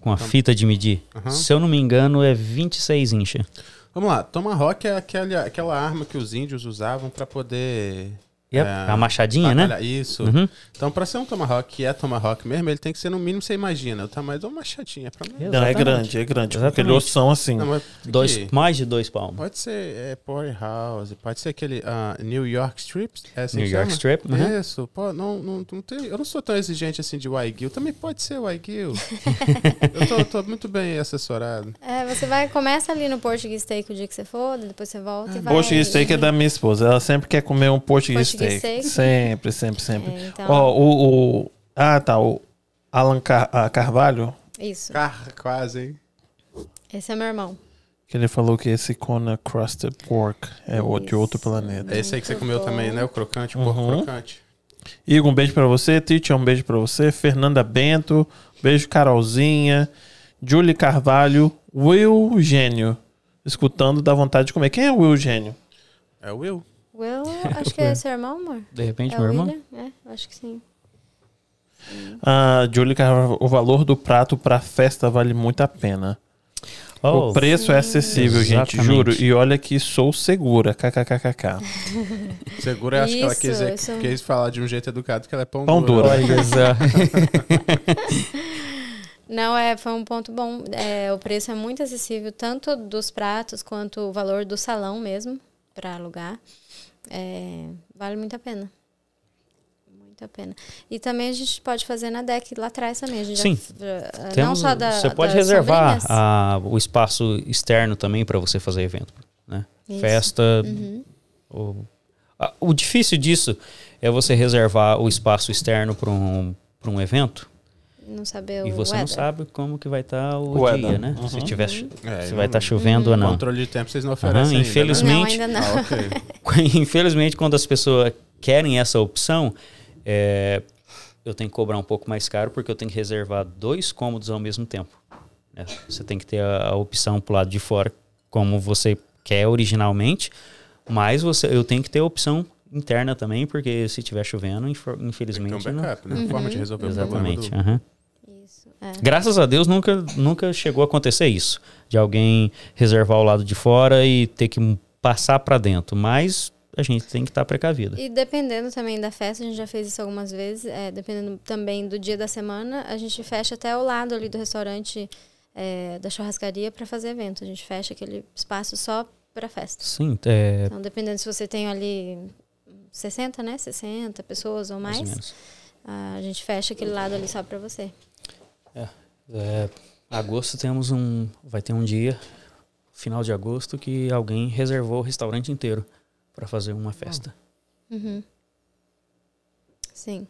com a
Então.
fita de medir. Se eu não me engano, é 26 incha.
Vamos lá. Tomahawk é aquele, aquela arma que os índios usavam pra poder... eh,
Yep, a machadinha, né?
batalhar. Isso.
Uhum.
Então, pra ser um Tomahawk, que é Tomahawk mesmo, ele tem que ser no mínimo, você imagina, o tamanho de uma machadinha. Pra mim.
Não, é
Exatamente.
grande, é grande. Com Aquele
Exatamente.
ossão assim.
Não, mas
Então, Dois,
que-
mais de dois palmos.
Pode ser é, Powerhouse, pode ser aquele ah, New York Strips. É assim
New
que
York
chama?
Strip, uhum.
Isso, pô, não, não, não tem, eu não sou tão exigente assim de Wagyu. Também pode ser Wagyu. eu tô, tô muito bem assessorado.
É, você vai, começa ali no Portuguese Steak o dia que você for, depois você volta e vai... Uhum.
Portuguese steak é da minha esposa. Ela sempre quer comer um Portuguese,
Portuguese
steak.
steak.
Sempre, sempre, sempre.
É, então-
Ó, o, o- Ah, tá. O Alan Car- ah, Carvalho.
Isso.
Car, quase, hein?
Esse é meu irmão.
Que ele falou que esse Kona Crusted Pork é o- de outro planeta.
É esse aí que você
Muito
comeu
bom.
também, né? O crocante, o porco
Uhum.
crocante.
Igor, um beijo pra você. Titi, um beijo pra você. Fernanda Bento, beijo Carolzinha. Julie Carvalho, Will Gênio. Escutando, dá vontade de comer. Quem é o Will Gênio?
É o Will.
Will, acho que é seu irmão, amor.
De repente,
É
meu
o
irmão.
William? É, acho que sim.
Ah, Julie Carvalho, o valor do prato pra festa vale muito a pena.
Oh,
o preço é acessível, gente,
Exatamente.
juro. E olha que sou segura. KKKKK.
Segura, eu acho que ela
Isso,
quiser,
isso.
quis falar de um jeito educado que ela é pão,
Pão
dura.
dura.
olha só.
Não, é, foi um ponto bom. É, o preço é muito acessível, tanto dos pratos quanto o valor do salão mesmo, para alugar. É, vale muito a pena. Muito a pena. E também a gente pode fazer na deck lá atrás também. A gente já
Sim.
f- eh,
Tem um-
não só da.
você pode
das
reservar
sobrinhas.
a- o espaço externo também para você fazer evento, né?
Isso. Uhum.
Festa. O, a- o difícil disso é você reservar o espaço externo para um para um evento
Não saber
e
É o
você não
weather.
sabe como que vai estar
O
o, dia,
weather.
né? Se tiver chu-
É, Uhum.
se
e
vai
não-
estar chovendo ou não.
Controle de tempo vocês não
Aham,
oferecem. ainda, né?
infelizmente.
Não, ainda não.
Ah, ok.
Infelizmente, quando as pessoas querem essa opção, é, eu tenho que cobrar um pouco mais caro porque eu tenho que reservar dois cômodos ao mesmo tempo. né? Você tem que ter a, a opção pro lado de fora, como você quer originalmente, mas você, eu tenho que ter a opção interna também, porque se tiver chovendo, infor-
Tem que ter um
infelizmente não.
backup, né? Forma
Uhum.
de resolver o
Exatamente.
problema.
aham.
Isso, é.
Graças a Deus nunca, nunca chegou a acontecer isso, de alguém reservar o lado de fora e ter que passar para dentro, mas a gente tem que estar precavido.
E dependendo também da festa, a gente já fez isso algumas vezes, é, dependendo também do dia da semana, a gente fecha até o lado ali do restaurante é, da churrascaria para fazer evento. A gente fecha aquele espaço só para festa.
Sim, é,
Então, dependendo se você tem ali 60, né? 60 pessoas ou
mais ou
mais,
menos.
a gente fecha aquele lado ali só para você.
É, agosto temos um. Vai ter um dia, final de agosto, que alguém reservou o restaurante inteiro para fazer uma festa.
Uhum. Sim.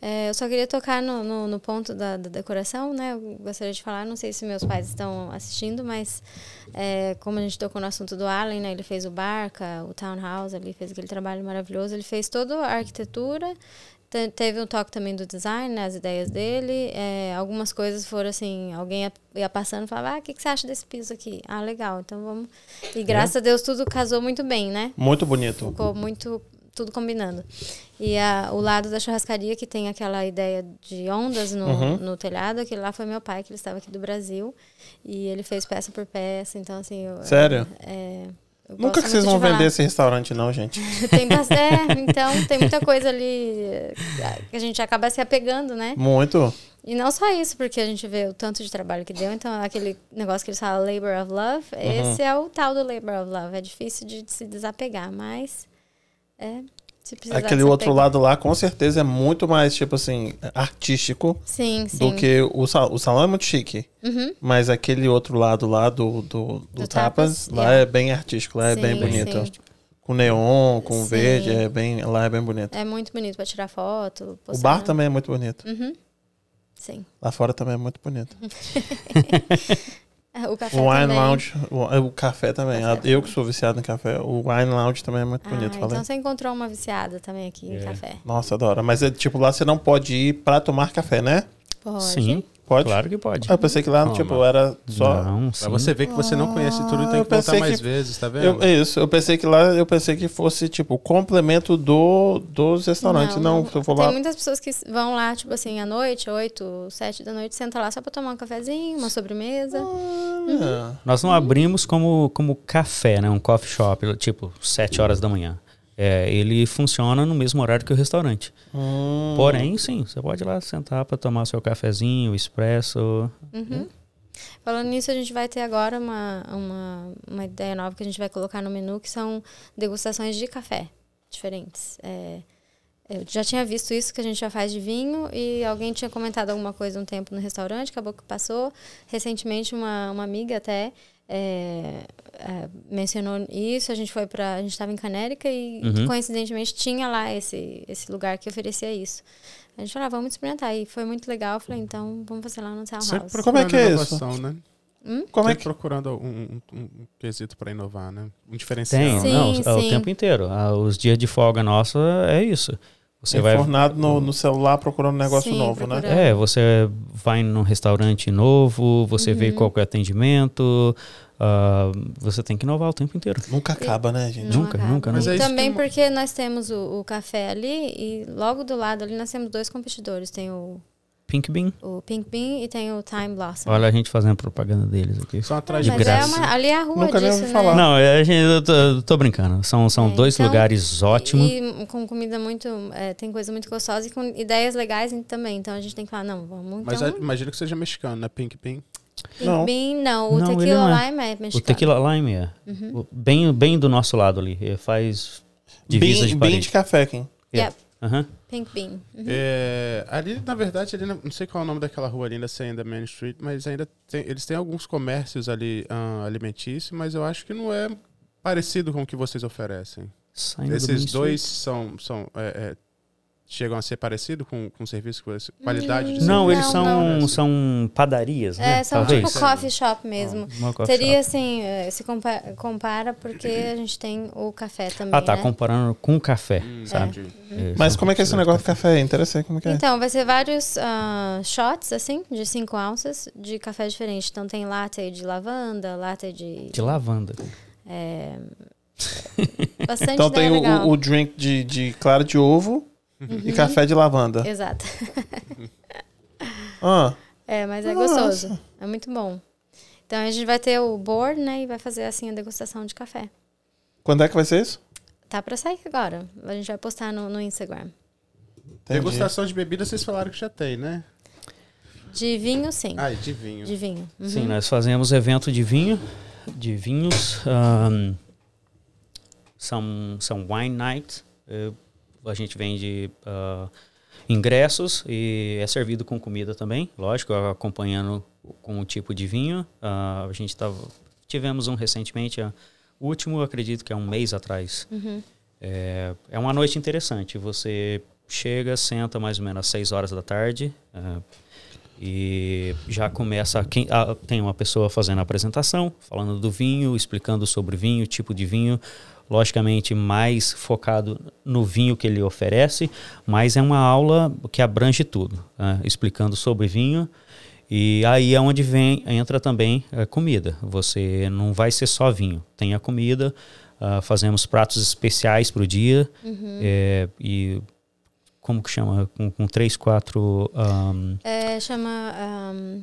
É, eu só queria tocar no, no, no ponto da, da decoração, né? Eu gostaria de falar, não sei se meus pais estão assistindo, mas é, como a gente tocou no assunto do Allen, né? Ele fez o Barca, o Townhouse, ele fez aquele trabalho maravilhoso. Ele fez toda a arquitetura, te- teve um toque também do design, né? As ideias dele. É, algumas coisas foram assim, alguém ia, ia passando e falava, ah, o que, que você acha desse piso aqui? Ah, legal, então vamos... E graças a Deus tudo casou muito bem, né?
Muito bonito.
ficou muito tudo combinando. E a- o lado da churrascaria, que tem aquela ideia de ondas no,
Uhum.
no telhado, aquele lá foi meu pai, que ele estava aqui do Brasil. E ele fez peça por peça, então assim. eu-
Sério?
é, eu
Nunca
gosto
que vocês
muito
vão
de falar.
vender esse restaurante, não, gente.
Tem bas- é, então tem muita coisa ali eh, que a gente acaba se apegando, né?
Muito.
E não só isso, porque a gente vê o tanto de trabalho que deu. Então, aquele negócio que eles falam, labor of love,
Uhum.
esse é o tal do labor of love. É difícil de se desapegar, mas é. Se precisar
Aquele
desapegar.
outro lado lá, com certeza, é muito mais, tipo assim, artístico
Sim, sim. Uhum.
do que o salão. O salão é muito chique. Mas aquele outro lado lá do, do, do
Do
tapas,
tapas,
lá
yeah.
é bem artístico, lá é bem
Sim,
bonito.
sim.
Com neon, com
Sim.
verde, é bem, lá é bem bonito.
É muito bonito pra tirar foto.
o
postar. Uhum.
bar também é muito bonito.
Sim.
Lá fora também é muito bonito.
É, O café
O Wine
também.
Lounge, o, o café também.
Café.
Eu que sou viciado em café, o Wine Lounge também é muito
Ah,
bonito. Falei.
então você encontrou uma viciada também aqui em
É.
café.
Nossa, adora. Mas é tipo, lá você não pode ir pra tomar café, né?
Pode.
Sim,
Pode?
claro que pode.
Ah, eu pensei que lá,
Toma.
tipo, era só.
Não, sim.
Pra você ver que você não conhece tudo e
Ah,
tem
eu
que voltar
pensei
mais
que-
vezes, tá vendo?
Eu, é isso, eu pensei que lá, eu pensei que fosse, tipo, o complemento do, dos restaurantes. Não, se eu for lá.
Tem muitas pessoas que vão lá, tipo assim, à noite, 8, 7 da noite, senta lá só pra tomar um cafezinho, uma sobremesa. Uhum.
Ah,
é.
Nós não abrimos como, como café, né? Um coffee shop, tipo, 7 horas da manhã. É, ele funciona no mesmo horário que o restaurante.
hum.
Porém, sim, você pode ir lá sentar para tomar seu cafezinho, expresso.
Falando nisso, a gente vai ter agora uma, uma, uma ideia nova que a gente vai colocar no menu, que são degustações de café diferentes. É, eu já tinha visto isso que a gente já faz de vinho e alguém tinha comentado alguma coisa um tempo no restaurante, acabou que passou. Recentemente, uma, uma amiga até é, é, mencionou isso. A gente foi para A gente estava em Canérica e,
Uhum.
coincidentemente, tinha lá esse, esse lugar que oferecia isso. A gente falou, ah, vamos experimentar. E foi muito legal. Eu falei, então, vamos fazer lá no Town House.
Como é que é isso?
Né?
Como é
Sempre
que.
procurando um, um- um quesito pra inovar, né? Um
Tem,
diferencial.
Sim,
né?
não, é o
sim.
tempo inteiro. Ah, Os dias de folga nossa é isso. Você vai
Enfornado no, no celular procurando um negócio
Sim,
novo, né?
procurando.
É, você vai num restaurante novo, você
Uhum.
vê qual que é o atendimento, ah, você tem que inovar o tempo inteiro.
Nunca acaba, né, gente?
Nunca, nunca,
Mas
E
nunca. é isso que
também
mo-
porque nós temos o, o café ali e logo do lado ali nós temos dois competidores. Tem o,
Pink Bean,
o Pink Bean e tem o Time Blossom.
olha a gente fazendo propaganda deles aqui.
Só atrás
Mas
de
de
é
graça.
uma, ali é a rua
Nunca nem
disso,
ouvi
né?
falar.
Não, é, a gente, eu tô, eu tô brincando. São, são
É,
dois
então,
lugares ótimos.
E com comida muito. é, tem coisa muito gostosa e com ideias legais também. Então a gente tem que falar, não, vamos.
Mas é-
então,
a- imagino que seja mexicano, né? Pink Pink.
Pink
Não.
Bean, não. O
Não, ele
Tequila
não é.
Lime é mexicano.
O Tequila Lime é
Uhum.
o- bem, bem do nosso lado ali. é, Faz divisa de
Bem, bem
parede.
de café, Kim.
é.
Yep,
Aham.
Pink Bean. Uhum.
É, ali, na verdade, ali, na- não sei qual é o nome daquela rua ali, ainda se é ainda Main Street, mas ainda tem, eles têm alguns comércios ali ah, alimentícios, mas eu acho que não é parecido com o que vocês oferecem.
Saindo do Main
Esses
Street.
dois são, são é, é, chegam a ser parecidos com, com o serviço, com essa qualidade de serviço?
Hum, Não, eles
Não,
são,
não.
são padarias, né?
É, são
Talvez.
tipo coffee shop mesmo.
Uma coffee
Seria
shop. Uhum.
assim, eh, se compa- compara, porque a gente tem o café também.
Ah, tá,
né?
comparando com o café, sabe?
Entendi.
É,
Hum, Mas
são
como é que é esse
coisas-
negócio de café? Interessante, como é que é?
Então, vai ser vários ah, shots, assim, de 5 onças, de café diferente. Então, tem latte de lavanda, latte de.
De lavanda.
é, bastante
Então
ideia
tem o-
legal.
o, o drink de, de clara de ovo
Uhum.
e café de lavanda.
Exato.
Ah,
É, mas é gostoso. É muito bom. Então, a gente vai ter o board, né? E vai fazer, assim, a degustação de café.
quando é que vai ser isso?
Tá pra sair agora. A gente vai postar no, no Instagram.
Entendi.
Degustação de bebida, vocês falaram que já tem, né?
De vinho, sim.
Ah, e de vinho.
De vinho. Uhum.
Sim, nós fazemos evento de vinho, de vinhos. ahn, são, são wine night. eh, a gente vende ah, ingressos e é servido com comida também, lógico, acompanhando com o tipo de vinho. Ah, a gente tava, tivemos um recentemente, ah, o último acredito que é um mês atrás. É, é uma noite interessante. Você chega, senta mais ou menos às 6 horas da tarde ah, e já começa. Quem, ah, tem uma pessoa fazendo a apresentação, falando do vinho, explicando sobre vinho, tipo de vinho. Logicamente, mais focado no vinho que ele oferece, mas é uma aula que abrange tudo, ah, explicando sobre vinho. E aí é onde vem, entra também a comida. Você não vai ser só vinho, tem a comida. ah, fazemos pratos especiais para o dia. é, e como que chama? Com, com três, quatro. ahn,
É, chama ahm,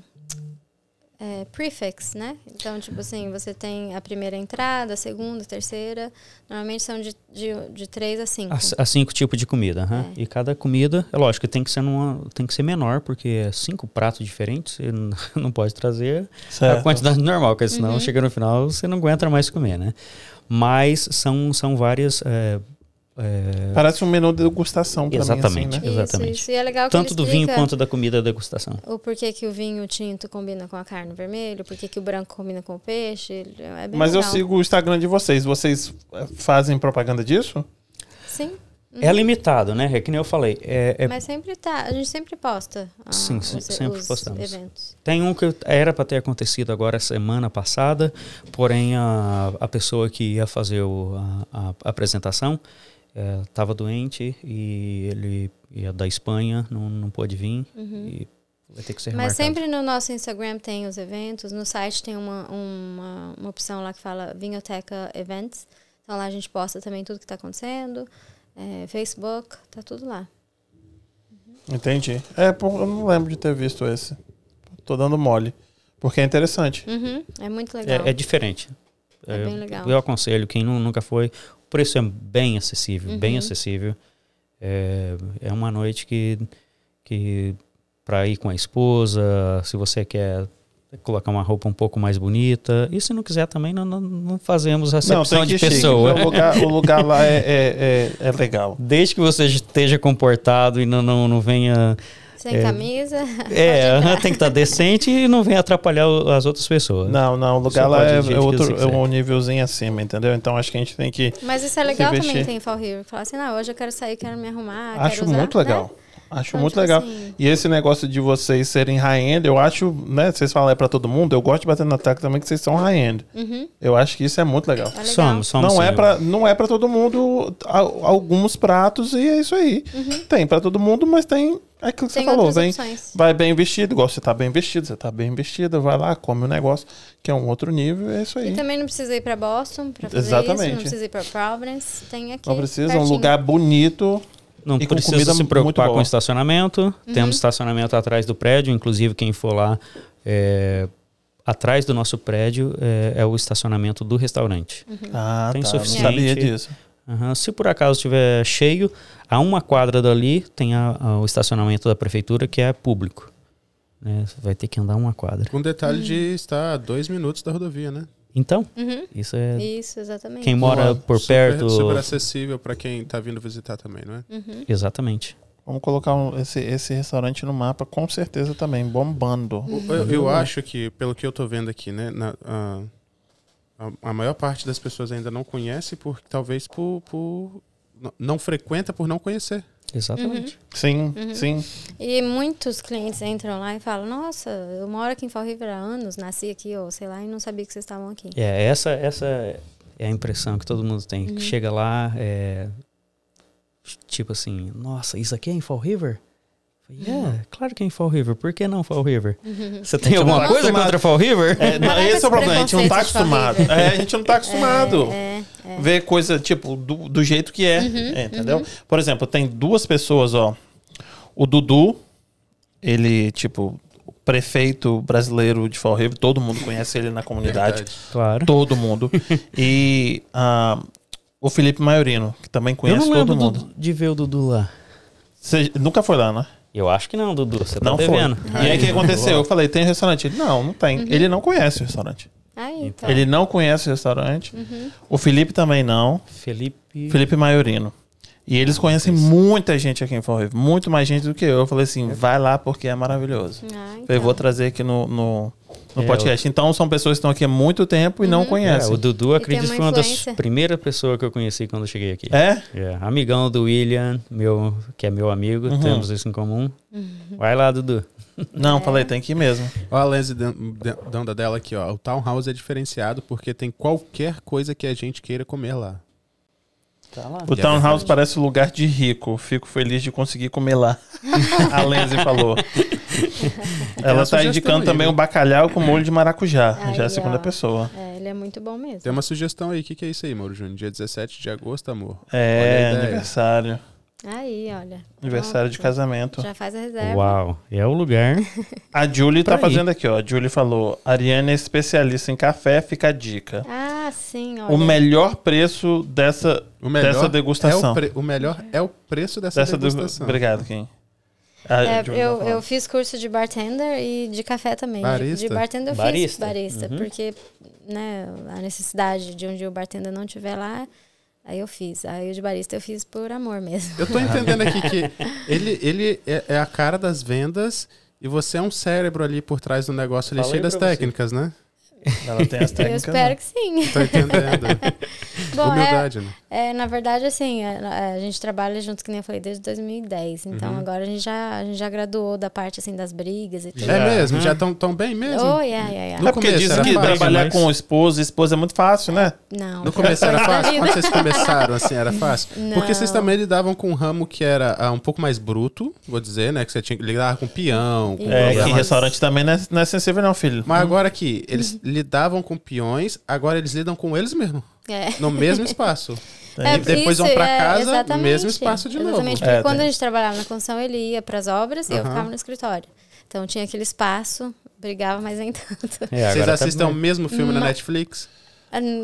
é, prefix, né? Então, tipo assim, você tem a primeira entrada, a segunda, a terceira. Normalmente são de, de, de três a cinco.
a, c- a cinco tipos de comida. aham. E cada comida, é lógico, tem que ser numa, tem que ser menor, porque é cinco pratos diferentes, você n- não pode trazer a
É.
Certo.
quantidade normal, porque senão chega no final você não aguenta mais comer, né? Mas são, são várias. é, é,
Parece um menu de degustação pra mim,
Exatamente.
assim, né?
exatamente.
Isso, isso. E é legal que
tanto
ele
do vinho
explica
quanto da comida da degustação.
O porquê que o vinho tinto combina com a carne vermelha, o porquê que o branco combina com o peixe. ele- É bem
Mas eu
legal.
sigo o Instagram de vocês. Vocês eh, fazem propaganda disso?
Sim,
É limitado, né? É que nem eu falei. É, é-
Uhum. mas sempre tá. A gente sempre posta. ah,
Sim, sim,
os-
sempre
os
postamos.
eventos.
Tem um que era para ter acontecido agora semana passada, porém a, a pessoa que ia fazer o- a, a apresentação estava doente e ele ia da Espanha, não, não pôde vir e vai ter que ser
Uhum. Mas
remarcado.
sempre no nosso Instagram tem os eventos, no site tem uma, uma, uma opção lá que fala Vinhoteca Events. Então lá a gente posta também tudo que está acontecendo, é, Facebook, tá tudo lá.
Entendi. É, pô, eu não lembro de ter visto esse. Tô dando mole. Porque é interessante.
Uhum, é muito legal.
É, é diferente.
É bem legal.
Eu aconselho, quem nu- nunca foi, o preço é bem acessível,
Uhum.
bem acessível. É, é uma noite que, que para ir com a esposa, se você quer colocar uma roupa um pouco mais bonita, e se não quiser também, não, não, não fazemos acepção de
chique.
pessoa.
O lugar, o lugar lá é, é, é, é legal.
Desde que você esteja comportado e não, não, não venha...
Sem
é-
camisa.
É, tem que estar decente e não venha atrapalhar o- as outras pessoas.
Não, não, o lugar
Você
lá
pode
é,
do jeito
é
que você
outro, é
quiser.
um nívelzinho acima, entendeu? Então acho que a gente tem que.
Mas isso é legal também
vestir.
tem Fall River. Falar assim, não, hoje eu quero sair, quero me arrumar,
acho
quero usar,
muito legal.
né?
Acho
Então,
muito
tipo
legal.
assim-
E esse negócio de vocês serem high-end, eu acho, né? Vocês falam é pra todo mundo, eu gosto de bater na tecla também que vocês são high-end. Eu acho que isso é muito legal.
Tá legal.
Somos, somos.
Não
sim,
é,
eu-
pra, não é pra todo mundo al- alguns pratos e é isso aí. Tem pra todo mundo, mas tem é aquilo que você
Uhum. Tem
falou.
outras
Vem,
opções.
vai bem vestido, igual você tá bem vestido, você tá bem vestida, vai lá, come o negócio, que é um outro nível, é isso aí.
E também não precisa ir pra Boston pra fazer isso,
Exatamente.
não precisa ir pra Providence, tem aqui.
Não precisa um
pertinho.
lugar bonito.
Não
E com comida
precisa se
muito
preocupar
boa.
com estacionamento. Temos estacionamento atrás do prédio. Inclusive, quem for lá é, atrás do nosso prédio é, é o estacionamento do restaurante.
Uhum.
Ah,
Tem
tá.
suficiente.
Não sabia disso.
Aham. Se por acaso estiver cheio, a uma quadra dali tem a- a- o estacionamento da prefeitura que é público. Né, você vai ter que andar uma quadra.
Com detalhe de estar a dois minutos da rodovia, né?
Então,
Uhum.
isso é.
Isso, exatamente.
Quem mora por
Super-
perto.
Super acessível pra quem tá vindo visitar também, não é?
assim.
Exatamente.
Vamos colocar um- esse, esse restaurante no mapa, com certeza também, bombando.
Uhum.
Eu- Eu, eu acho que, pelo que eu tô vendo aqui, né? na- a, a- a maior parte das pessoas ainda não conhece, por, talvez por. por- não- não frequenta por não conhecer.
Exatamente.
Sim,
Uhum.
sim.
E muitos clientes entram lá e falam: Nossa, eu moro aqui em Fall River há anos, nasci aqui, ou sei lá, e não sabia que vocês estavam aqui.
É, essa, essa é a impressão que todo mundo tem.
Uhum.
Que chega lá, é, tipo assim, nossa, isso aqui é em Fall River? Eu falei, É,
Uhum.
claro que é em Fall River. Por que não Fall River? Você tem alguma
não tá
coisa
acostumado.
contra Fall River?
É, não,
Caraca,
esse é o
esse
problema, a gente não tá
preconceito
acostumado.
horrível.
É, a gente não tá acostumado.
É, é. Uhum,
Ver coisa, tipo, do, do jeito que é, é, entendeu? Por exemplo, tem duas pessoas, ó. O Dudu, ele, tipo, prefeito brasileiro de Fall River, todo mundo conhece ele na comunidade.
Claro.
Todo mundo. E ah, o Felipe Maiorino, que também
Eu
conhece
não
todo
lembro do-
mundo.
de ver o Dudu lá.
Você nunca foi lá, né?
Eu acho que não, Dudu. Você tá
Não foi.
devendo.
E aí o que aconteceu? Eu falei, tem restaurante? Ele, não, não tem.
Uhum.
Ele não conhece o restaurante.
Aí, então.
Ele não conhece o restaurante. O Felipe também não.
Felipe...
Felipe Maiorino. E eles conhecem muita gente aqui em Fall River, muito mais gente do que eu. Eu falei assim, vai lá porque é maravilhoso.
Ah,
Eu
então.
vou trazer aqui no, no, no
É,
podcast. Então são pessoas que estão aqui há muito tempo e não
É,
conhecem.
o Dudu, acredito
uma
que foi uma das
influência.
primeiras pessoas que eu conheci quando eu cheguei aqui.
É?
É, amigão do William, meu, que é meu amigo,
Uhum.
temos isso em comum.
Uhum.
Vai lá, Dudu.
Não, falei, tem que ir mesmo.
Olha a lens dan- dan- danda dela aqui, ó. O townhouse é diferenciado porque tem qualquer coisa que a gente queira comer lá.
Tá lá.
O Townhouse parece um lugar de rico. Fico feliz de conseguir comer lá. A Lenzi falou. Ela
uma
tá
sugestão
indicando
aí,
também
viu?
um bacalhau com molho de maracujá.
Aí,
já é a segunda
ó.
pessoa.
É, ele é muito bom mesmo.
Tem uma sugestão aí. O que, que é isso aí, Mauro Júnior? Dia 17 de agosto, amor. Olha
É,
a ideia.
aniversário.
Aí, olha.
Aniversário de
Pronto.
casamento.
Já faz a reserva.
Uau, é o lugar.
A Julie tá
Tá aí.
fazendo aqui, ó. A Julie falou: Ariane é especialista em café, fica a dica.
Ah, sim, olha.
O melhor preço dessa,
O melhor
dessa
É
degustação.
o, pre- o melhor é o preço dessa,
Dessa degu-
degustação.
Obrigado, Kim. A
É,
Julie tá
eu,
falando.
eu fiz curso de bartender e de café também. De-
Barista?
De bartender eu fiz
Barista.
barista, porque né, a necessidade de onde o bartender não estiver lá, aí eu fiz. Aí o de barista eu fiz por amor mesmo.
Eu tô entendendo aqui que ele, ele é, é a cara das vendas e você é um cérebro ali por trás do negócio ali,
Falei
cheio das
pra você.
técnicas, né?
Ela tem as
Eu
técnicas.
espero
né?
que sim.
Tô entendendo.
Bom, é,
Humildade, né?
é, na verdade, assim, é, a, gente trabalha juntos, que nem eu falei, desde 2010. Então
Uhum.
agora a gente, já, a gente já graduou da parte assim das brigas e tudo.
É mesmo, já tão, tão bem mesmo.
Oh, yeah, yeah, yeah.
No
É porque
começo
dizem
era
que
fácil,
trabalhar
mas-
com esposa, esposa é muito fácil, né?
Não.
No começo era fácil? Quando vocês começaram, assim, era fácil?
Não.
Porque vocês também lidavam com um ramo que era ah, um pouco mais bruto, vou dizer, né? Que você tinha que lidar com peão, com
É, que
problemas.
Isso.
restaurante também não é, não é sensível, não, filho.
Mas agora aqui, eles lidavam com peões, agora eles lidam com eles mesmo.
É.
No mesmo espaço.
É,
E depois vão
isso,
pra
é,
casa, no
exatamente.
mesmo espaço de novo.
Exatamente, porque
É,
quando
tem.
a gente trabalhava na construção, ele ia pras obras e eu
Aham.
ficava no escritório. Então tinha aquele espaço, brigava, mas nem tanto.
É,
Vocês
agora
assistem
tá...
o mesmo filme na Netflix?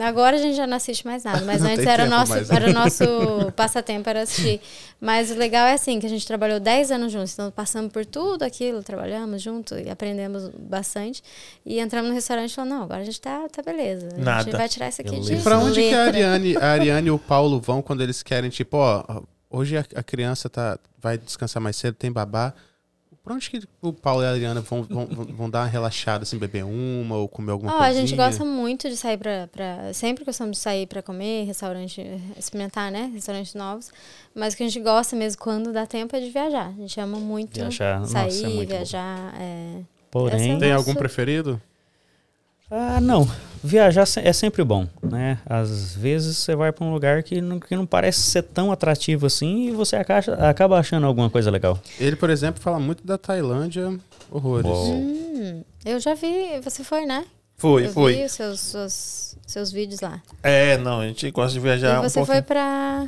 Agora a gente já não assiste mais nada, mas
Não
antes
tem
era o
tempo
nosso,
mais, né?
era o nosso passatempo era assistir. Mas o legal é assim, que a gente trabalhou 10 anos juntos, então passamos por tudo aquilo, trabalhamos junto e aprendemos bastante. E entramos no restaurante e falamos, não, agora a gente tá, tá beleza. A
Nada.
gente vai tirar isso aqui
Beleza.
de
E pra onde que é a
letra.
Ariane, a Ariane e o Paulo vão quando eles querem, tipo, ó, hoje a, a criança tá, vai descansar mais cedo, tem babá. Por onde que o Paulo e a Ariana vão, vão, vão- vão dar uma relaxada, assim, beber uma ou comer alguma
Ó,
coisa?
a gente gosta muito de sair pra, pra- Sempre gostamos de sair pra comer, restaurante, experimentar, né? Restaurantes novos. Mas o que a gente gosta mesmo quando dá tempo é de viajar. A gente ama muito
Viajar, nossa,
sair,
é muito bom.
viajar. é.
Porém.
Tem
Nossa.
algum preferido?
Ah, não. Viajar se- é sempre bom, né? Às vezes você vai pra um lugar que não, que não parece ser tão atrativo assim e você acacha- acaba achando alguma coisa legal.
Ele, por exemplo, fala muito da Tailândia, horrores.
Hum, eu já vi, você foi, né?
Fui,
eu vi
fui.
os seus, seus, seus vídeos lá.
É, não, a gente gosta de viajar
e
um
você
pouquinho.
foi
Foi...
pra.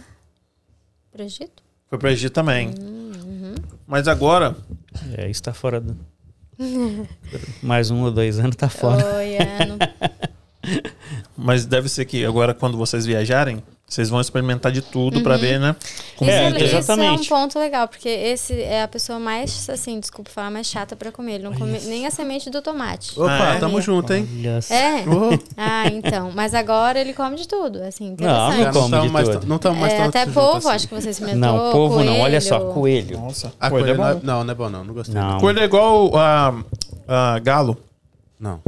Pro Egito?
foi pra Egito também.
Hum, uhum.
Mas agora,
É, isso tá fora do. Mais um ou dois anos tá fora.
Oi, Ano.
mas deve ser que agora quando vocês viajarem, vocês vão experimentar de tudo
Uhum.
pra ver, né? Como
É,
que
isso, isso é um
exatamente.
ponto legal, porque esse é a pessoa mais, assim, desculpa falar, mais chata pra comer. Ele não come nem a semente do tomate.
Opa,
Ah, é?
tamo junto, hein?
Olha só.
É?
Ô,
Ah, então. Mas agora ele come de tudo, assim,
Não,
interessante.
não come.
tamo
de
mais,
tudo.
Tá
não tamo mais
É,
tão
até
junto
povo,
assim.
acho que você experimentou.
Não, povo não, olha só,
coelho.
coelho.
Nossa,
A
coelho
coelho
é
não, é,
bom.
não, não é bom, não. Não gostei.
Não,
Coelho é igual
ah,
a galo.
Não.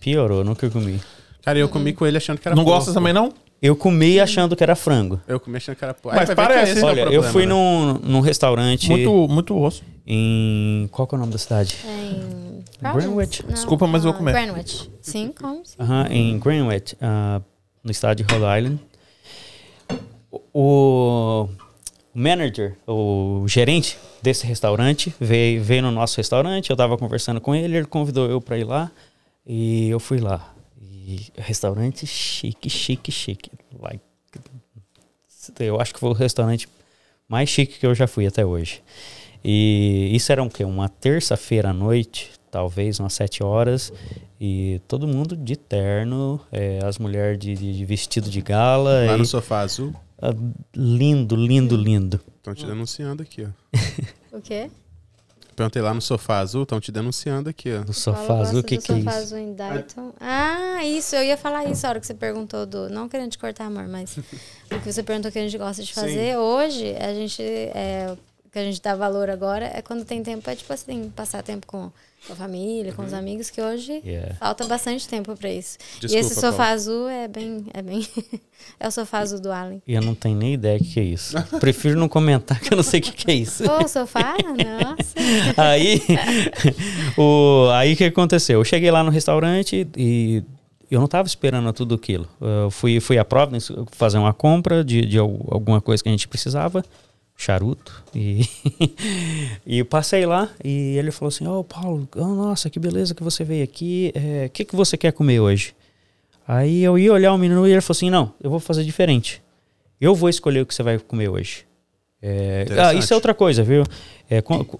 piorou, nunca comi.
Cara, eu comi coelho achando que era
Não
porco.
gosta também, não?
Eu comi achando que era frango.
Eu comi achando que era porco.
Mas
Aí vai ver
parece.
que esse que é o
Olha, eu
problema,
fui
né?
num, num restaurante
Muito, muito osso.
em. Qual que é o nome da cidade?
Em
Greenwich.
Não,
Desculpa, mas eu vou
ah,
comer.
Greenwich. Sim, come. sim.
Aham, em Greenwich, ah, no estado de Rhode Island. O o manager, o gerente desse restaurante, veio, veio no nosso restaurante, eu tava conversando com ele, ele convidou eu pra ir lá e eu fui lá. E restaurante chique, chique, chique. Like, eu acho que foi o restaurante mais chique que eu já fui até hoje. E isso era um quê? Uma terça-feira à noite, talvez umas sete horas, e todo mundo de terno, eh, as mulheres de, de- de vestido de gala.
Lá
e-
no sofá azul.
ah, Lindo, lindo, lindo.
Estão te denunciando aqui, ó.
O quê?
Perguntei lá no sofá azul, estão te denunciando aqui, ó.
No
Paulo
sofá azul,
gosta
o que
do
que é
sofá
isso?
azul em Dayton. Ah, isso, eu ia falar isso a hora que você perguntou do. Não querendo te cortar, amor, mas o que você perguntou que a gente gosta de fazer hoje, a gente. É, o que a gente dá valor agora é quando tem tempo, é tipo assim, passar tempo com a família, com os amigos, que hoje
Yeah.
falta bastante tempo pra isso. e
Desculpa,
esse sofá
Paulo.
azul é bem. É, bem é o sofá azul do Allen.
E eu não tenho nem ideia do que que é isso. Prefiro não comentar que eu não sei o que que é isso.
Ô, sofá? Nossa.
Aí, o aí que aconteceu? Eu cheguei lá no restaurante e eu não estava esperando tudo aquilo. Eu fui, fui à Providence fazer uma compra de, de al- alguma coisa que a gente precisava, charuto. E, e eu passei lá e ele falou assim: Ô Paulo, oh, nossa, que beleza que você veio aqui. O que, que você quer comer hoje? Aí eu ia olhar o menu e ele falou assim: Não, eu vou fazer diferente. Eu vou escolher o que você vai comer hoje. É, ah,
Interessante.
isso é outra coisa, viu? É, com- com-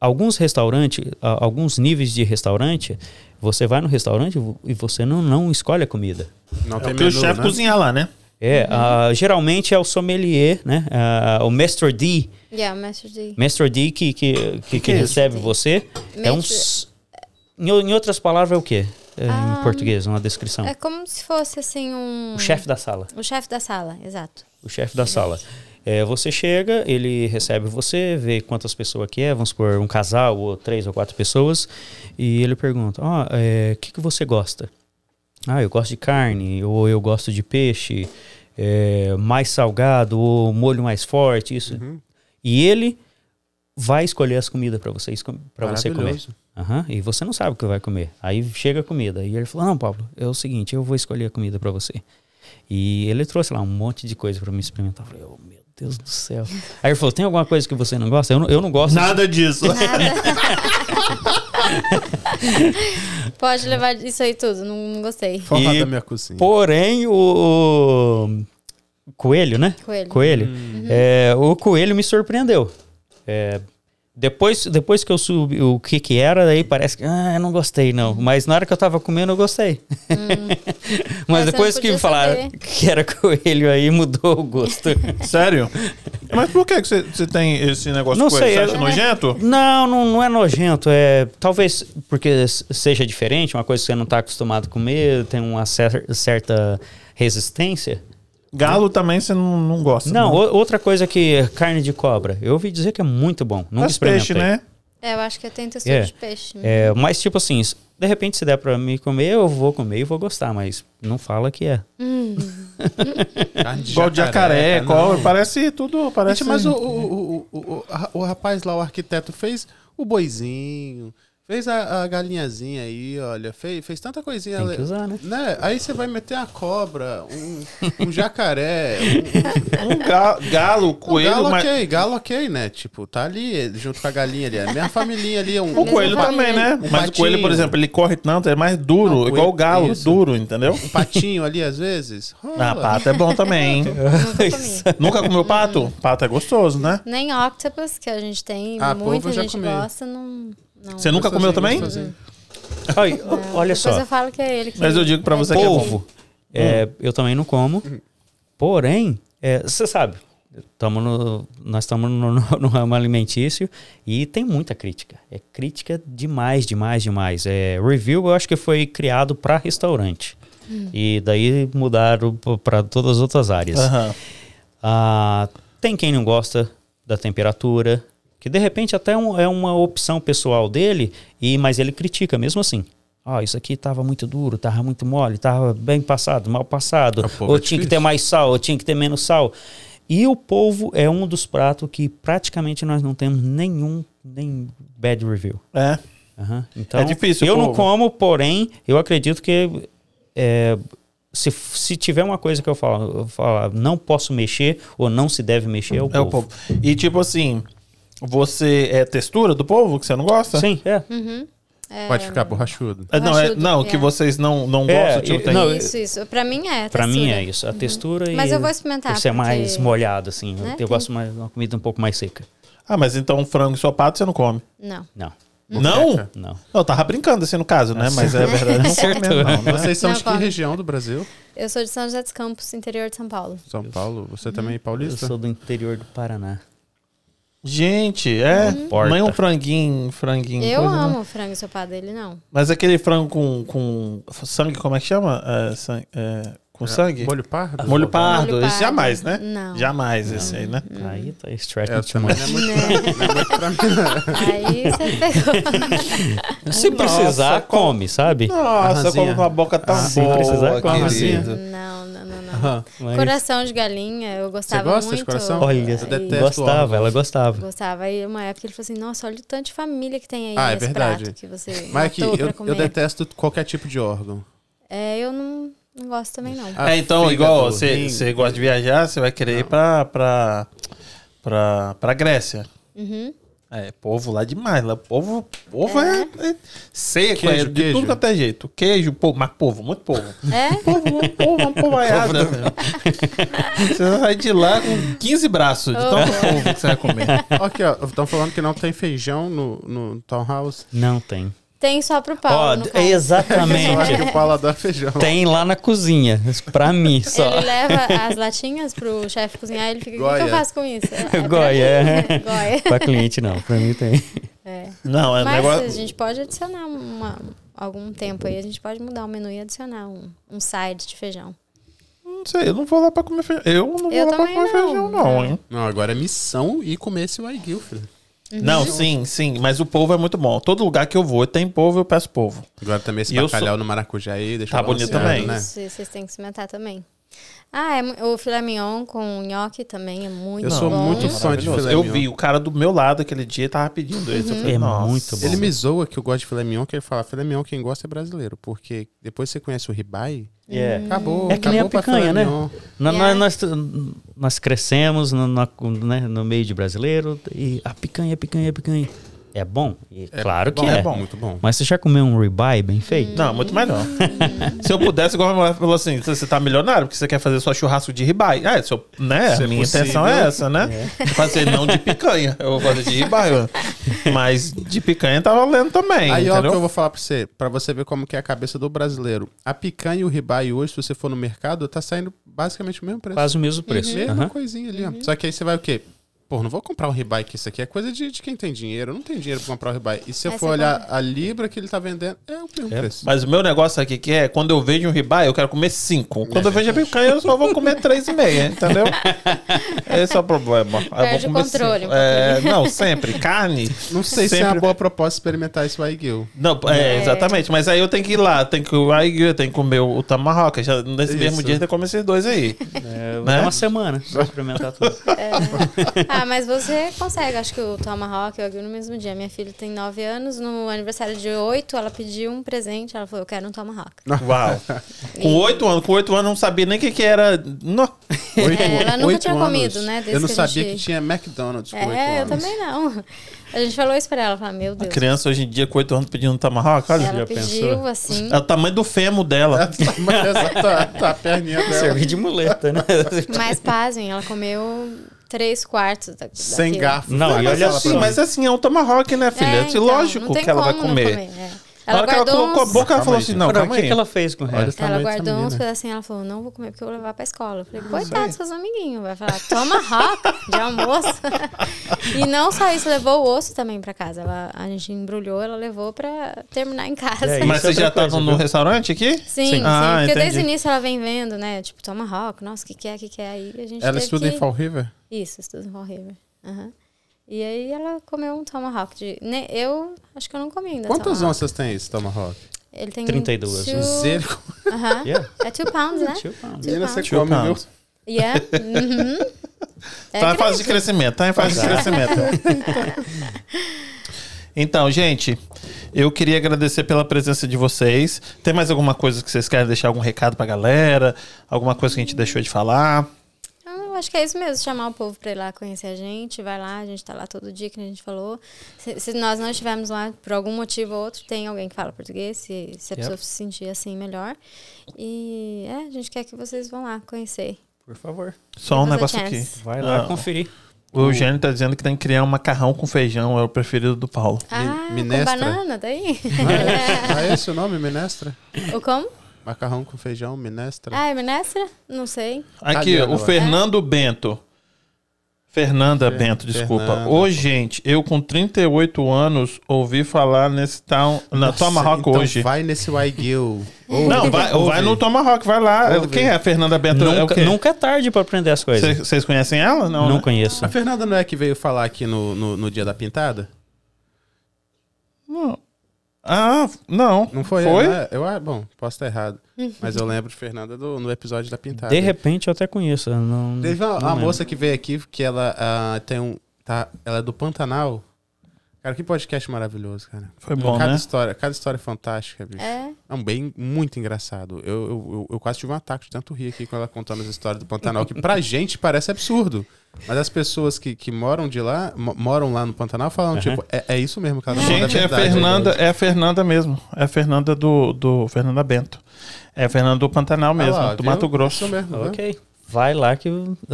alguns restaurantes, a- alguns níveis de restaurante, você vai no restaurante e você não, não escolhe a comida.
Não
É
tem
o que o
menu,
chefe
né?
cozinha lá, né?
É, ah, geralmente é o sommelier, né? Ah, o Master D,
yeah, Master D.
Master D que, que, que, que
é
recebe você. É um.
Mestre-
s- Em, o- em outras palavras, é o quê? É, em português, uma descrição.
É como se fosse assim um.
O chefe da sala.
O chefe da sala, exato.
o chefe da sala. É, você chega, ele recebe você, vê quantas pessoas que é, vamos supor, um casal ou três ou quatro pessoas, e ele pergunta: Ó, é, o que, que você gosta? Ah, eu gosto de carne, ou eu gosto de peixe, é, mais salgado, ou molho mais forte, isso. E ele vai escolher as comidas para vocês para você comer.
Maravilhoso.
Aham, e você não sabe o que vai comer. Aí chega a comida. E ele falou: Não, Pablo, é o seguinte, eu vou escolher a comida pra você. E ele trouxe lá um monte de coisa pra mim experimentar. Eu falei: Oh, meu Deus do céu. Aí ele falou: Tem alguma coisa que você não gosta? Eu não, eu não gosto.
Nada disso.
Pode levar isso aí tudo, não, não gostei.
Forrada
E-
da minha cozinha.
Porém, o. o Coelho, né?
Coelho.
Coelho.
Hum.
Uhum.
É, o coelho me surpreendeu. É, depois, depois que eu subi o que que era, aí parece que. Ah, eu não gostei,
Uhum.
não. Mas na hora que eu tava comendo, eu gostei.
Mas
Mas
Hum. você
depois
não
que
podia
falaram
saber.
que era coelho, aí mudou o gosto.
Sério? Mas por que que você- você tem esse negócio
Não
com
sei,
ele?
eu-
Você acha nojento?
Não, não, não é nojento. É, talvez porque s- seja diferente, uma coisa que você não está acostumado a comer, tem uma cer- certa resistência.
Galo também você não, não gosta.
Não,
né?
o- outra coisa que é carne de cobra. Eu ouvi dizer que é muito bom. Nunca
Mas peixe,
experimentei.
né?
É, eu acho que eu tenho textura
É.
de peixe. né?
É, mas, tipo assim, s- de repente, se der pra mim comer, eu vou comer e vou gostar, mas não fala que é.
Carne Tá de
Igual de jacaré,
né?
cara,
cobra,
não.
parece tudo, parece... um-
Gente, mas o, o, o, o, o- a- o rapaz lá, o arquiteto, fez o boizinho, fez a, a galinhazinha aí, olha, fez, fez tanta coisinha.
Tem
le-
que usar, né?
né? Aí você vai meter a cobra, um, um jacaré,
um ga- galo,
um, um
coelho,
galo
mas...
ok, galo ok, né? Tipo, tá ali, eh, junto com a galinha ali, a minha família ali. Um,
O coelho
Mesmo
também, né?
tamanho.
Mas o
patinho.
coelho, por exemplo, ele corre tanto, é mais duro,
Não, o coelho-
igual o galo,
isso.
duro, entendeu?
um patinho ali, às vezes. rola.
Ah, pato é bom também, hein?
Nunca comi.
Nunca comeu pato? Pato é gostoso, né?
Nem octopus, que a gente tem
Ah,
muita
polvo eu já
gente
comi.
gosta, não. não.
Você nunca comeu
Gostosinho,
também?
gostosinho.
Ai,
É,
o-
não.
olha
Depois
só,
eu falo que é ele que
Mas eu digo pra você que é bom. Uhum.
polvo, é, eu também não como, porém, é, você sabe, tamo no- nós estamos no, no- no ramo alimentício e tem muita crítica. É crítica demais, demais, demais. É, review eu acho que foi criado para restaurante.
Hum.
E daí mudaram para todas as outras áreas.
Aham.
Ah, tem quem não gosta da temperatura, que de repente até um- é uma opção pessoal dele, e mas ele critica mesmo assim. Ó, isso aqui tava muito duro, tava muito mole, tava bem passado, mal passado,
Ah, pô,
ou
é
tinha que
difícil.
ter mais sal, ou tinha que ter menos sal. E o polvo é um dos pratos que praticamente nós não temos nenhum nem bad review.
É.
Aham. Então,
É difícil,
Eu não
povo.
como, porém, eu acredito que é, se, se tiver uma coisa que eu falo, eu falar, não posso mexer ou não se deve mexer, é o
É o
povo.
povo. E tipo assim, você é textura do povo que você não gosta?
Sim, é.
Hum. Uhum.
Pode ficar borrachudo.
É, não, é,
Rachudo,
não,
é.
que vocês não, não
É,
gostam, tipo,
e-
tem...
não, eu-
Isso, isso. Pra mim é.
Pra
textura.
mim é isso. A textura e.
Mas eu vou experimentar,
Isso é mais
porque-
molhado, assim. Eu-
Né?
Eu, gosto mais de uma comida um pouco mais seca.
Ah, mas então frango e sopato você não come.
Não.
Não,
Não?
não.
Não, eu tava brincando assim no caso, né? Mas é verdade, eu não come mesmo, não, né?
Vocês são
Não,
de que
come.
região do Brasil?
Eu sou de São José dos Campos, interior de São Paulo.
São Paulo? Você também é
Eu
paulista?
sou do interior do Paraná.
Gente, é.
Porta.
Nem um franguinho, franguinho.
eu
coisa, né?
amo o frango ensopado dele, não.
Mas aquele frango com, com sangue, como é que chama? É, san- é, com sangue? Molho,
Molho pardo?
pardo.
Molho
Isso
pardo.
jamais, né?
Não.
Jamais esse aí, né?
Hum.
Aí tá stretching
É, também
demais.
não é muito, não é muito pra mim.
Aí você pegou.
Se precisar, come, sabe?
Nossa,
Arranzinha.
como a boca tá
Ah, se
boa,
precisar, come.
querido.
Não, não, não, não.
Mas-
Coração de galinha, eu gostava
gosta de
muito.
coração?
Olha,
Eu detesto
gostava,
órgãos.
ela gostava.
Gostava. Aí uma época ele falou assim, nossa, olha o tanto de família que tem aí
Ah, é
nesse
verdade.
prato que você
Mas aqui,
matou pra
eu, eu
comer.
detesto qualquer tipo de órgão.
É, eu não, não gosto também, não.
Ah,
é, então,
fígado,
igual
rim.
você você gosta de viajar, você vai querer ir pra, pra, pra, pra Grécia.
Uhum.
É, povo lá demais. Lá, povo povo é, é seco,
Queijo,
é de
queijo.
tudo quanto é jeito. Queijo, povo, mas povo, muito povo.
É?
povo, muito povo, uma povaiada. velho. você sai de lá com 15 braços de
Oh.
tanto povo que você vai comer.
Aqui, ó, estão falando que não tem feijão no, no townhouse.
Não tem.
Tem só pro
Ó,
Paulo, no
d-
caso.
Eu acho
exatamente.
que o Paulo adora feijão.
Tem lá na cozinha, pra mim só.
Ele leva as latinhas pro chefe cozinhar e ele fica, o que que,
Goia.
eu faço com isso? É, pra
Goia,
mim,
é.
Goia.
pra cliente não, pra mim tem.
É.
Não, é um
Mas
negócio.
a gente pode adicionar uma- algum tempo aí, a gente pode mudar o menu e adicionar um, um side de feijão.
Não sei, eu não vou lá pra comer feijão. Eu não vou
Eu
lá pra
também
comer
não.
feijão, não, hein?
Não, agora é missão ir comer esse Waigil, filho.
Uhum.
Uhum.
Não, sim, sim. Mas o povo é muito bom. Todo lugar que eu vou, tem povo, eu peço povo.
Agora também esse
E eu
bacalhau no maracujá aí. Deixa
Tá bonito
balanceado,
também.
Né?
Isso, e vocês têm que experimentar também. Ah, é, mu- o filé mignon com nhoque também é muito
Eu
bom.
sou muito fã de
Maravilhoso.
filé
Eu
mignon.
vi, o cara do meu lado aquele dia tava pedindo isso. Eu falei,
É
nossa.
muito bom.
um. Ele me zoa que eu gosto de filé mignon, que ele fala, filé mignon quem gosta é brasileiro. Porque depois você conhece o ribeye, acabou.
É que nem
acabou pra
a picanha,
filé
né?
mignon.
Na- na-
Yeah.
nós, nós crescemos no, na- né, no meio de brasileiro e a picanha, picanha, picanha. É bom? E claro que
Bom,
é.
é bom, muito bom.
Mas você já comeu um ribeye bem feito?
Não, muito melhor.
Uhum.
se eu pudesse, igual a minha mulher falou assim: "Você- você tá milionário, porque você quer fazer só churrasco de ribai. Ah, isso, eu- né?
Se
a
é
minha
possível.
intenção é essa, né? Eu Fazer não de picanha, eu vou fazer de ribai. Mas de picanha tá valendo também.
Aí, ó, o que
entendeu?
eu vou falar pra você, pra você ver como que é a cabeça do brasileiro. A picanha e o ribeye hoje, se você for no mercado, tá saindo basicamente o mesmo preço.
Quase o mesmo preço.
Uhum.
Mesma
Aham.
coisinha ali, ó. Só que aí você vai o quê? pô, não vou comprar um ribeye que isso aqui é coisa de, de quem tem dinheiro. Eu não tenho dinheiro pra comprar um ribeye. E se eu
Aí
for
é
você
olhar a libra que ele tá vendendo, é o mesmo preço.
Mas o meu negócio aqui que é, quando eu vejo um ribeye, eu quero comer cinco. Quando eu vejo a picanha, eu só vou comer três e meia, entendeu? Esse é o problema. Aí eu vou
Perde o
comer
controle
cinco.
um
É, não, sempre. Carne.
Não sei se é
Sempre-
uma boa proposta experimentar isso aí, Gil.
Não, é, exatamente. Mas aí eu tenho que ir lá, tenho que ir lá e eu tenho que comer o tamarroca. Já, nesse mesmo
Isso.
dia eu como esses dois aí.
É, vou
Né?
dar uma semana pra experimentar tudo.
Ah, mas você consegue. Acho que o Tomahawk e o Aguil no mesmo dia. Minha filha tem 9 anos. No aniversário de 8, ela pediu um presente. Ela falou, eu quero um Tomahawk.
Uau. Com
E-
oito anos, com oito anos eu não sabia nem o que, que era. Nó.
Oito-
É, ela nunca
oito
tinha
anos.
comido, né, desde
Eu não
que a
sabia
gente-
que tinha McDonald's com oito
É, eu
anos.
também não. A gente falou isso pra ela. Ela falou, "Ah, meu Deus.
Criança hoje em dia com oito anos pedindo tamarroca, olha.
Ela
já
pediu
pensou?
assim.
É o tamanho do fêmur dela.
Mas essa tá, tá a perninha dela.
Servir de muleta, né?
Mas pasmem, ela comeu 3 quartos da,
Sem
daquilo.
garfo.
Não, e
Mas
olha
fala pra
só.
Sim,
mim.
mas assim, é um tamarroque, né, filha?
É,
Assim,
então,
lógico
não tem
que ela vai
como não
comer.
é.
Na
Ela
hora que ela
guardou
colocou a
uns-
boca, ela
Calma
falou
aí,
assim,
gente.
não,
Agora, o
calma
que,
aí.
que ela fez com o
Olha o
resto?
Ela
tamanho dessa
guardou uns
menina.
pedacinhos, ela falou, não vou comer porque eu vou levar pra escola. Eu falei, coitado dos seus amiguinhos. Vai falar, toma roca de almoço. e não só isso, levou o osso também pra casa. Ela- a gente embrulhou, ela levou pra terminar em casa.
É,
Mas
Isso é
vocês já
outra coisa,
estavam no
viu?
restaurante aqui?
Sim, sim,
Ah,
porque desde o
entendi.
início ela vem vendo, né? Tipo, toma rock, nossa, o que, que é, o que, que é? Aí a gente
Ela
teve
estuda
que-
em Fall River?
Isso, estuda em Fall River. Aham. E aí ela comeu um tomahawk de... né, eu acho que eu não comi ainda
Quantos
tomahawk.
onças tem esse Tomahawk?
Ele tem
32.
two-
Zero.
Aham.
Yeah.
É two pounds, né?
Tio Paulo.
Menina,
pounds.
você
Two
come, viu?
pounds.
Yeah. Uhum.
tá
É
em
grande.
fase de crescimento, tá em fase de crescimento. Então, gente, eu queria agradecer pela presença de vocês. Tem mais alguma coisa que vocês querem deixar? Algum recado pra galera? Alguma coisa que a gente deixou de falar?
Ah, Eu acho que é isso mesmo, chamar o povo para ir lá conhecer a gente, vai lá, a gente tá lá todo dia, que a gente falou. Se, se nós não estivermos lá por algum motivo ou outro, tem alguém que fala português, se, se a pessoa se sentir assim melhor. E é, a gente quer que vocês vão lá conhecer.
Por favor,
Só um
Give us a
negócio aqui.
chance.
vai lá
Ah,
conferir.
O Eugênio tá dizendo que tem que criar um macarrão com feijão, é o preferido do Paulo.
Ah, com
minestra?
banana, daí?
Ah, é esse o nome? Minestra?
o como?
Macarrão com feijão, minestra?
Ah, é minestra? Não sei.
Aqui,
Cadê
o
agora?
Fernando Bento. Fernanda
Fer-
Bento, desculpa.
Fernanda.
Ô, gente, eu com 38 anos ouvi falar nesse tal. Na
Nossa,
Tomahawk
então
hoje.
vai nesse Waigil.
É.
Não, vai, vai no Tomahawk, vai lá.
Ouve.
Quem é a Fernanda Bento? É o
Nunca,
quê?
nunca é tarde pra aprender as coisas.
Cê- Vocês conhecem ela? Não,
não
né?
conheço.
A Fernanda não é que veio falar aqui no, no, no Dia da Pintada?
Não. Ah, não.
Não foi?
Foi?
ela? Eu, ah, bom, posso estar errado. Mas eu lembro de Fernanda do- no episódio da Pintada.
De repente eu até conheço. eu Não,
Teve uma,
não
uma
lembro.
moça que veio aqui que ela ah, tem um. Tá, ela é do Pantanal. Cara, que podcast maravilhoso, cara.
Foi bom,
cada
né?
história, cada história fantástica, bicho.
É.
Não, bem muito engraçado. Eu, eu, eu, eu quase tive um ataque de tanto rir aqui com ela contando as histórias do Pantanal, que pra gente parece absurdo. Mas as pessoas que, que moram de lá, mo- moram lá no Pantanal, falam, tipo, é, é isso mesmo que ela tá falando,
Gente, é a
verdade,
Fernanda, é a Fernanda mesmo. É a Fernanda do, do Fernanda Bento. É a Fernanda do Pantanal
verdade.
mesmo,
Olha Ah lá,
do
viu?
Mato Grosso.
Isso mesmo, viu?
Ok. Vai lá que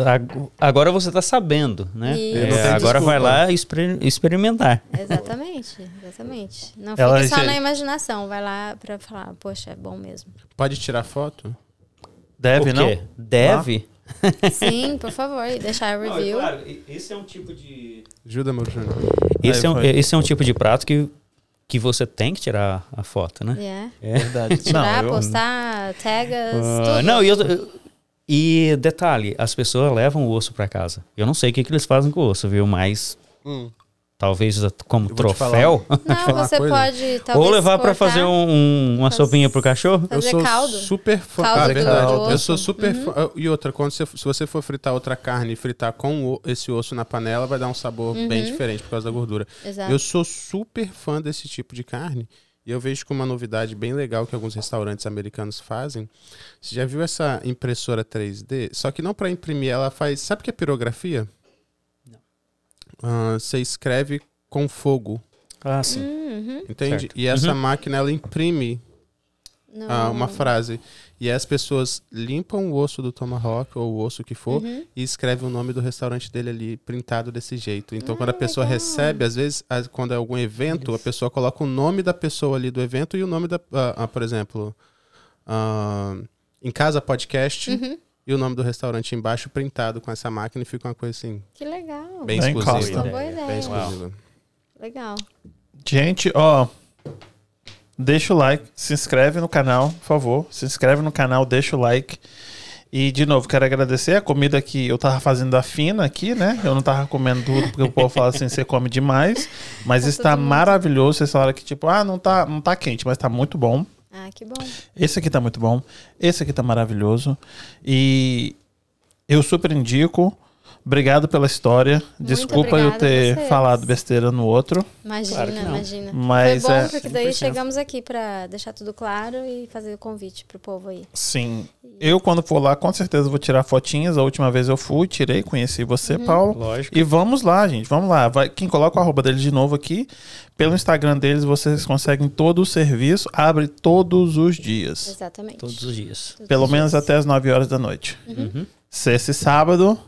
ag- agora você tá sabendo, né?
Isso.
É,
Eu não tenho
agora vai
desculpa.
lá exper- experimentar.
Exatamente, exatamente. Não
Ela
fica só
já-
na imaginação, vai lá pra falar, poxa, é bom mesmo.
Pode tirar foto?
Deve,
o
não?
quê? Deve?
Sim, por favor, e deixar a Ah. review.
esse é um tipo de
Ajuda, meu Júnior.
Esse é,
Aí
um,
foi.
esse é um tipo de prato que, que você tem que tirar a foto, né?
Yeah.
Verdade.
Tirar,
eu-
postar, tagas,
Ah,
tudo.
não, e, eu- eu- e detalhe, as pessoas levam o osso pra casa. Eu não sei o que, que eles fazem com o osso, viu? Mas talvez a- como
Hum. Eu vou te
troféu.
te falar
Não,
uma
você
coisa?
pode talvez
Ou levar pra
cortar, Hum.
fazer um- um- uma
Faz-
sopinha pro cachorro.
fazer
eu sou
caldo.
super fã.
Caldo
Ah,
do
verdade.
osso. Uhum.
Eu sou super fã. E outra, quando você, se você for fritar outra carne e fritar com o- esse osso na panela, vai dar um sabor
Uhum.
bem diferente por causa da gordura.
Exato.
Eu sou super fã desse tipo de carne. E eu vejo que uma novidade bem legal que alguns restaurantes americanos fazem. Você já viu essa impressora 3D? Só que não para imprimir, ela faz. Sabe o que é pirografia? Não. você escreve com fogo,
Ah, sim.
Hum?
entende?
Certo.
E essa máquina ela imprime
No-
ah, uma frase. E aí as pessoas limpam o osso do Tomahawk, ou o osso que for, e escrevem o nome do restaurante dele ali, printado desse jeito. Então, quando a pessoa recebe, às vezes, as- quando é algum evento, a pessoa coloca o nome da pessoa ali do evento e o nome da. ah, ah, por exemplo, ah, em casa podcast. E o nome do restaurante embaixo printado com essa máquina e fica uma coisa assim.
Que legal. Legal.
Bem,
Bem
exclusivo.
costa.
Boa
É,
ideia.
Bem exclusivo.
Legal.
Gente, ó. Deixa o like, se inscreve no canal, por favor. Se inscreve no canal, deixa o like. E, de novo, quero agradecer a comida que eu tava fazendo da Fina aqui, né? Eu não tava comendo tudo, porque o povo fala assim, você come demais. Mas
Tá
está
todo mundo-
maravilhoso. Vocês falaram que, tipo, ah, não tá, não tá quente, mas tá muito bom.
Ah, que bom.
Esse aqui tá muito bom. Esse aqui tá maravilhoso. E eu super indico. Obrigado pela história. Desculpa eu
obrigada a
ter
vocês.
falado besteira no outro.
Imagina,
Claro que não.
imagina.
Mas
Foi bom,
é-
porque daí
100%.
chegamos aqui pra deixar tudo claro e fazer o convite pro povo aí.
Sim. Eu, quando for lá, com certeza vou tirar fotinhas. A última vez eu fui, tirei, conheci você,
Uhum.
Paulo.
Lógico.
E vamos lá, gente. Vamos lá. Vai, quem coloca o arroba deles de novo aqui. Pelo Instagram deles, vocês conseguem todo o serviço. Abre todos os dias.
Exatamente.
Todos os dias.
Todos
Pelo
os
menos
dias.
até as 9 horas da noite.
Uhum.
Sexta e sábado,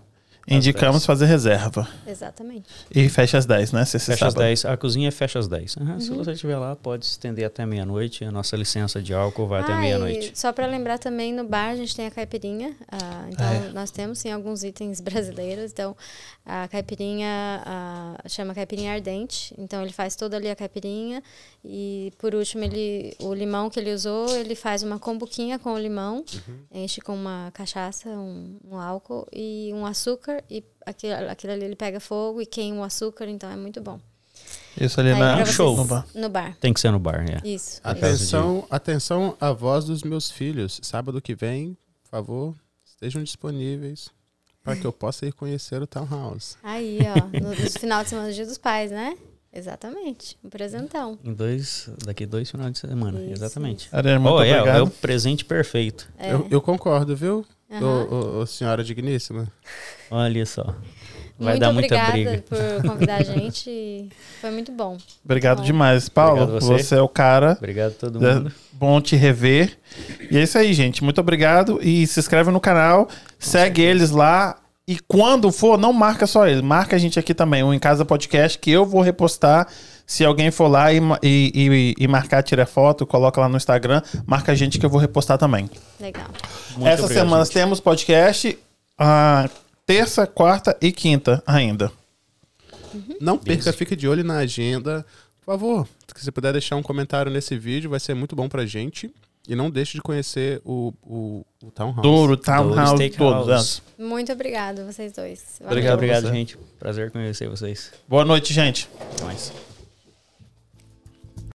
indicamos fazer reserva.
Exatamente.
E fecha às 10, né? Sexta e
Fecha às
sábado.
10. A cozinha fecha às 10. Aham,
Uhum.
Se você estiver lá, pode estender até meia-noite. A nossa licença de álcool vai até
Ah, e
meia-noite.
Só pra lembrar também, no bar a gente tem a caipirinha. ah, então,
é?
nós temos sim alguns itens brasileiros. Então, a caipirinha ah, chama caipirinha ardente. Então, ele faz toda ali a caipirinha. E, por último, ele, o limão que ele usou, ele faz uma combuquinha com o limão.
Uhum.
Enche com uma cachaça, um, um álcool e um açúcar. E aquilo, aquilo ali ele pega fogo e queima o açúcar. Então, é muito bom.
Isso ali
Aí,
na
pra
Um show.
vocês-
É no bar.
No bar.
Tem que ser no bar, né?
Isso.
Ah, tá.
isso.
Atenção, atenção à voz dos meus filhos. Sábado que vem, por favor, estejam disponíveis para que eu possa ir conhecer o Townhouse.
Aí, ó, no, no final de semana do Dia dos Pais, né? Exatamente. Um presentão.
Em dois, daqui dois finais de semana.
Isso,
Exatamente.
Ariane, muito
Oh, é,
obrigado.
é o presente perfeito.
É.
Eu, eu concordo, viu,
Aham.
ô, ô- ô senhora digníssima?
Olha só. Vai
muito
dar muita
obrigada
briga.
por convidar a gente. Foi muito bom.
Obrigado demais, Paulo.
Obrigado você.
você. é o cara.
Obrigado a todo
É
mundo.
bom te rever. E é isso aí, gente. Muito obrigado. E se inscreve no canal, segue eles lá. E quando for, não marca só eles, marca a gente aqui também, o Em Casa Podcast, que eu vou repostar. Se alguém for lá e, ma- e, e- e marcar, tira foto, coloca lá no Instagram, marca a gente que eu vou repostar também.
Legal.
Muito
Essa
obrigado,
semana
gente.
temos podcast ah, terça, quarta e quinta ainda.
Não perca, fique de olho na agenda. Por favor, se você puder deixar um comentário nesse vídeo, vai ser muito bom pra gente. E não deixe de conhecer o, o, o Townhouse.
Douro,
Douro
Townhouse,
Steakhouse.
todos. né?
Muito
tá
obrigado, vocês dois. Valeu.
Obrigado, obrigado
você.
gente. Prazer conhecer vocês.
Boa noite, gente.
Até mais.